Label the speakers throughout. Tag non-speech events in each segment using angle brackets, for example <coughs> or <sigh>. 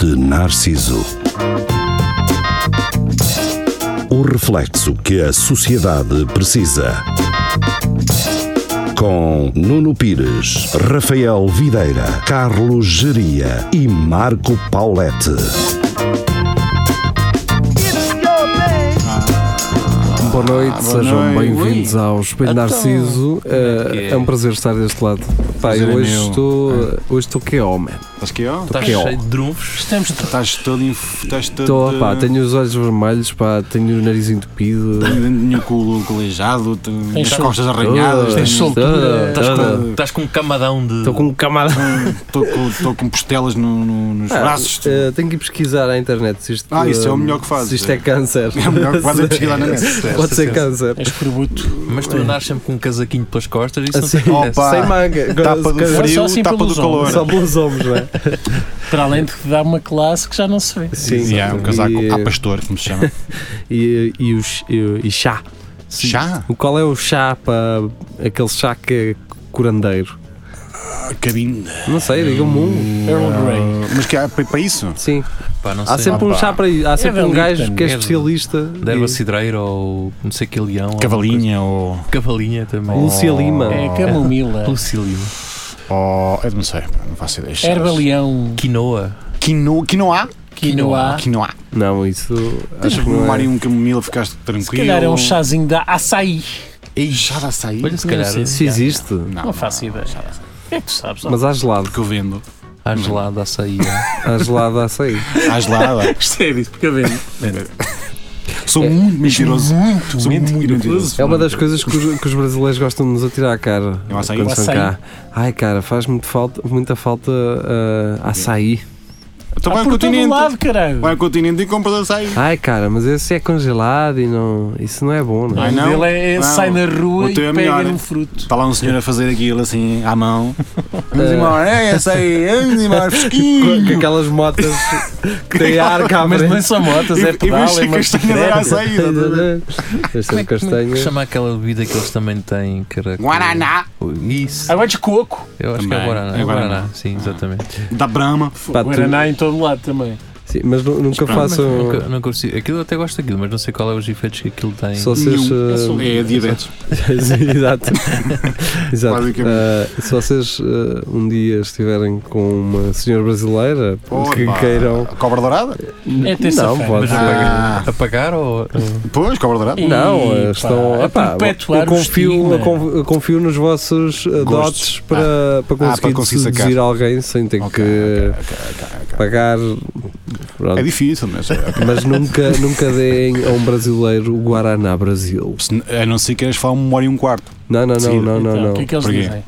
Speaker 1: de Narciso. O reflexo que a sociedade precisa. Com Nuno Pires, Rafael Videira, Carlos Geria e Marco Paulette.
Speaker 2: Boa noite,
Speaker 3: Ah, boa
Speaker 2: sejam
Speaker 3: noite.
Speaker 2: bem-vindos ao Espelho
Speaker 3: Então,
Speaker 2: Narciso. Eh,
Speaker 3: que é?
Speaker 2: é? um prazer estar deste lado. Pai,
Speaker 3: Prazer é
Speaker 2: hoje
Speaker 3: meu.
Speaker 2: estou, hoje estou que é homem.
Speaker 3: Estás que Tá ó?
Speaker 2: Estou
Speaker 4: Estás
Speaker 2: que é
Speaker 4: Tá cheio
Speaker 2: homem.
Speaker 4: de drunfos. Tá Estamos
Speaker 3: Estás todo. inf- Estás todo.
Speaker 2: Estou, pá, tenho os olhos vermelhos, pá, tenho o nariz entupido.
Speaker 3: Tenho o culo calejado, tenho as
Speaker 4: sol-
Speaker 3: costas arranhadas.
Speaker 2: Tens
Speaker 3: <laughs> tenho-
Speaker 2: soltura.
Speaker 4: Estás com,
Speaker 3: Toda.
Speaker 4: estás com um camadão de.
Speaker 2: Estou com um camada.
Speaker 3: Estou com, estou com costelas no- no- nos braços.
Speaker 2: Ah, eh, tenho que ir pesquisar à internet se isto,
Speaker 3: Ah, isso é o
Speaker 2: eh,
Speaker 3: melhor que fazes.
Speaker 2: Se isto é câncer.
Speaker 3: É o melhor que fazes é pesquisar na net.
Speaker 2: <laughs> Pode ser câncer.
Speaker 5: És corbuto.
Speaker 4: Mas tu andas sempre com um casaquinho pelas costas e isso
Speaker 2: Assim,
Speaker 4: não tem
Speaker 3: Opa.
Speaker 4: interesse.
Speaker 2: sem manga.
Speaker 3: Ah, Tapa do
Speaker 2: Câncer.
Speaker 3: frio,
Speaker 5: Só assim
Speaker 3: tapa do
Speaker 5: pelos
Speaker 3: calor.
Speaker 5: ombros.
Speaker 2: Só pelos ombros, não é?
Speaker 5: Para além de que dá uma classe que já não se vê.
Speaker 2: Sim.
Speaker 3: E há um casaco
Speaker 5: é-
Speaker 2: E-
Speaker 3: a pastor, como se chama.
Speaker 2: E, e, os- e- e chá.
Speaker 3: Chá?
Speaker 2: O Qual é o chá para aquele chá que é curandeiro?
Speaker 3: Ah, Cabinho.
Speaker 2: Não sei, digam-me um.
Speaker 5: Earl Grey.
Speaker 3: Uh, Mas que há para para isso?
Speaker 2: Sim.
Speaker 4: Pá, Hum, não
Speaker 2: Há
Speaker 4: sei.
Speaker 2: sempre um
Speaker 3: Opa.
Speaker 2: chá para isso. Há sempre
Speaker 5: da
Speaker 2: um gajo
Speaker 5: Lipton,
Speaker 2: que é
Speaker 4: é da-
Speaker 2: especialista.
Speaker 3: um-
Speaker 4: De erva cidreira ou não sei que leão.
Speaker 3: Cavalinha ou.
Speaker 4: Cavalinha também.
Speaker 3: Um
Speaker 4: Um
Speaker 2: e... Lucia Lima.
Speaker 5: É camomila.
Speaker 4: Lucílio.
Speaker 3: ou eu não sei, pá, não faço ideia.
Speaker 5: Herbalião.
Speaker 4: Quinoa.
Speaker 3: Quino- Quinoa?
Speaker 5: Quinoa.
Speaker 3: Quinoa.
Speaker 2: Não, isso acho
Speaker 3: Acho
Speaker 2: que não
Speaker 3: um
Speaker 2: é.
Speaker 3: um camomila, ficaste tranquilo.
Speaker 5: Se calhar é um chazinho da açaí.
Speaker 3: Chá de açaí?
Speaker 4: Olha, se
Speaker 5: Não
Speaker 4: calhar.
Speaker 5: sei.
Speaker 2: Isso existe,
Speaker 5: Não faço ideia. O que é que tu sabes?
Speaker 2: mas há gelado.
Speaker 3: que eu vendo.
Speaker 4: Há gelado, açaí.
Speaker 3: <laughs>
Speaker 4: há.
Speaker 2: Há gelado a sair.
Speaker 3: Há gelada.
Speaker 5: Sério, porque eu vendo. <laughs> É
Speaker 3: Sou muito mentiroso.
Speaker 5: Muito,
Speaker 3: Sou muito mentiroso.
Speaker 2: É uma das coisas que os, que os brasileiros gostam de nos atirar à cara.
Speaker 3: É o açaí?
Speaker 2: Quando
Speaker 5: O
Speaker 2: são
Speaker 5: açaí.
Speaker 2: cá. Ai, cara, faz muito falta, muita falta a açaí.
Speaker 3: Então vai
Speaker 5: Ah,
Speaker 3: ao
Speaker 5: por todo
Speaker 3: continente.
Speaker 5: lado, caralho.
Speaker 3: Vai ao continente e compra açaí.
Speaker 2: Ai, cara, mas esse é congelado e não. Isso não é bom, não é?
Speaker 3: Ai, não.
Speaker 5: Ele é- é-
Speaker 3: Não.
Speaker 5: sai na
Speaker 3: O
Speaker 5: rua e
Speaker 3: teu é
Speaker 5: pega
Speaker 3: melhor,
Speaker 5: num
Speaker 3: hein?
Speaker 5: fruto.
Speaker 3: Está lá um senhor a fazer aquilo assim à
Speaker 2: <laughs>
Speaker 3: mão. Vamos
Speaker 2: Eh.
Speaker 3: embora, é açaí, vamos embora,
Speaker 2: Com,
Speaker 3: fresquinho.
Speaker 2: aquelas motas que têm ar cá à
Speaker 5: Mas não
Speaker 2: frente.
Speaker 5: são motas, é
Speaker 3: Tá E- e
Speaker 5: pedal,
Speaker 3: vês
Speaker 5: é
Speaker 3: que castanha de
Speaker 5: martinete.
Speaker 3: açaí.
Speaker 2: Este é de castanho.
Speaker 4: Que chama aquela bebida que eles também têm, caraca.
Speaker 3: Guaraná.
Speaker 4: Isso.
Speaker 5: Água Ah, de coco.
Speaker 4: Eu acho que é
Speaker 3: Também.
Speaker 4: Guaraná.
Speaker 3: É
Speaker 4: É
Speaker 3: Guaraná.
Speaker 4: Guaraná. Sim, exatamente.
Speaker 3: Da Brahma.
Speaker 2: Pá, tu-
Speaker 5: Guaraná é em todo lado também.
Speaker 2: Sim, mas nu- nunca façam. <laughs>
Speaker 4: Nunca, nunca consigo. Aquilo eu até gosto daquilo, mas não sei qual é os efeitos que aquilo tem.
Speaker 2: Só se vocês.
Speaker 3: Nenhum.
Speaker 2: eh,
Speaker 3: É diabetes.
Speaker 2: Exato. Exato.
Speaker 3: Basicamente.
Speaker 2: Eh, se vocês eh, um dia estiverem com uma senhora brasileira que
Speaker 3: Opa.
Speaker 2: queiram.
Speaker 3: Cobra dourada?
Speaker 5: É
Speaker 2: não,
Speaker 5: terça-feira.
Speaker 2: pode
Speaker 4: Mas
Speaker 2: ser.
Speaker 3: Ah.
Speaker 4: apagar, apagar ou.
Speaker 3: Pois, cobra dourada.
Speaker 5: E-
Speaker 2: Não, eh,
Speaker 5: pá,
Speaker 2: estão.
Speaker 5: a
Speaker 2: epá,
Speaker 5: perpetuar
Speaker 2: eu,
Speaker 5: o
Speaker 2: confio,
Speaker 5: estigma.
Speaker 2: eu conf- eu confio nos vossos eh, dotes
Speaker 3: Gostos. Ah.
Speaker 2: para, para
Speaker 3: para
Speaker 2: conseguir
Speaker 3: conseguir sacar.
Speaker 2: seduzir alguém sem ter
Speaker 3: Ok,
Speaker 2: que
Speaker 3: ok, ok, ok.
Speaker 2: pagar. Pronto.
Speaker 3: É difícil, mas.
Speaker 2: Mas nunca, nunca deem a um brasileiro o Guaraná Brasil.
Speaker 3: A não ser queiras falar uma hora e um quarto.
Speaker 2: Não, não, não,
Speaker 3: Sim,
Speaker 2: não, não,
Speaker 5: Então,
Speaker 2: não.
Speaker 5: O que é que eles
Speaker 3: Porquê?
Speaker 5: dizem?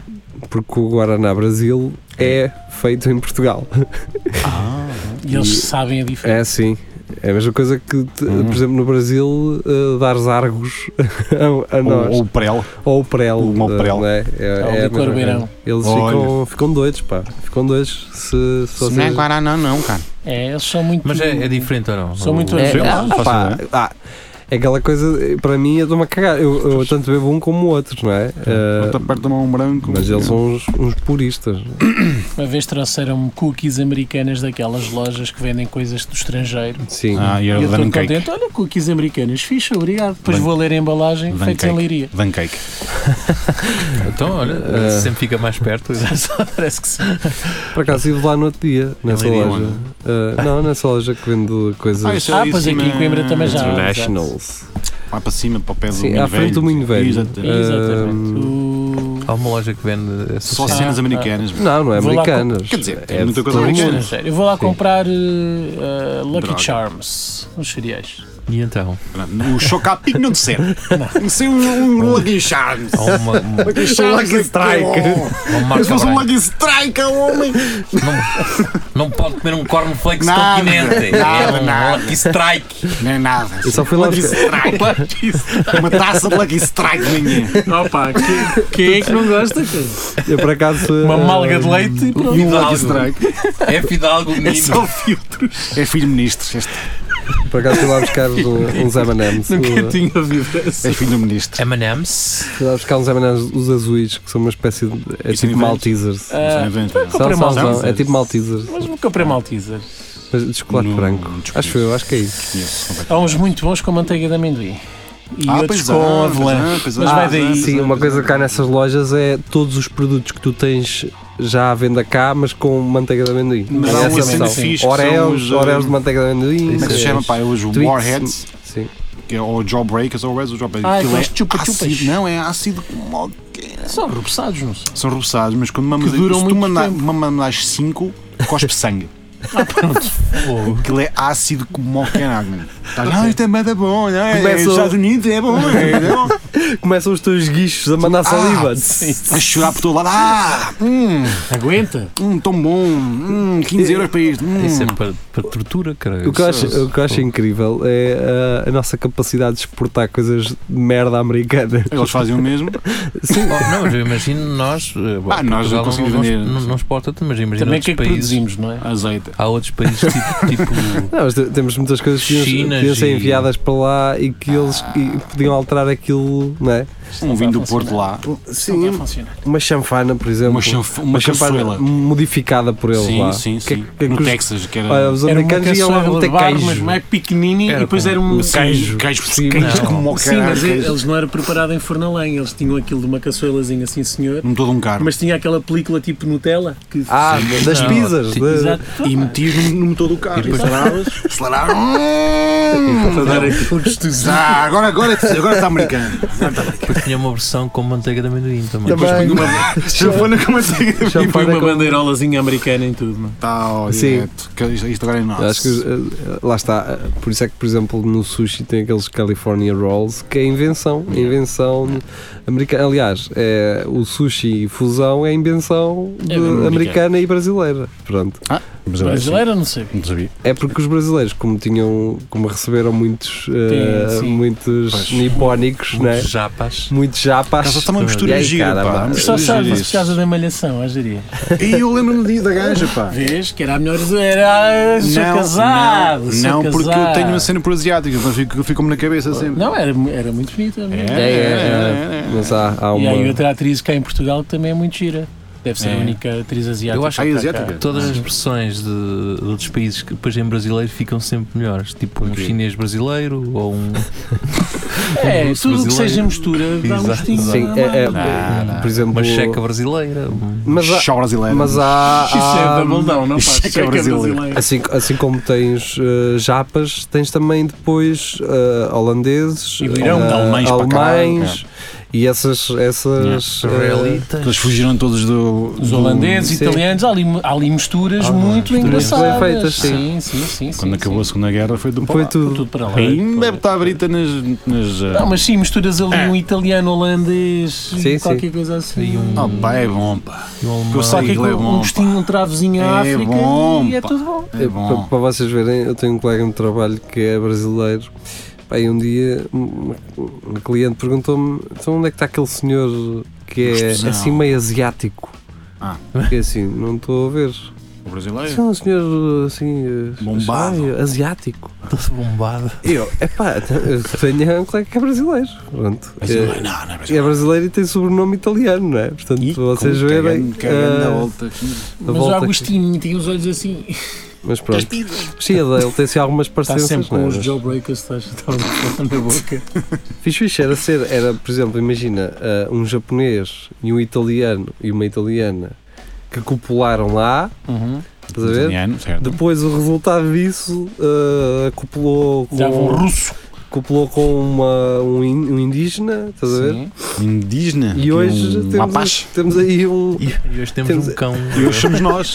Speaker 2: Porque o Guaraná Brasil é feito em Portugal. Ah.
Speaker 5: E eles sabem a diferença.
Speaker 2: É sim. É a mesma coisa que, te-
Speaker 3: Hum.
Speaker 2: por exemplo, no Brasil, eh, dares argos <laughs> a, a nós.
Speaker 3: Ou,
Speaker 2: Ou,
Speaker 3: ou prel.
Speaker 2: o prel.
Speaker 3: ou uma
Speaker 2: eh,
Speaker 3: prel.
Speaker 2: não É, é,
Speaker 5: Ou
Speaker 2: é a
Speaker 5: licor
Speaker 2: mesma
Speaker 5: beirão.
Speaker 2: coisa. Eles
Speaker 3: Olha.
Speaker 2: ficam, ficam doidos, pá. Ficam doidos se, se vocês...
Speaker 3: Guaraná, não, cara.
Speaker 5: É, eles são muito.
Speaker 4: Mas é, é diferente ou não?
Speaker 5: São
Speaker 4: O-
Speaker 5: muito
Speaker 2: É,
Speaker 5: Eu
Speaker 2: ah,
Speaker 3: não faço
Speaker 2: pá,
Speaker 3: ideia.
Speaker 2: ah, é aquela coisa, eh, para mim, eu estou-me a cagar. Eu, eu tanto bebo um como o outro, não é? Eh,
Speaker 3: Outra perto de mão um branco.
Speaker 2: mas eles são uns, uns puristas.
Speaker 5: Uma vez trouxeram-me cookies americanas daquelas lojas que vendem coisas do estrangeiro.
Speaker 2: Sim.
Speaker 3: Ah, e
Speaker 5: E
Speaker 3: era
Speaker 5: eu estou
Speaker 3: Dan Cake.
Speaker 5: contente. Olha, cookies americanas. Fixa, obrigado. Depois
Speaker 3: Bem-
Speaker 5: vou ler a embalagem,
Speaker 3: Bem
Speaker 5: feitos em
Speaker 3: cake.
Speaker 5: leiria. <laughs>
Speaker 3: Dan Cake.
Speaker 4: Então, olha,
Speaker 3: É.
Speaker 2: Eh.
Speaker 4: sempre fica mais
Speaker 3: <laughs>
Speaker 4: perto.
Speaker 5: Parece que sim.
Speaker 2: Por acaso estive lá no outro dia, nessa
Speaker 4: Ele iria
Speaker 2: loja. Eh, não, nessa loja que vende coisas
Speaker 3: é? Ah, isso é
Speaker 5: Ah,
Speaker 3: ali
Speaker 5: pois
Speaker 3: em
Speaker 5: aqui
Speaker 3: cima.
Speaker 5: em Coimbra também já.
Speaker 2: internationals.
Speaker 3: Lá para cima, para o pé do
Speaker 2: Sim,
Speaker 3: Minho
Speaker 2: à frente do Minho Velho.
Speaker 3: Exato.
Speaker 5: Ah.
Speaker 2: Eh,
Speaker 5: Exatamente. O-
Speaker 4: Há uma loja que vende eh, essas
Speaker 3: Só
Speaker 4: cenas.
Speaker 3: cenas
Speaker 5: ah.
Speaker 3: americanas.
Speaker 2: Não, não é
Speaker 5: Vou lá com-
Speaker 2: americanas.
Speaker 3: Quer dizer, tem
Speaker 2: É
Speaker 3: muita coisa
Speaker 2: tudo.
Speaker 5: o
Speaker 3: americana.
Speaker 5: estrangeiro. Eu vou lá
Speaker 2: Sim.
Speaker 5: comprar eh, eh, Lucky
Speaker 3: Droga.
Speaker 5: Charms, uns cereais.
Speaker 4: E então?
Speaker 3: O chocapic não te serve. Não sei um um Lucky
Speaker 4: <laughs>
Speaker 3: Charms. é
Speaker 4: Há uma,
Speaker 3: <laughs>
Speaker 4: uma,
Speaker 2: um
Speaker 3: Lucky Strike.
Speaker 4: uma
Speaker 3: Eles
Speaker 4: marca
Speaker 3: não são
Speaker 4: branca.
Speaker 3: um Lucky Strike, homem.
Speaker 4: Não pode comer um cornflakes
Speaker 3: Nada,
Speaker 4: continente.
Speaker 3: nada,
Speaker 4: é um
Speaker 3: nada.
Speaker 4: Lucky
Speaker 3: <laughs>
Speaker 4: Strike.
Speaker 3: Não é nada.
Speaker 2: Eu só fui lá
Speaker 3: Lucky
Speaker 2: buscar-
Speaker 3: Strike. Uma taça de Lucky Strike ninguém.
Speaker 5: <laughs> Opa, quem, quem é que não gosta? cara?
Speaker 2: Eu por acaso.
Speaker 5: Uma
Speaker 2: eh,
Speaker 5: malga de leite e um pronto.
Speaker 4: Fidalgo. <laughs> É Fidalgo, menino.
Speaker 3: Um É só filtros. É filho de ministros. este.
Speaker 2: Por acaso fui
Speaker 3: <laughs>
Speaker 2: lá buscar um- uns M&M's.
Speaker 5: Nunca
Speaker 2: uh,
Speaker 5: tinha ouvido essa.
Speaker 3: É filho do ministro.
Speaker 4: M&M's.
Speaker 2: Fui lá buscar uns M&M's, os azuis, que são uma espécie de. É
Speaker 3: Isso não
Speaker 2: tipo
Speaker 3: vende?
Speaker 2: Maltesers.
Speaker 5: Ah,
Speaker 3: Não sei, não vem, não.
Speaker 5: comprei
Speaker 2: São, são, são,
Speaker 5: Maltesers.
Speaker 2: É tipo Maltesers.
Speaker 5: Mas nunca comprei Maltesers.
Speaker 2: Mas de chocolate
Speaker 3: Não,
Speaker 2: branco.
Speaker 3: desconheço.
Speaker 2: Acho eu, acho que é isso.
Speaker 3: Desconheço completamente.
Speaker 5: Há uns muito bons com manteiga de amendoim. E
Speaker 3: Ah,
Speaker 5: outros
Speaker 3: pois
Speaker 5: com
Speaker 3: há,
Speaker 5: avelã.
Speaker 3: pois há, pois
Speaker 5: Mas
Speaker 3: há,
Speaker 5: vai
Speaker 3: pois há,
Speaker 5: daí.
Speaker 3: pois há.
Speaker 2: Sim, uma coisa que há nessas lojas é todos os produtos que tu tens já à venda cá, mas com manteiga de amendoim.
Speaker 3: Mas um
Speaker 5: há
Speaker 2: Tem
Speaker 5: uma
Speaker 2: essa
Speaker 5: cena
Speaker 2: noção.
Speaker 3: fixe que são
Speaker 2: Oreos,
Speaker 3: os,
Speaker 2: Oreos
Speaker 3: hum,
Speaker 2: de manteiga de amendoim.
Speaker 3: Como é que se
Speaker 2: sim.
Speaker 3: chama, pá? Hoje o
Speaker 2: Twix.
Speaker 3: Warheads,
Speaker 2: Sim.
Speaker 3: que é o Jawbreakers ou o Res, o Jawbreakers.
Speaker 5: Ah,
Speaker 3: Aquilo é
Speaker 5: aqueles chupa-chupas.
Speaker 3: ácido, Não, é ácido como o quê?
Speaker 5: São repousados, não sei.
Speaker 3: São reboçados, mas quando mamas,
Speaker 5: Que duram
Speaker 3: se tu
Speaker 5: muito
Speaker 3: manda-
Speaker 5: tempo.
Speaker 3: mamas 5, cospe sangue.
Speaker 5: Ah, pronto. Fogo.
Speaker 3: Aquilo é ácido como o Kenagman. Não, isto é merda bom, não é?
Speaker 2: Começa
Speaker 3: Os
Speaker 2: o-
Speaker 3: Estados Unidos é bom, é bom.
Speaker 2: Começam os teus guichos a
Speaker 3: Ah,
Speaker 2: mandar <laughs> saliva.
Speaker 3: A chorar por todo lado. Ah, hum,
Speaker 5: <laughs> Aguenta.
Speaker 3: hum, tão bom. Hum, 15 euros para isto. Hum.
Speaker 4: Isso é para, para tortura, caralho.
Speaker 2: O que, eu acho, o que eu acho incrível é a, a nossa capacidade de exportar coisas de merda americana. <laughs>
Speaker 3: Eles fazem o mesmo.
Speaker 4: Sim. Oh, não, mas eu imagino nós. eh, bom,
Speaker 3: Ah, nós não
Speaker 4: Portugal
Speaker 3: conseguimos
Speaker 4: não,
Speaker 3: vender.
Speaker 4: não, não exporta tanto, mas imagina
Speaker 5: Também o
Speaker 4: outros
Speaker 5: que é que
Speaker 4: países.
Speaker 5: produzimos, não é?
Speaker 3: Azeite.
Speaker 4: Há outros países tipo.
Speaker 3: <laughs>
Speaker 4: tipo
Speaker 2: Não, mas te- temos muitas coisas que podiam-
Speaker 4: China,
Speaker 2: podiam ser
Speaker 4: Gi.
Speaker 2: enviadas para lá e que eles
Speaker 3: Ah.
Speaker 2: e podiam alterar aquilo, não é?
Speaker 3: Um vinho do Porto lá.
Speaker 5: Sim. Não vai funcionar.
Speaker 2: Uma chanfana, por exemplo.
Speaker 3: Uma, chanf uma chanfana.
Speaker 2: modificada por ele
Speaker 3: Sim,
Speaker 2: lá.
Speaker 3: sim,
Speaker 2: Que- é
Speaker 3: sim. Um
Speaker 2: que-
Speaker 3: no
Speaker 2: que os-
Speaker 3: Texas, que era.
Speaker 2: Olha, os
Speaker 5: Era uma
Speaker 2: americanos iam lá
Speaker 5: caçoela de
Speaker 2: meter
Speaker 5: barro, mas é
Speaker 2: queijo.
Speaker 5: mais pequenininho
Speaker 4: Era
Speaker 5: e depois
Speaker 4: com
Speaker 5: era um...
Speaker 3: o queijo, queijo,
Speaker 2: Sim,
Speaker 3: queijo
Speaker 4: não.
Speaker 3: como o
Speaker 5: Sim, mas é,
Speaker 3: caralho.
Speaker 5: eles não eram preparados em forno a lenha, eles tinham aquilo de uma caçoelazinha assim, senhor,
Speaker 3: Num todo um carro.
Speaker 5: mas tinha aquela película tipo Nutella que
Speaker 2: Ah, das
Speaker 4: Não,
Speaker 2: pizzas.
Speaker 4: sim,
Speaker 2: de-
Speaker 5: Exato.
Speaker 3: E metias no, no motor do carro.
Speaker 4: depois-
Speaker 3: Aceleraram. Hum.
Speaker 4: tipo
Speaker 3: Ah, agora, agora, agora está americano. <laughs>
Speaker 4: depois tinha uma versão com manteiga de amendoim também.
Speaker 2: Também.
Speaker 3: Depois põe uma chanfana com manteiga.
Speaker 5: E põe
Speaker 2: chanfana
Speaker 5: tipo uma
Speaker 2: com-
Speaker 5: bandeirolazinha americana em tudo, é? mano.
Speaker 3: Tal,
Speaker 2: Sim.
Speaker 3: direto. Que Tá, Isto isto agora é nosso.
Speaker 2: Acho que eh, lá está. eh, Por isso é que, por exemplo, no sushi tem aqueles California Rolls que é invenção. Invenção americana. Aliás, é, o sushi e fusão é invenção de-
Speaker 5: americana.
Speaker 2: americana e brasileira. Pronto.
Speaker 5: Brasileira, não sei.
Speaker 3: Não sabia.
Speaker 2: É porque os brasileiros, como tinham, como receberam muitos, eh,
Speaker 5: Tem, sim.
Speaker 2: muitos
Speaker 3: Pois.
Speaker 2: nipónicos,
Speaker 4: Os
Speaker 2: não é?
Speaker 4: japas.
Speaker 2: Muitos japas.
Speaker 3: Casa está uma
Speaker 2: E
Speaker 3: mistura
Speaker 2: aí,
Speaker 3: gira,
Speaker 2: cara,
Speaker 3: pá.
Speaker 2: pá.
Speaker 3: Mas
Speaker 5: Só sabes por
Speaker 3: disso.
Speaker 5: causa da malhação, é a geria.
Speaker 3: E eu lembro-me de- da gaja, pá.
Speaker 5: Vês que era a melhor. Era. ah, Sou casado!
Speaker 3: não,
Speaker 5: sou
Speaker 3: não porque eu
Speaker 5: casado.
Speaker 3: tenho uma cena por asiática, mas fico- fico-me na cabeça sempre.
Speaker 5: Não, era, mu- era muito bonita. mesmo.
Speaker 2: É, é,
Speaker 3: é.
Speaker 2: é. Mas há, há
Speaker 5: E
Speaker 2: uma.
Speaker 5: aí outra atriz cá em Portugal que também é muito gira. Deve ser
Speaker 3: É.
Speaker 5: a única atriz asiática.
Speaker 4: Eu acho
Speaker 3: Ah,
Speaker 5: que
Speaker 3: é
Speaker 5: está
Speaker 3: asiática?
Speaker 5: cá.
Speaker 4: Todas as versões de, de outros países que depois em brasileiro ficam sempre melhores. Tipo um chinês brasileiro ou um.
Speaker 5: É,
Speaker 4: russo
Speaker 5: tudo o que
Speaker 4: brasileiro.
Speaker 5: seja mistura dá um
Speaker 4: Exato,
Speaker 5: gostinho.
Speaker 4: exato.
Speaker 2: Sim,
Speaker 5: Ah,
Speaker 2: é- é,
Speaker 5: mano.
Speaker 2: por exemplo.
Speaker 4: Uma checa brasileira. um-
Speaker 2: Mas há,
Speaker 3: Chá brasileiro.
Speaker 2: mas há-
Speaker 5: Isso é
Speaker 2: há-
Speaker 5: da Moldão, não
Speaker 3: Isso
Speaker 5: faz?
Speaker 3: é que é brasileiro.
Speaker 2: Assim, assim como tens eh, japas, tens também depois eh, holandeses,
Speaker 5: E o Irão,
Speaker 2: eh,
Speaker 3: alemães para caralho,
Speaker 2: alemães e essas. essas eh,
Speaker 3: Eles fugiram todos do.
Speaker 5: Os
Speaker 3: do-
Speaker 5: holandeses,
Speaker 2: Sim.
Speaker 5: italianos, há ali, há ali misturas
Speaker 4: Há
Speaker 5: muito
Speaker 4: misturas
Speaker 5: engraçadas.
Speaker 2: bem feitas, sim.
Speaker 5: sim, sim, sim. sim,
Speaker 3: Quando acabou a
Speaker 5: sim.
Speaker 3: Segunda Guerra foi do
Speaker 2: foi
Speaker 3: Paulo.
Speaker 5: Foi
Speaker 2: tudo.
Speaker 5: tudo para lá.
Speaker 3: Ainda está a brita nas. nas
Speaker 5: Não, mas sim, misturas ali
Speaker 3: É.
Speaker 5: um italiano, holandês,
Speaker 2: sim.
Speaker 5: qualquer coisa assim.
Speaker 4: E um-
Speaker 3: Ah, pá, é bom, pá.
Speaker 4: e um alemão.
Speaker 3: Eu
Speaker 5: Só que
Speaker 3: Aquilo é
Speaker 5: um
Speaker 3: bom,
Speaker 5: gostinho, um travozinho
Speaker 3: É
Speaker 5: à África
Speaker 3: bom,
Speaker 5: e é
Speaker 3: pá.
Speaker 5: tudo bom.
Speaker 3: É
Speaker 2: Para,
Speaker 3: bom.
Speaker 2: para eh, vocês verem, eu tenho um colega no trabalho que é brasileiro. Pá, e um dia uma, uma cliente perguntou-me: então onde é que está aquele senhor que é
Speaker 3: Gostosão.
Speaker 2: assim meio asiático?
Speaker 3: Ah.
Speaker 2: Que é assim, não estou a ver.
Speaker 3: O brasileiro.
Speaker 2: Então, um senhor assim. eh,
Speaker 3: Bombado.
Speaker 2: ai, Asiático.
Speaker 4: Todo bombado.
Speaker 2: Eu, epá, eu tenho um colega que é brasileiro. Pronto.
Speaker 3: Brasileiro, não, não é
Speaker 2: É, é
Speaker 3: brasileiro.
Speaker 2: brasileiro e tem sobrenome italiano, não é? Portanto,
Speaker 3: Ih,
Speaker 2: para vocês
Speaker 3: como é
Speaker 2: verem.
Speaker 3: cagando- cagando a
Speaker 2: ah,
Speaker 3: volta.
Speaker 2: a
Speaker 5: Mas o
Speaker 2: volta aqui.
Speaker 5: Agostinho tinha os olhos assim.
Speaker 2: Mas pronto. Sim, ele ele tem assim algumas
Speaker 5: Está
Speaker 2: parecenças.
Speaker 5: sempre
Speaker 2: não
Speaker 5: com
Speaker 2: é?
Speaker 5: os
Speaker 2: Mas
Speaker 5: jawbreakers, estás estás na boca.
Speaker 2: Fixe, fixe, era ser, era, por exemplo, imagina ah, um japonês e um italiano e uma italiana que copularam lá,
Speaker 5: Uhum.
Speaker 2: estás a ver?
Speaker 3: Italiano, certo.
Speaker 2: Depois o resultado disso ah, copulou com,
Speaker 5: Dava um russo.
Speaker 2: copulou com uma, um, in- um indígena, estás a ver?
Speaker 5: Sim.
Speaker 3: Indígena.
Speaker 2: E hoje
Speaker 3: um
Speaker 2: temos,
Speaker 3: Mapache.
Speaker 2: temos aí
Speaker 4: <laughs>
Speaker 2: um.
Speaker 4: E, e hoje temos,
Speaker 2: Temos-
Speaker 4: um cão.
Speaker 3: E hoje somos
Speaker 2: <laughs>
Speaker 3: nós.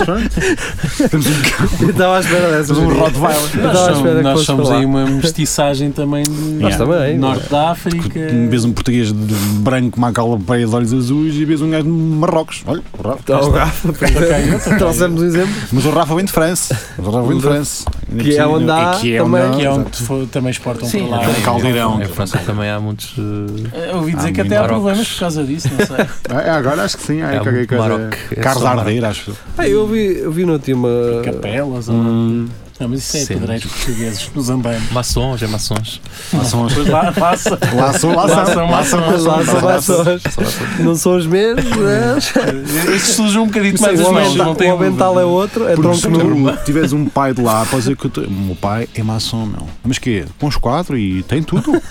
Speaker 3: Temos um cão.
Speaker 2: Eu estava à espera dessa.
Speaker 3: Temos um
Speaker 2: gente.
Speaker 3: Rottweiler.
Speaker 2: Eu estava
Speaker 5: Nós,
Speaker 2: à
Speaker 5: somos,
Speaker 2: espera que
Speaker 5: nós
Speaker 2: fosse
Speaker 5: somos
Speaker 2: falar.
Speaker 5: aí um uma mestiçagem também de
Speaker 2: Nós também.
Speaker 5: Norte da África.
Speaker 2: É.
Speaker 3: Vês um português de branco, uma cala para os olhos azuis e vês um gajo de Marrocos. Olha, o Rafa.
Speaker 2: Então, Rafa, por exemplo, <laughs> trouxemos um exemplo
Speaker 3: Mas o Rafa vem de França. Mas o Rafa vem de França. Ainda
Speaker 2: <laughs> Que
Speaker 3: por
Speaker 2: é
Speaker 3: cima,
Speaker 2: onde há
Speaker 3: é que é onde
Speaker 2: também-
Speaker 3: há.
Speaker 5: Que é onde fo- também exportam para lá.
Speaker 3: é um caldeirão.
Speaker 4: Em França também há muitos. eh,
Speaker 5: Eu ouvi dizer
Speaker 3: Há
Speaker 5: que até há
Speaker 4: muito
Speaker 5: problemas
Speaker 4: Marrocos.
Speaker 5: por causa disso, não sei.
Speaker 2: <laughs>
Speaker 3: É, agora acho que sim.
Speaker 4: É
Speaker 3: É, qualquer
Speaker 4: muito
Speaker 3: coisa.
Speaker 4: Maroc. É
Speaker 3: Carros
Speaker 4: só
Speaker 3: a
Speaker 4: Maroc.
Speaker 3: arder, acho.
Speaker 2: Ah, eu vi, eu vi no último
Speaker 5: Capelas ou
Speaker 3: Hum,
Speaker 5: Não, mas isso é
Speaker 4: Cenas.
Speaker 5: pedreiros portugueses, os ambanos.
Speaker 4: Maçons, é maçons.
Speaker 3: Lá
Speaker 5: <laughs>
Speaker 3: são as.
Speaker 5: Pois lá, laça.
Speaker 3: Lá são, lá são, lá são, lá são, lá são, lá são.
Speaker 2: Não são os mesmos, mas.
Speaker 5: Estes sujam um bocadito mais
Speaker 2: o
Speaker 5: as mãos.
Speaker 2: avental-
Speaker 5: Não tem um-
Speaker 2: o avental é outro, é
Speaker 3: Porque se
Speaker 2: tronco nu.
Speaker 3: tu tiveres um pai de lá, pode dizer que eu te- o meu pai é maçom, meu. Mas quê? Com os quatro e tem tudo. <laughs>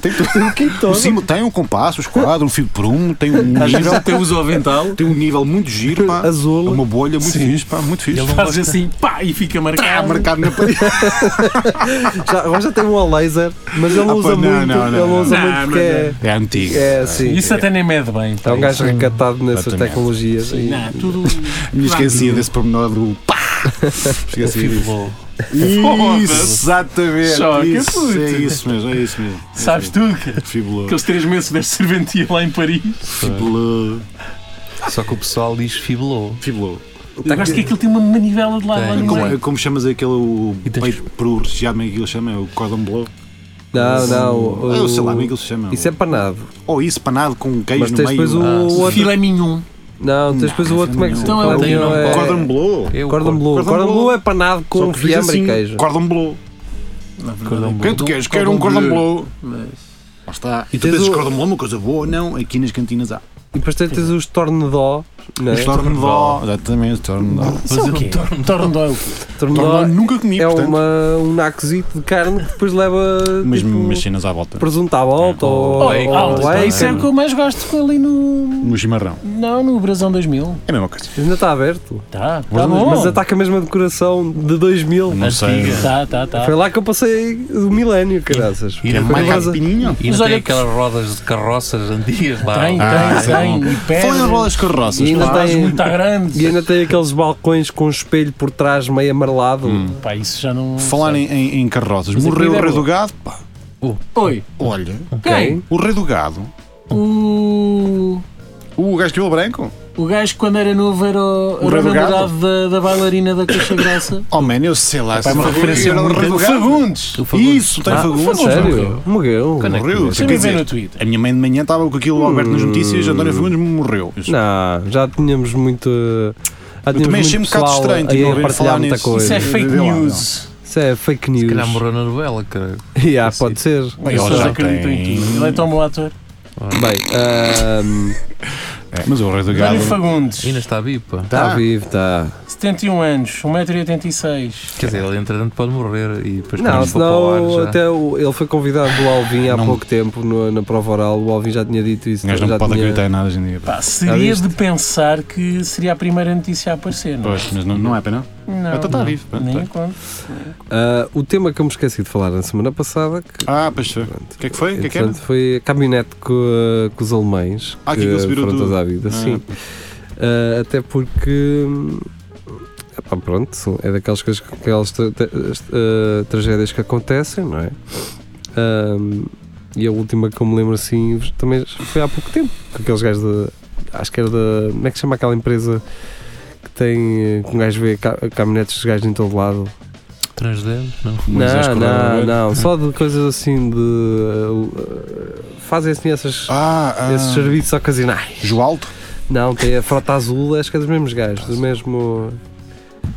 Speaker 3: Tem tudo. O cimo tem um compasso, os quadros, um fio de prumo, tem um
Speaker 6: Às vezes
Speaker 3: nível,
Speaker 6: até uso o avental,
Speaker 3: tem um nível muito giro, pá. É
Speaker 2: Azul.
Speaker 3: uma bolha muito fixe, pá, muito fixe.
Speaker 4: Ele não
Speaker 5: Faz
Speaker 4: gosta.
Speaker 5: assim, pá, e fica
Speaker 3: Tá
Speaker 5: marcado.
Speaker 3: marcado na parede.
Speaker 2: Já, agora já tem um ao laser, mas ele não
Speaker 3: Ah,
Speaker 2: usa
Speaker 3: pois, não,
Speaker 2: muito.
Speaker 3: não, não,
Speaker 2: ele não usa
Speaker 5: não.
Speaker 2: muito
Speaker 5: Não,
Speaker 2: porque é.
Speaker 3: É antigo.
Speaker 2: É assim.
Speaker 5: Isso até nem mede bem.
Speaker 2: Está um gajo recatado assim. nessas
Speaker 3: Exatamente.
Speaker 2: tecnologias. e-
Speaker 5: Não, tudo.
Speaker 3: Me esquecia
Speaker 5: Claro.
Speaker 3: desse pormenor do pá! <laughs> Esqueci disso.
Speaker 4: Filho,
Speaker 3: Exatamente!
Speaker 5: Choque,
Speaker 3: isso,
Speaker 5: puto.
Speaker 3: é isso mesmo, é isso mesmo.
Speaker 5: Sabes tudo, cara.
Speaker 3: Fibula.
Speaker 5: Aqueles três meses de serventia lá em Paris.
Speaker 3: Fibula.
Speaker 4: Só que o pessoal diz fibulou.
Speaker 3: Fibula.
Speaker 5: Eu gosto que aquilo tem uma manivela de lá.
Speaker 4: Tem,
Speaker 5: lá
Speaker 4: tem.
Speaker 5: no meio.
Speaker 3: É Como, como chamas aquele o
Speaker 4: E tens-
Speaker 3: peito peru recheado, como é que ele chama? É O cordon bleu?
Speaker 2: Não, não. o-
Speaker 3: Eu sei lá como é que ele se chama.
Speaker 2: Isso é panado.
Speaker 3: Ou oh, isso, panado com queijo
Speaker 2: Mas
Speaker 3: no
Speaker 2: tens
Speaker 3: meio.
Speaker 2: depois o
Speaker 4: Ah, sim.
Speaker 3: é?
Speaker 2: outro.
Speaker 5: Filé mignon.
Speaker 2: Não,
Speaker 3: Hum.
Speaker 2: tens depois o outro. Como é que se
Speaker 5: Então é o
Speaker 2: Cordon
Speaker 4: Tem,
Speaker 2: bleu
Speaker 4: não,
Speaker 2: é-
Speaker 3: Cordon bleu.
Speaker 4: É o
Speaker 2: Cordon bleu.
Speaker 3: Cordon
Speaker 2: Cordon
Speaker 3: bleu.
Speaker 2: bleu é panado
Speaker 3: Só
Speaker 2: com
Speaker 3: que diz
Speaker 2: fiambre
Speaker 3: assim,
Speaker 2: e queijo.
Speaker 3: Cordon bleu.
Speaker 5: Na
Speaker 4: Cordão
Speaker 5: verdade,
Speaker 4: bleu.
Speaker 3: Quem tu queres? Quero um cordon bleu. Lá está. E tu
Speaker 2: Tens
Speaker 3: pensas
Speaker 2: o-
Speaker 3: cordon bleu, é uma coisa boa? Não, aqui nas cantinas há.
Speaker 2: E depois tens os tornedó. Não é?
Speaker 3: Tornedó. Exatamente, tornedó.
Speaker 5: Mas o quê? Tornado.
Speaker 2: Tornedó
Speaker 3: Tornado nunca comi,
Speaker 2: é
Speaker 3: portanto.
Speaker 2: uma, um nacozito de carne que depois leva
Speaker 3: <laughs> Mas Oh,
Speaker 2: tipo,
Speaker 3: umas cenas à volta.
Speaker 2: presunto à volta ou, ou,
Speaker 5: Olha,
Speaker 3: tá
Speaker 5: ah,
Speaker 2: bacon.
Speaker 5: isso é o que eu mais gosto foi ali no.
Speaker 3: No chimarrão.
Speaker 5: Não, no Brasão 2000.
Speaker 3: É a mesma coisa.
Speaker 2: Ainda está aberto.
Speaker 5: Tá, tá
Speaker 3: Brasão
Speaker 5: bom.
Speaker 2: Mas ataca a mesma decoração de 2000.
Speaker 3: é Não sei.
Speaker 4: Antiga.
Speaker 5: Tá, tá, tá.
Speaker 2: Foi lá que eu passei o milénio, caraças.
Speaker 4: E
Speaker 2: Foi
Speaker 4: na
Speaker 3: É Mais
Speaker 2: por
Speaker 4: Mas-
Speaker 2: causa-
Speaker 3: rapidinho.
Speaker 4: E
Speaker 5: Mas
Speaker 4: não tem
Speaker 5: olha que-
Speaker 4: aquelas rodas de carroças antigas lá.
Speaker 5: Tem,
Speaker 2: Então,
Speaker 3: Ah, isso é
Speaker 5: tem, tem. E
Speaker 3: Foi em
Speaker 5: pedra.
Speaker 3: rolas de carroças.
Speaker 2: E ainda
Speaker 3: pá.
Speaker 5: Estás
Speaker 2: tem-
Speaker 5: tá muito grande.
Speaker 2: E ainda tem aqueles balcões com um espelho por trás meio amarelado.
Speaker 3: Hum.
Speaker 5: Pá, isso já não.
Speaker 3: Falar em, em- em carroças.
Speaker 2: Mas a
Speaker 3: Morreu o
Speaker 2: comida é
Speaker 3: rei do
Speaker 2: boa.
Speaker 3: gado. Pá.
Speaker 5: Oi,
Speaker 3: Olha,
Speaker 5: quem?
Speaker 2: Quem?
Speaker 3: o rei do gado.
Speaker 5: O.
Speaker 3: O gajo de cabelo branco.
Speaker 5: O gajo que quando era novo era o,
Speaker 3: O
Speaker 5: era o
Speaker 3: rei do gado?
Speaker 5: namorado da, da bailarina da <laughs> Caixa Graça.
Speaker 3: Oh man, eu sei lá.
Speaker 5: Pá, é uma
Speaker 3: se-
Speaker 5: referência
Speaker 3: era o rei
Speaker 5: muito-
Speaker 3: do gado.
Speaker 5: Fagundes.
Speaker 4: O Fagundes.
Speaker 3: Isso, tem
Speaker 2: Ah,
Speaker 3: Fagundes.
Speaker 2: Sério? Morreu.
Speaker 4: Quando é que
Speaker 3: Morreu.
Speaker 5: Deixa
Speaker 3: Quer
Speaker 5: me ver no
Speaker 3: dizer,
Speaker 5: Twitter.
Speaker 3: a minha mãe de manhã estava com aquilo aberto nas notícias. António Fagundes morreu.
Speaker 2: Hum. Não, já tínhamos muito. Já
Speaker 3: também
Speaker 2: tínhamos muito
Speaker 3: achei um bocado
Speaker 2: pessoal
Speaker 3: estranho, tipo,
Speaker 2: aí a
Speaker 3: ouvir
Speaker 2: partilhar
Speaker 3: falar
Speaker 2: muita
Speaker 3: nisso.
Speaker 2: coisa.
Speaker 5: Isso é
Speaker 3: Foi.
Speaker 5: fake
Speaker 3: Vê lá,
Speaker 5: news.
Speaker 2: Isso é fake
Speaker 4: Se
Speaker 2: news.
Speaker 4: calhar morreu na novela, cara.
Speaker 2: <laughs> Yeah, pode ser.
Speaker 5: As
Speaker 3: Ele
Speaker 5: pessoas
Speaker 3: já
Speaker 5: acreditam em
Speaker 3: tem-
Speaker 5: tudo. Ele é tão bom ator.
Speaker 2: Bem, ah, ahm,
Speaker 3: É, Mas o rei do gado.
Speaker 5: António Fagundes,
Speaker 4: Ainda está vivo, pá.
Speaker 2: está
Speaker 3: Tá.
Speaker 2: vivo, está.
Speaker 5: 71 anos, 1,86m.
Speaker 4: Quer dizer, ele entretanto pode morrer e depois
Speaker 2: Não,
Speaker 4: põe-nos para o
Speaker 2: senão
Speaker 4: ar já.
Speaker 2: até o- ele foi convidado do Alvin há
Speaker 3: Não.
Speaker 2: pouco tempo no- na prova oral. O Alvin já tinha dito isso.
Speaker 3: O gajo
Speaker 2: já
Speaker 3: não pode
Speaker 2: tinha-
Speaker 3: acreditar em nada hoje em dia. pá.
Speaker 5: Pá, seria de pensar que seria a primeira notícia a aparecer, não é?
Speaker 3: Pois, mas não, não é pena.
Speaker 5: Não,
Speaker 3: Então tá
Speaker 5: não.
Speaker 3: vivo, pronto,
Speaker 5: Nem
Speaker 3: tá.
Speaker 5: enquanto.
Speaker 2: Ah, o tema que eu me esqueci de falar na semana passada, que
Speaker 3: Ah, pois foi. O que é que foi? O que é que era?
Speaker 2: Entretanto, foi a caminhonete co- com, os alemães
Speaker 3: Ah, que aquilo subiram
Speaker 2: foram
Speaker 3: tudo.
Speaker 2: todos à vida,
Speaker 3: Ah.
Speaker 2: sim. Ah, até porque hum, epá, pronto, são- é daquelas coisas que- aquelas tra- tra- ah, tragédias que acontecem, não é? Ahm, e a última que eu me lembro assim também foi há pouco tempo, com aqueles gajos da. Acho que era da. Como é que se chama aquela empresa que tem. eh, que um gajo vê ca- caminhonetes dos gajos em todo lado?
Speaker 4: Transgênero, não.
Speaker 3: Moisés
Speaker 2: Não,
Speaker 3: Cordeiro
Speaker 2: não,
Speaker 3: Ribeiro.
Speaker 2: não. Só de coisas assim de. uh, fazem assim essas,
Speaker 3: Ah, ah,
Speaker 2: esses serviços ocasionais.
Speaker 3: Joalto?
Speaker 2: Não, tem a frota azul, acho que é dos mesmos gajos, do mesmo.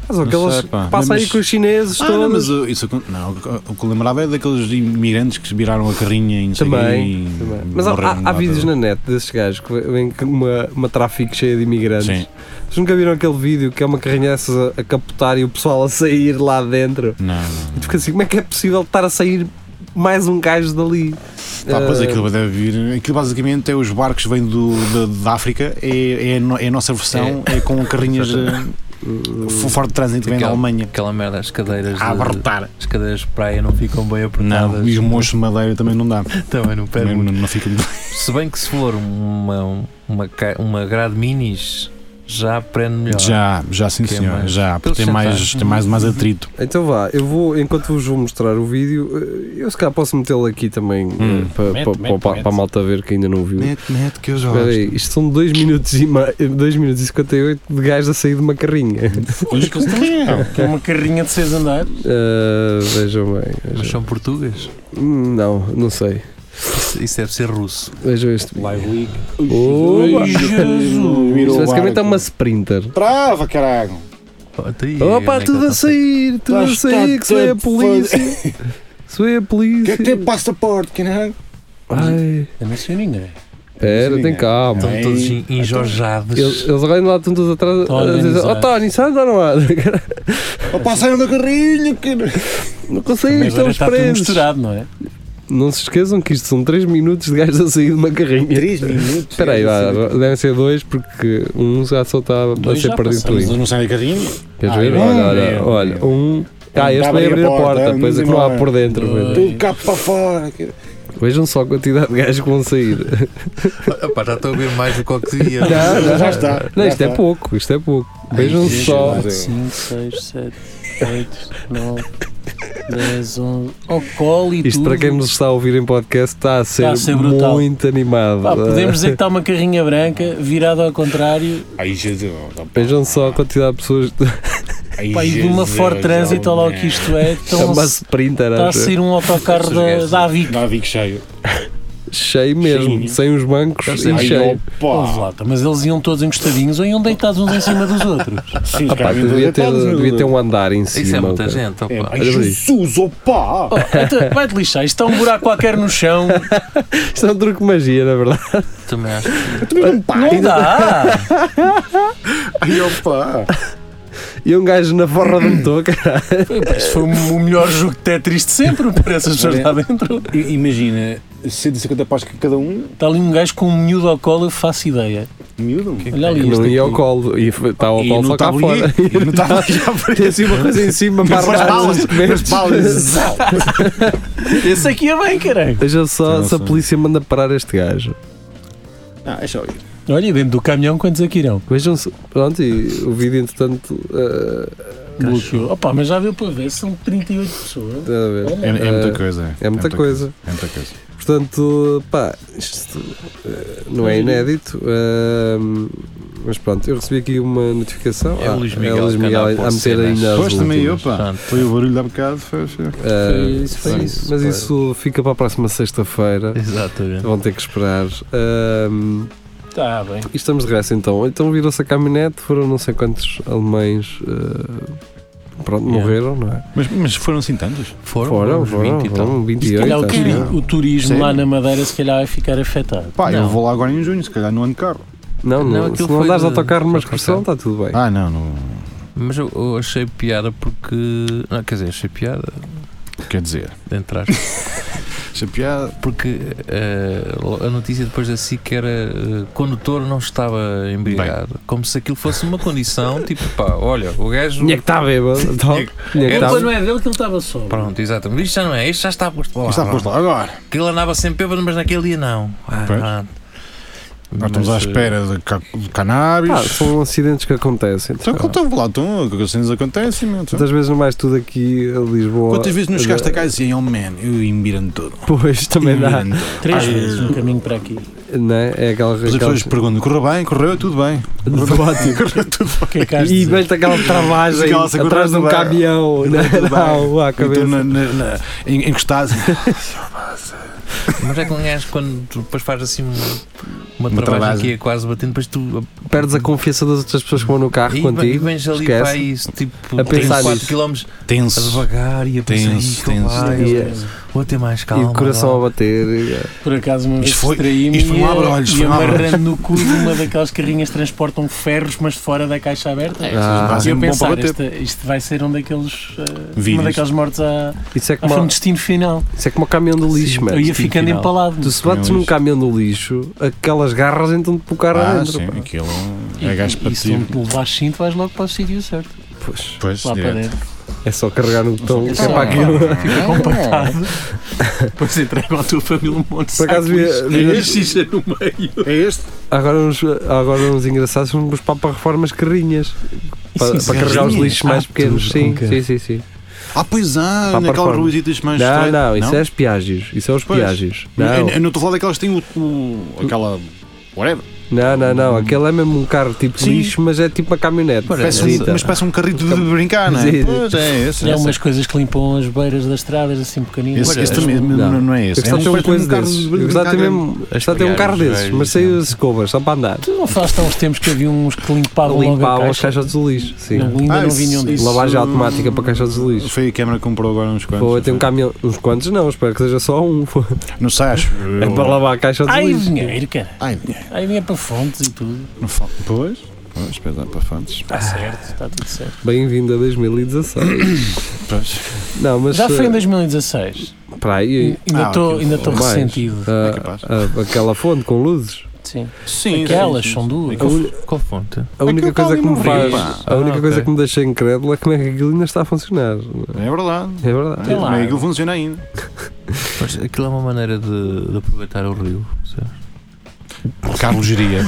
Speaker 2: Mas
Speaker 3: Não
Speaker 2: aqueles
Speaker 3: sei, pá.
Speaker 2: passam aí
Speaker 3: Mas-
Speaker 2: com os chineses
Speaker 3: Ah, não, mas
Speaker 2: todos.
Speaker 3: uh, isso, acon- não, o que eu lembrava é daqueles imigrantes que viraram a carrinha em
Speaker 2: Também, também. Mas há, há- há vídeos na net desses gajos que vêm com uma, uma tráfico cheia de imigrantes.
Speaker 3: Sim,
Speaker 2: Vocês nunca viram aquele vídeo que é uma carrinha dessas a, a capotar e o pessoal a sair lá dentro?
Speaker 3: não. não.
Speaker 2: E tu fica assim, como é que é possível estar a sair mais um gajo dali?
Speaker 3: Pá, pois
Speaker 2: Ah,
Speaker 3: aquilo deve vir. Aquilo basicamente é os barcos que vêm do, da, da África, é, é, a no- é a nossa versão, é, com carrinhas
Speaker 2: hum,
Speaker 3: uh, fora de trânsito que vem da
Speaker 4: Aquela-
Speaker 3: Alemanha.
Speaker 4: Aquela merda, as cadeiras.
Speaker 3: A
Speaker 4: de-
Speaker 3: abarrotar.
Speaker 4: As cadeiras de praia não ficam bem apertadas.
Speaker 3: Ah, Não, e os monstros de madeira também não dá.
Speaker 4: <laughs> Também não perde
Speaker 3: Também
Speaker 4: muito.
Speaker 3: não, não fica muito.
Speaker 4: Se bem que se for uma, uma, ca- uma grade minis, já prende
Speaker 3: <laughs>
Speaker 4: melhor.
Speaker 3: Já, já sim
Speaker 4: Que é
Speaker 3: senhor,
Speaker 4: mais-
Speaker 3: já. Porque tem
Speaker 4: Pelo
Speaker 3: mais,
Speaker 4: sentar.
Speaker 3: tem mais, mais atrito.
Speaker 2: Então vá, eu vou, enquanto vos vou mostrar o vídeo, eh, eu se calhar posso metê-lo aqui também eh,
Speaker 3: Hum.
Speaker 5: Mete, mete,
Speaker 2: para
Speaker 5: mete.
Speaker 2: a malta ver que ainda não viu.
Speaker 3: Mete, mete que eu já.
Speaker 2: Espera aí, isto são 2 minutos, e ma- eh, dois minutos e 58 de gajo a sair de uma
Speaker 5: <laughs>
Speaker 2: carrinha.
Speaker 5: Que é uma carrinha de seis andares.
Speaker 2: Eh, vejam bem.
Speaker 4: Mas
Speaker 2: Vejam.
Speaker 4: são portugueses?
Speaker 2: Hum, Não, não sei.
Speaker 4: Isso, isso deve ser russo.
Speaker 2: Vejam este vídeo.
Speaker 6: Live League.
Speaker 2: Oba!
Speaker 5: Jesus!
Speaker 2: Isto basicamente é uma sprinter.
Speaker 3: Trava, caralho!
Speaker 4: Até aí, onde é
Speaker 2: Opa,
Speaker 4: que
Speaker 2: tudo
Speaker 4: ele
Speaker 2: a
Speaker 4: tá?
Speaker 3: assim.
Speaker 4: é
Speaker 2: sair, tudo a
Speaker 3: Lá está
Speaker 2: sair, que sou eu a
Speaker 3: tudo
Speaker 2: polícia. Sou eu a polícia.
Speaker 3: é
Speaker 5: <laughs>
Speaker 3: passaporte, que não? é?
Speaker 2: Ai,
Speaker 5: Também sou ninguém.
Speaker 2: pera, tem calma.
Speaker 4: Estão
Speaker 3: Ai,
Speaker 4: todos en-
Speaker 3: então-
Speaker 4: enjorjados.
Speaker 2: Eles, eles agora ainda lá estão todos atrás.
Speaker 5: Estão
Speaker 2: a dizer,
Speaker 5: organizados.
Speaker 2: oh Tony, sai andar lá.
Speaker 3: Ou passaram do carrinho, que não? é?
Speaker 2: Não
Speaker 5: Mas
Speaker 2: conseguimos,
Speaker 5: agora
Speaker 2: estamos
Speaker 5: está tudo
Speaker 2: Então presos.
Speaker 5: misturado, não é?
Speaker 2: Não se esqueçam que isto são 3 minutos de gajos a sair de uma carrinha.
Speaker 3: minutos.
Speaker 2: Espera aí, vá, devem ser dois porque um já só está a
Speaker 5: Dois
Speaker 2: ser
Speaker 5: já é?
Speaker 2: perdido
Speaker 5: passaram.
Speaker 3: Mas
Speaker 2: tudo.
Speaker 3: eles não saem da carrinho?
Speaker 2: Queres
Speaker 3: Ah,
Speaker 2: ver?
Speaker 3: eu-
Speaker 2: Olha,
Speaker 3: eu-
Speaker 2: olha, olha. Um. Ah,
Speaker 3: Não
Speaker 2: este
Speaker 3: dá
Speaker 2: vai abrir a porta, pois é que não há
Speaker 3: embora.
Speaker 2: por dentro.
Speaker 5: Pois.
Speaker 2: pois.
Speaker 3: Tudo cá para fora. que-
Speaker 2: Vejam só a quantidade de gajos que
Speaker 3: <laughs>
Speaker 2: vão sair.
Speaker 4: <laughs> Opa, já estou a ver mais do que o que ia.
Speaker 2: Não, não.
Speaker 3: Já está.
Speaker 2: Não,
Speaker 3: já
Speaker 2: isto é
Speaker 3: está.
Speaker 2: pouco, isto é pouco. Vejam
Speaker 3: gente,
Speaker 2: só.
Speaker 3: olha.
Speaker 5: 5, 6, 7, 8, 9, 10, 11. Ao colo e
Speaker 2: Isto
Speaker 5: tudo.
Speaker 2: para quem nos está a ouvir em podcast está a ser,
Speaker 5: a ser brutal.
Speaker 2: muito animado.
Speaker 5: Pá, podemos dizer que está uma carrinha branca virada ao contrário
Speaker 3: Ai, Jesus. tá bom.
Speaker 2: Eh, Vejam só a quantidade de pessoas.
Speaker 5: Então,
Speaker 2: <laughs>
Speaker 3: Ai,
Speaker 5: pá, e de uma
Speaker 3: Jesus,
Speaker 5: Ford Transit, olha lá o
Speaker 3: man.
Speaker 5: que isto é. Estão
Speaker 2: Chama-se
Speaker 5: está
Speaker 2: Sprinter,
Speaker 5: a
Speaker 2: acho.
Speaker 5: sair um autocarro
Speaker 4: Esses
Speaker 5: da,
Speaker 4: gajos.
Speaker 5: da Avic.
Speaker 3: Dá bico cheio.
Speaker 2: cheio mesmo,
Speaker 3: Cheinho.
Speaker 2: sem os bancos
Speaker 4: Está
Speaker 2: e
Speaker 4: cheio.
Speaker 2: cheio.
Speaker 5: Ouve
Speaker 3: opa.
Speaker 5: lá, tá, Mas eles iam todos encostadinhos ou iam deitados uns em cima dos outros.
Speaker 3: Sim,
Speaker 2: Ah, pá,
Speaker 3: cara,
Speaker 2: devia, ter,
Speaker 3: deitados, meu
Speaker 2: devia ter
Speaker 3: Deus.
Speaker 2: um andar em cima.
Speaker 4: Isso é muita
Speaker 2: cara.
Speaker 4: gente.
Speaker 3: É,
Speaker 4: Opa.
Speaker 3: ai,
Speaker 2: Olha para isso.
Speaker 3: Jesus, opa.
Speaker 5: <laughs> Oh, então, Vai-te lixar, isto está um buraco qualquer no chão.
Speaker 2: Isto é um truque de magia, na verdade.
Speaker 4: Também acho.
Speaker 5: Não dá!
Speaker 3: Ai, opa.
Speaker 2: E um gajo na forra
Speaker 3: <coughs>
Speaker 2: do motor, cara.
Speaker 5: Pá, Isto foi o melhor jogo de Tetris de sempre, por essas pessoas lá dentro.
Speaker 3: I- Imagina, 150 paus que cada um,
Speaker 5: Está ali um gajo com um miúdo ao colo, eu faço ideia.
Speaker 3: miúdo.
Speaker 5: Olha ali
Speaker 2: Não
Speaker 5: este
Speaker 2: ia ao
Speaker 5: aqui.
Speaker 2: colo. E foi- estava ao
Speaker 3: E
Speaker 2: colo
Speaker 3: não
Speaker 2: só cá
Speaker 3: estava
Speaker 2: fora. <laughs>
Speaker 3: ninguém. E não estava ninguém à frente.
Speaker 2: Tem assim uma coisa
Speaker 3: <laughs>
Speaker 2: em cima, para
Speaker 3: Umas
Speaker 2: arranjar
Speaker 3: balas,
Speaker 2: os
Speaker 3: umas
Speaker 2: mesmos.
Speaker 3: balas.
Speaker 5: Esse aqui é bem, caralho.
Speaker 2: <laughs> Veja só
Speaker 3: Não
Speaker 2: se a
Speaker 3: sei.
Speaker 2: polícia manda parar este gajo.
Speaker 3: Ah, deixa eu ir.
Speaker 5: Olha, e dentro do caminhão quantos aqui irão?
Speaker 2: Vejam se. Pronto, e o vídeo, entretanto. eh,
Speaker 5: Bloqueou. Opa, mas já deu para ver, são 38 pessoas.
Speaker 2: está a ver.
Speaker 3: É, é
Speaker 2: Eh,
Speaker 3: muita coisa.
Speaker 2: é muita coisa.
Speaker 3: É muita coisa.
Speaker 2: Portanto, pá, isto eh, não é inédito. ehm, mas pronto, eu recebi aqui uma notificação.
Speaker 4: É o Luís Miguel
Speaker 2: é o Luís
Speaker 4: que anda
Speaker 2: Miguel
Speaker 4: a pôr
Speaker 2: a meter
Speaker 4: cenas.
Speaker 2: ainda as
Speaker 3: Pois também,
Speaker 2: últimas.
Speaker 3: opa.
Speaker 4: Portanto,
Speaker 3: Foi o barulho da bocado, foi. foi.
Speaker 2: Eh,
Speaker 5: isso, foi
Speaker 2: sim,
Speaker 5: isso,
Speaker 2: Mas
Speaker 5: pá.
Speaker 2: isso fica para a próxima sexta-feira.
Speaker 4: Exatamente.
Speaker 2: Vão ter que esperar. Ehm,
Speaker 5: Está Tá bem.
Speaker 2: e estamos de regresso então. Então virou-se a caminhonete, foram não sei quantos alemães. eh, pronto,
Speaker 4: Yeah.
Speaker 2: morreram, não é?
Speaker 3: Mas, mas foram assim tantos?
Speaker 4: Foram,
Speaker 2: Foram,
Speaker 4: uns
Speaker 2: foram,
Speaker 4: 20 e tal.
Speaker 2: foram
Speaker 5: E se
Speaker 2: 28.
Speaker 5: calhar o,
Speaker 2: acho.
Speaker 5: turi-
Speaker 3: não.
Speaker 5: o turismo
Speaker 3: Sério?
Speaker 5: lá na Madeira se calhar vai ficar afetado.
Speaker 3: Pá, eu
Speaker 4: Não.
Speaker 3: vou lá agora em junho, se calhar no ano de carro.
Speaker 2: Não,
Speaker 4: Não,
Speaker 2: não,
Speaker 4: aquilo
Speaker 2: se não
Speaker 4: foi
Speaker 2: andares de
Speaker 4: de-
Speaker 2: autocarro numa
Speaker 4: de autocarro.
Speaker 2: excursão, está tudo bem.
Speaker 3: Ah, não, não.
Speaker 4: Mas eu, eu achei piada porque. Não, quer dizer, achei piada,
Speaker 3: Quer dizer,
Speaker 4: entre aspas,
Speaker 3: essa piada.
Speaker 4: porque eh, a notícia depois da SIC era eh, condutor não estava embriagado. Como se aquilo fosse
Speaker 3: <laughs>
Speaker 4: uma condição, tipo, pá, olha, o gajo.
Speaker 2: Tinha que estar bêbado. então.
Speaker 4: Tinha
Speaker 2: Tinha que
Speaker 4: Era
Speaker 5: A
Speaker 2: estar
Speaker 5: culpa não é dele que ele estava só.
Speaker 4: Pronto, exatamente. Isto já não é, isto já está posto lá.
Speaker 3: Está posto lá. Agora,
Speaker 4: Aquilo andava sempre bêbado, mas naquele dia não. Ah,
Speaker 3: Pois.
Speaker 4: ah.
Speaker 3: nós estamos à
Speaker 4: Mas, eh,
Speaker 3: espera de, ca- de
Speaker 2: Pá,
Speaker 3: cannabis.
Speaker 2: são acidentes que acontecem.
Speaker 3: Então,
Speaker 2: então.
Speaker 3: conta lá, então, que as cenas acontecem, meu. então.
Speaker 2: Quantas vezes não mais tudo aqui a Lisboa?
Speaker 3: Quantas vezes nos chegaste a casa e diziam, oh man, eu embirando todo.
Speaker 2: <laughs> Pois, é- <laughs> também dá.
Speaker 3: Embirando todo.
Speaker 5: Três
Speaker 3: Ah,
Speaker 5: vezes
Speaker 3: é.
Speaker 5: no caminho
Speaker 3: <laughs>
Speaker 5: para aqui.
Speaker 2: Né? É aquela
Speaker 3: Depois as
Speaker 2: aquela-
Speaker 3: pessoas perguntam, correu bem, correu, tudo
Speaker 2: <laughs>
Speaker 3: bem.
Speaker 2: Ótimo.
Speaker 3: Correu tudo
Speaker 5: O que é que hás de
Speaker 2: E
Speaker 5: dizer?
Speaker 2: vejo aquela travagem
Speaker 3: Aquela segurança
Speaker 2: atrás de um
Speaker 3: bem.
Speaker 2: caminhão. Não,
Speaker 3: Tudo bem.
Speaker 2: não, à
Speaker 3: bem. Então, na, na,
Speaker 2: cabeça.
Speaker 3: na, en-
Speaker 2: <laughs>
Speaker 3: encostados.
Speaker 4: <laughs> Mas é que um gajo, quando tu depois faz assim um- uma,
Speaker 3: Uma
Speaker 4: travagem
Speaker 3: travagem.
Speaker 4: que é quase batendo, depois tu
Speaker 2: Perdes a confiança das outras pessoas que vão no carro
Speaker 4: E, e
Speaker 2: contigo.
Speaker 4: vens ali
Speaker 2: esquece.
Speaker 4: para isso, tipo,
Speaker 2: A pensar
Speaker 4: 4
Speaker 2: nisso.
Speaker 4: km a
Speaker 3: Tensos.
Speaker 4: devagar e a pensar,
Speaker 3: Tenso,
Speaker 4: "Ih, é?" como
Speaker 3: tenso,
Speaker 4: vai?
Speaker 2: tenso.
Speaker 4: vou ter mais
Speaker 2: E
Speaker 4: calma.
Speaker 2: o coração
Speaker 4: lá."
Speaker 2: a bater. e-
Speaker 5: Por acaso uma vez
Speaker 3: Isto foi-
Speaker 5: distraí-me
Speaker 3: isto foi um
Speaker 5: e a-
Speaker 3: abrolhos,
Speaker 5: e
Speaker 3: foi um abrolhos.
Speaker 5: amarrando no cu de uma daquelas carrinhas que transportam ferros, mas de fora da caixa aberta.
Speaker 2: Ah,
Speaker 5: e eu
Speaker 3: É. um bom
Speaker 5: pensar,
Speaker 3: para bater.
Speaker 5: esta- isto vai ser um daqueles, eh, uma
Speaker 3: Vídeos.
Speaker 5: daqueles mortos à,
Speaker 2: Isso é
Speaker 5: à
Speaker 2: como,
Speaker 5: fome destino final.
Speaker 2: isso é como o caminhão do lixo,
Speaker 5: eu
Speaker 2: mano.
Speaker 5: ia
Speaker 4: destino
Speaker 5: ficando
Speaker 4: final.
Speaker 5: empalado.
Speaker 2: Tu se bates
Speaker 3: Não,
Speaker 2: num
Speaker 3: isso.
Speaker 2: caminhão do lixo, aquelas garras entram-te para o carro
Speaker 3: Ah,
Speaker 2: adentro.
Speaker 3: sim,
Speaker 2: pá.
Speaker 3: aquilo
Speaker 5: E,
Speaker 3: é gajo para
Speaker 5: e se
Speaker 3: ti.
Speaker 5: não te levar cinto, vais logo para o sítio certo.
Speaker 2: Pois,
Speaker 3: Pois,
Speaker 5: Lá para
Speaker 3: direto.
Speaker 5: dentro.
Speaker 2: é só carregar no botão. que É
Speaker 5: só-
Speaker 2: para aquilo.
Speaker 5: Fica compactado. Depois entrega à tua família um monte de
Speaker 2: Por acaso
Speaker 5: sacos.
Speaker 2: vi- vi-
Speaker 5: E a xixa no meio.
Speaker 3: É este?
Speaker 2: Agora uns, agora uns engraçados são os Papa Reformas carrinhas. Para,
Speaker 5: Isso,
Speaker 2: para carregar os
Speaker 3: carrinhas?
Speaker 2: lixos mais
Speaker 5: Ah,
Speaker 2: pequenos,
Speaker 5: tudo,
Speaker 2: sim,
Speaker 5: ok.
Speaker 2: sim, sim, sim.
Speaker 3: Ah, pois há,
Speaker 2: Pá,
Speaker 3: naquelas
Speaker 2: performance.
Speaker 3: ruizitas mais
Speaker 2: Não,
Speaker 3: estreitas.
Speaker 2: não, isso é as piagens. Isso é os
Speaker 3: Pois.
Speaker 2: piagens.
Speaker 3: Eu-
Speaker 2: Não.
Speaker 3: Eu, eu não estou a falar daquelas que têm o, o- aquela. whatever.
Speaker 2: Não, não, não. Aquele é mesmo um carro tipo
Speaker 3: Hum. Sim.
Speaker 2: lixo, mas é tipo uma caminhonete.
Speaker 3: Parece
Speaker 2: Sim,
Speaker 3: um,
Speaker 2: tá.
Speaker 3: mas parece um carrito de brincar, não é?
Speaker 2: Sim.
Speaker 3: Pois é, esse.
Speaker 5: É umas coisas que limpam as beiras das estradas, assim pequeninas.
Speaker 3: Esse, esse também
Speaker 2: Não.
Speaker 3: não, não é
Speaker 2: Eu
Speaker 3: esse. É
Speaker 2: gostava de ter um
Speaker 3: parece
Speaker 2: coisa
Speaker 3: carro
Speaker 2: desses.
Speaker 3: de
Speaker 2: Eu
Speaker 3: brincar
Speaker 2: gostava de ter
Speaker 3: grande.
Speaker 2: mesmo- gostava de ter um carro
Speaker 4: Aspirar os
Speaker 2: desses,
Speaker 4: velhos,
Speaker 2: mas sem
Speaker 4: não.
Speaker 2: as escovas, só para andar.
Speaker 5: Tu não falaste há uns tempos que havia uns que limpavam logo a
Speaker 2: Limpavam as
Speaker 5: caixa?
Speaker 2: caixas do lixo. Sim.
Speaker 5: Eu ainda
Speaker 3: Ah,
Speaker 5: não vi
Speaker 3: isso-
Speaker 5: nenhum desses.
Speaker 3: isso-
Speaker 2: Lavagem automática para caixas de lixo.
Speaker 3: Foi a câmera que comprou agora uns quantos.
Speaker 2: Foi, tem um caminhão. Uns quantos não, espero que seja só um. pô.
Speaker 3: Não sei, acho.
Speaker 2: <laughs> É para lavar a caixa de
Speaker 5: Ai,
Speaker 2: lixo.
Speaker 5: dinheiro, cara.
Speaker 3: Ai,
Speaker 5: Ai, dinheiro para fontes e tudo.
Speaker 3: não falo. Pois, pois, pesar para fontes.
Speaker 2: Ah.
Speaker 5: Está certo, está tudo certo.
Speaker 2: Bem-vindo a 2016.
Speaker 3: Pois,
Speaker 2: Não, mas.
Speaker 5: Já foi em
Speaker 2: eh,
Speaker 5: 2016.
Speaker 2: para aí,
Speaker 5: Ainda
Speaker 3: Ah,
Speaker 5: estou
Speaker 3: ok.
Speaker 5: ainda estou
Speaker 2: Mais.
Speaker 5: ressentido.
Speaker 2: ah,
Speaker 3: é capaz.
Speaker 2: ah, aquela fonte com luzes.
Speaker 5: Sim.
Speaker 3: Sim,
Speaker 5: Aquelas
Speaker 3: sim,
Speaker 5: são duas.
Speaker 2: A, uni-
Speaker 4: Qual fonte?
Speaker 2: a única
Speaker 3: Aquilo tá
Speaker 2: coisa
Speaker 3: ali
Speaker 2: que me
Speaker 3: no
Speaker 2: faz.
Speaker 3: rio,
Speaker 2: A
Speaker 4: pá.
Speaker 2: única
Speaker 4: Ah,
Speaker 2: coisa
Speaker 4: ok.
Speaker 2: que me deixa incrédulo é como é que aquilo ainda está a funcionar.
Speaker 3: sim. É verdade.
Speaker 2: É verdade.
Speaker 5: Tem lá.
Speaker 3: Como é que aquilo funciona ainda?
Speaker 4: Mas aquilo é uma maneira de, de aproveitar o rio. percebes?
Speaker 3: Carlos Geria.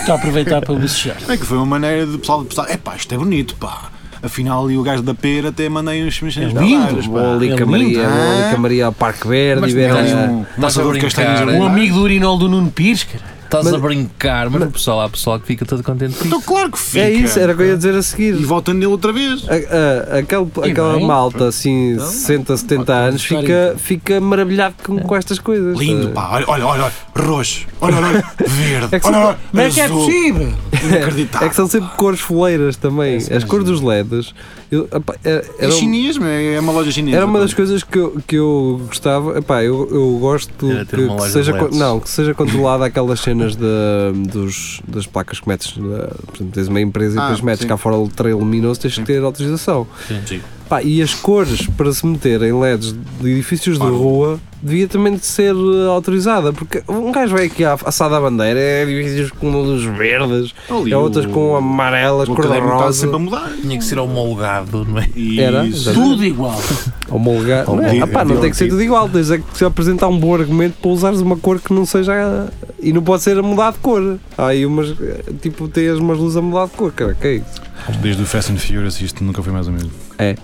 Speaker 5: Estou a aproveitar para bocejar.
Speaker 3: É que foi uma maneira de pessoal de pensar: é pá, isto é bonito, pá. Afinal, ali o gajo da pera até mandei uns mexinhos
Speaker 2: Tá
Speaker 5: É lindo,
Speaker 2: Vou ali
Speaker 5: É
Speaker 2: com a
Speaker 5: lindo,
Speaker 2: Maria, vou ali
Speaker 3: é?
Speaker 2: com a Maria ao Parque Verde
Speaker 3: Mas
Speaker 2: e
Speaker 3: tem
Speaker 2: ver
Speaker 3: ali
Speaker 2: a-
Speaker 3: um
Speaker 4: Estás a
Speaker 3: maçador de
Speaker 4: brincar,
Speaker 3: castanhas
Speaker 4: é?
Speaker 3: ali.
Speaker 5: Um amigo do urinol do Nuno Pires, cara.
Speaker 4: Estás
Speaker 2: Mas-
Speaker 4: a brincar, mas, o pessoal, há pessoal que fica todo contente com
Speaker 3: Então, claro que fica.
Speaker 2: É isso, era o que eu ia dizer a seguir.
Speaker 3: E volta nele outra vez.
Speaker 2: A- a- aquele-
Speaker 5: E
Speaker 2: aquela
Speaker 5: bem.
Speaker 2: malta assim, 60, 70 anos,
Speaker 5: estar
Speaker 2: fica, fica maravilhado com, com estas coisas.
Speaker 3: Lindo,
Speaker 2: Eh,
Speaker 3: pá. Olha, olha, olha. Roxo. Olha, olha, olha. Verde.
Speaker 2: É que
Speaker 3: Olha,
Speaker 2: são-
Speaker 3: olha.
Speaker 5: Como é que é
Speaker 3: azul.
Speaker 5: possível?
Speaker 3: Inacreditável.
Speaker 2: É que são sempre cores foleiras também. As cores dos LEDs. eu- epá, era,
Speaker 3: É
Speaker 2: era um-
Speaker 3: chinês, meu, é uma loja chinesa.
Speaker 2: era uma das coisas que eu, que eu gostava. Epá, eu, eu gosto
Speaker 4: Era
Speaker 2: que,
Speaker 4: ter uma
Speaker 2: que
Speaker 4: loja
Speaker 2: seja,
Speaker 4: de
Speaker 2: co-
Speaker 4: LEDs.
Speaker 2: não, que
Speaker 4: <laughs>
Speaker 2: seja controlada aquelas cenas da- dos, das placas que metes. na- por exemplo, tens uma empresa e
Speaker 3: Ah,
Speaker 2: depois metes
Speaker 3: sim.
Speaker 2: cá fora o trailer luminoso, tens que ter autorização.
Speaker 3: Sim.
Speaker 2: Pá, e as cores para se meter em LEDs de edifícios de
Speaker 3: Pá.
Speaker 2: rua devia também de ser eh, autorizada, porque um gajo vai aqui à assada à bandeira, é edifícios com luzes verdes,
Speaker 3: Ali
Speaker 2: é outras
Speaker 3: o-
Speaker 2: com amarelas,
Speaker 3: O académico está
Speaker 2: cor-de-rosa,
Speaker 3: sempre a mudar.
Speaker 4: Tinha que ser homologado, não é?
Speaker 3: E
Speaker 2: Era?
Speaker 3: isso.
Speaker 2: Exato.
Speaker 5: Tudo igual.
Speaker 2: homologado. Não, é?
Speaker 3: Homologia-
Speaker 2: Ah, pá, não tem que ser
Speaker 3: homologia.
Speaker 2: tudo igual, tens é que se apresentar um bom argumento para usares uma cor que não seja. a- e não pode ser a mudar de cor. Há aí umas. eh, tipo, tens umas luzes a mudar de cor, cara, que é isso?
Speaker 3: Desde o Fast and Furious isto nunca foi mais ou menos.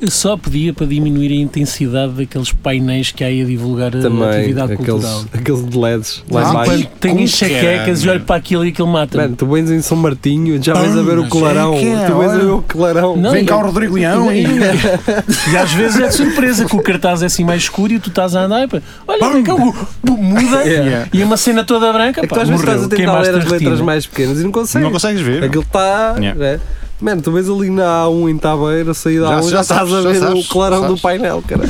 Speaker 5: Eu só pedia para diminuir a intensidade daqueles painéis que há aí a divulgar a
Speaker 2: Também,
Speaker 5: atividade cultural.
Speaker 2: aqueles, aqueles de LEDs lá
Speaker 3: Ah,
Speaker 2: embaixo.
Speaker 3: pois.
Speaker 5: Quando tenho
Speaker 3: Como
Speaker 5: enxaquecas
Speaker 3: que
Speaker 5: e
Speaker 3: é,
Speaker 5: olho para aquilo e aquilo mata-me.
Speaker 2: Mano, tu vens em São Martinho, já vais a ver o
Speaker 3: Mas
Speaker 2: clarão.
Speaker 3: é que é,
Speaker 2: tu vens a ver
Speaker 3: olha.
Speaker 2: o clarão.
Speaker 5: Não, é
Speaker 3: Vem
Speaker 5: e-
Speaker 3: cá o Rodrigo Leão e.
Speaker 5: <laughs> E <laughs> às vezes é de surpresa que o cartaz é assim mais escuro e tu estás a andar e pá, olha, vem cá, o- o-
Speaker 2: <laughs>
Speaker 5: muda
Speaker 3: Yeah.
Speaker 5: e é uma cena toda branca.
Speaker 2: É que tu
Speaker 5: pá,
Speaker 2: às vezes
Speaker 5: morreu,
Speaker 2: estás a tentar
Speaker 5: queimaste
Speaker 2: ler
Speaker 5: a
Speaker 2: as letras
Speaker 5: retina.
Speaker 2: mais pequenas e não consegues.
Speaker 3: Não consegues ver.
Speaker 2: Aquilo está.
Speaker 3: Yeah.
Speaker 2: né? Mano, tu vês ali na A1 em Tabeira, saída
Speaker 3: Já-
Speaker 2: A1, já,
Speaker 3: já
Speaker 2: estás
Speaker 3: sabes,
Speaker 2: a
Speaker 3: já
Speaker 2: ver
Speaker 3: sabes,
Speaker 2: o clarão
Speaker 3: sabes.
Speaker 2: do painel, cara.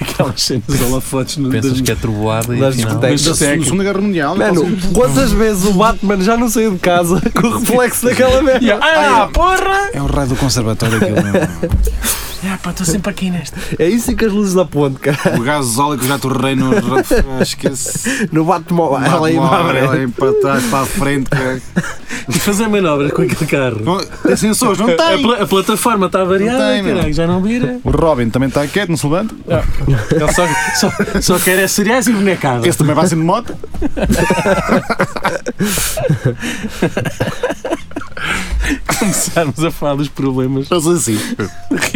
Speaker 5: Aquelas cenas holofotes no
Speaker 4: Pensas que é trovoada e
Speaker 2: Das
Speaker 4: afinal...
Speaker 2: discotecas.
Speaker 3: Desde a Segunda Guerra Mundial.
Speaker 2: Mano,
Speaker 3: não
Speaker 2: quantas vezes o Batman já não saiu de casa com o reflexo daquela merda?
Speaker 5: Ah, porra! <laughs>
Speaker 3: consegue- É um raio do conservatório aquilo. meu.
Speaker 5: Ah, pá, estou sempre aqui nesta.
Speaker 2: É isso que as luzes da ponte, cara.
Speaker 3: o gasóleo que eu já torrei no. <laughs> é Esquece.
Speaker 2: No Batmóvel. Ela aí,
Speaker 3: Ela
Speaker 2: Batman.
Speaker 3: aí para trás, para a frente. cara.
Speaker 5: E fazer manobras com aquele carro.
Speaker 3: Não, Tem sensores,
Speaker 7: É
Speaker 3: não
Speaker 5: A,
Speaker 3: tem.
Speaker 5: pla- a plataforma está
Speaker 3: Não tem,
Speaker 5: variada,
Speaker 3: meu.
Speaker 5: caralho, já não vira.
Speaker 3: O Robin também está quieto, não se levanta.
Speaker 5: Ele só, só, só quer é cereais e bonecada.
Speaker 3: Esse também vai ser de moto.
Speaker 5: <laughs> Começarmos a falar dos problemas.
Speaker 3: Estás assim.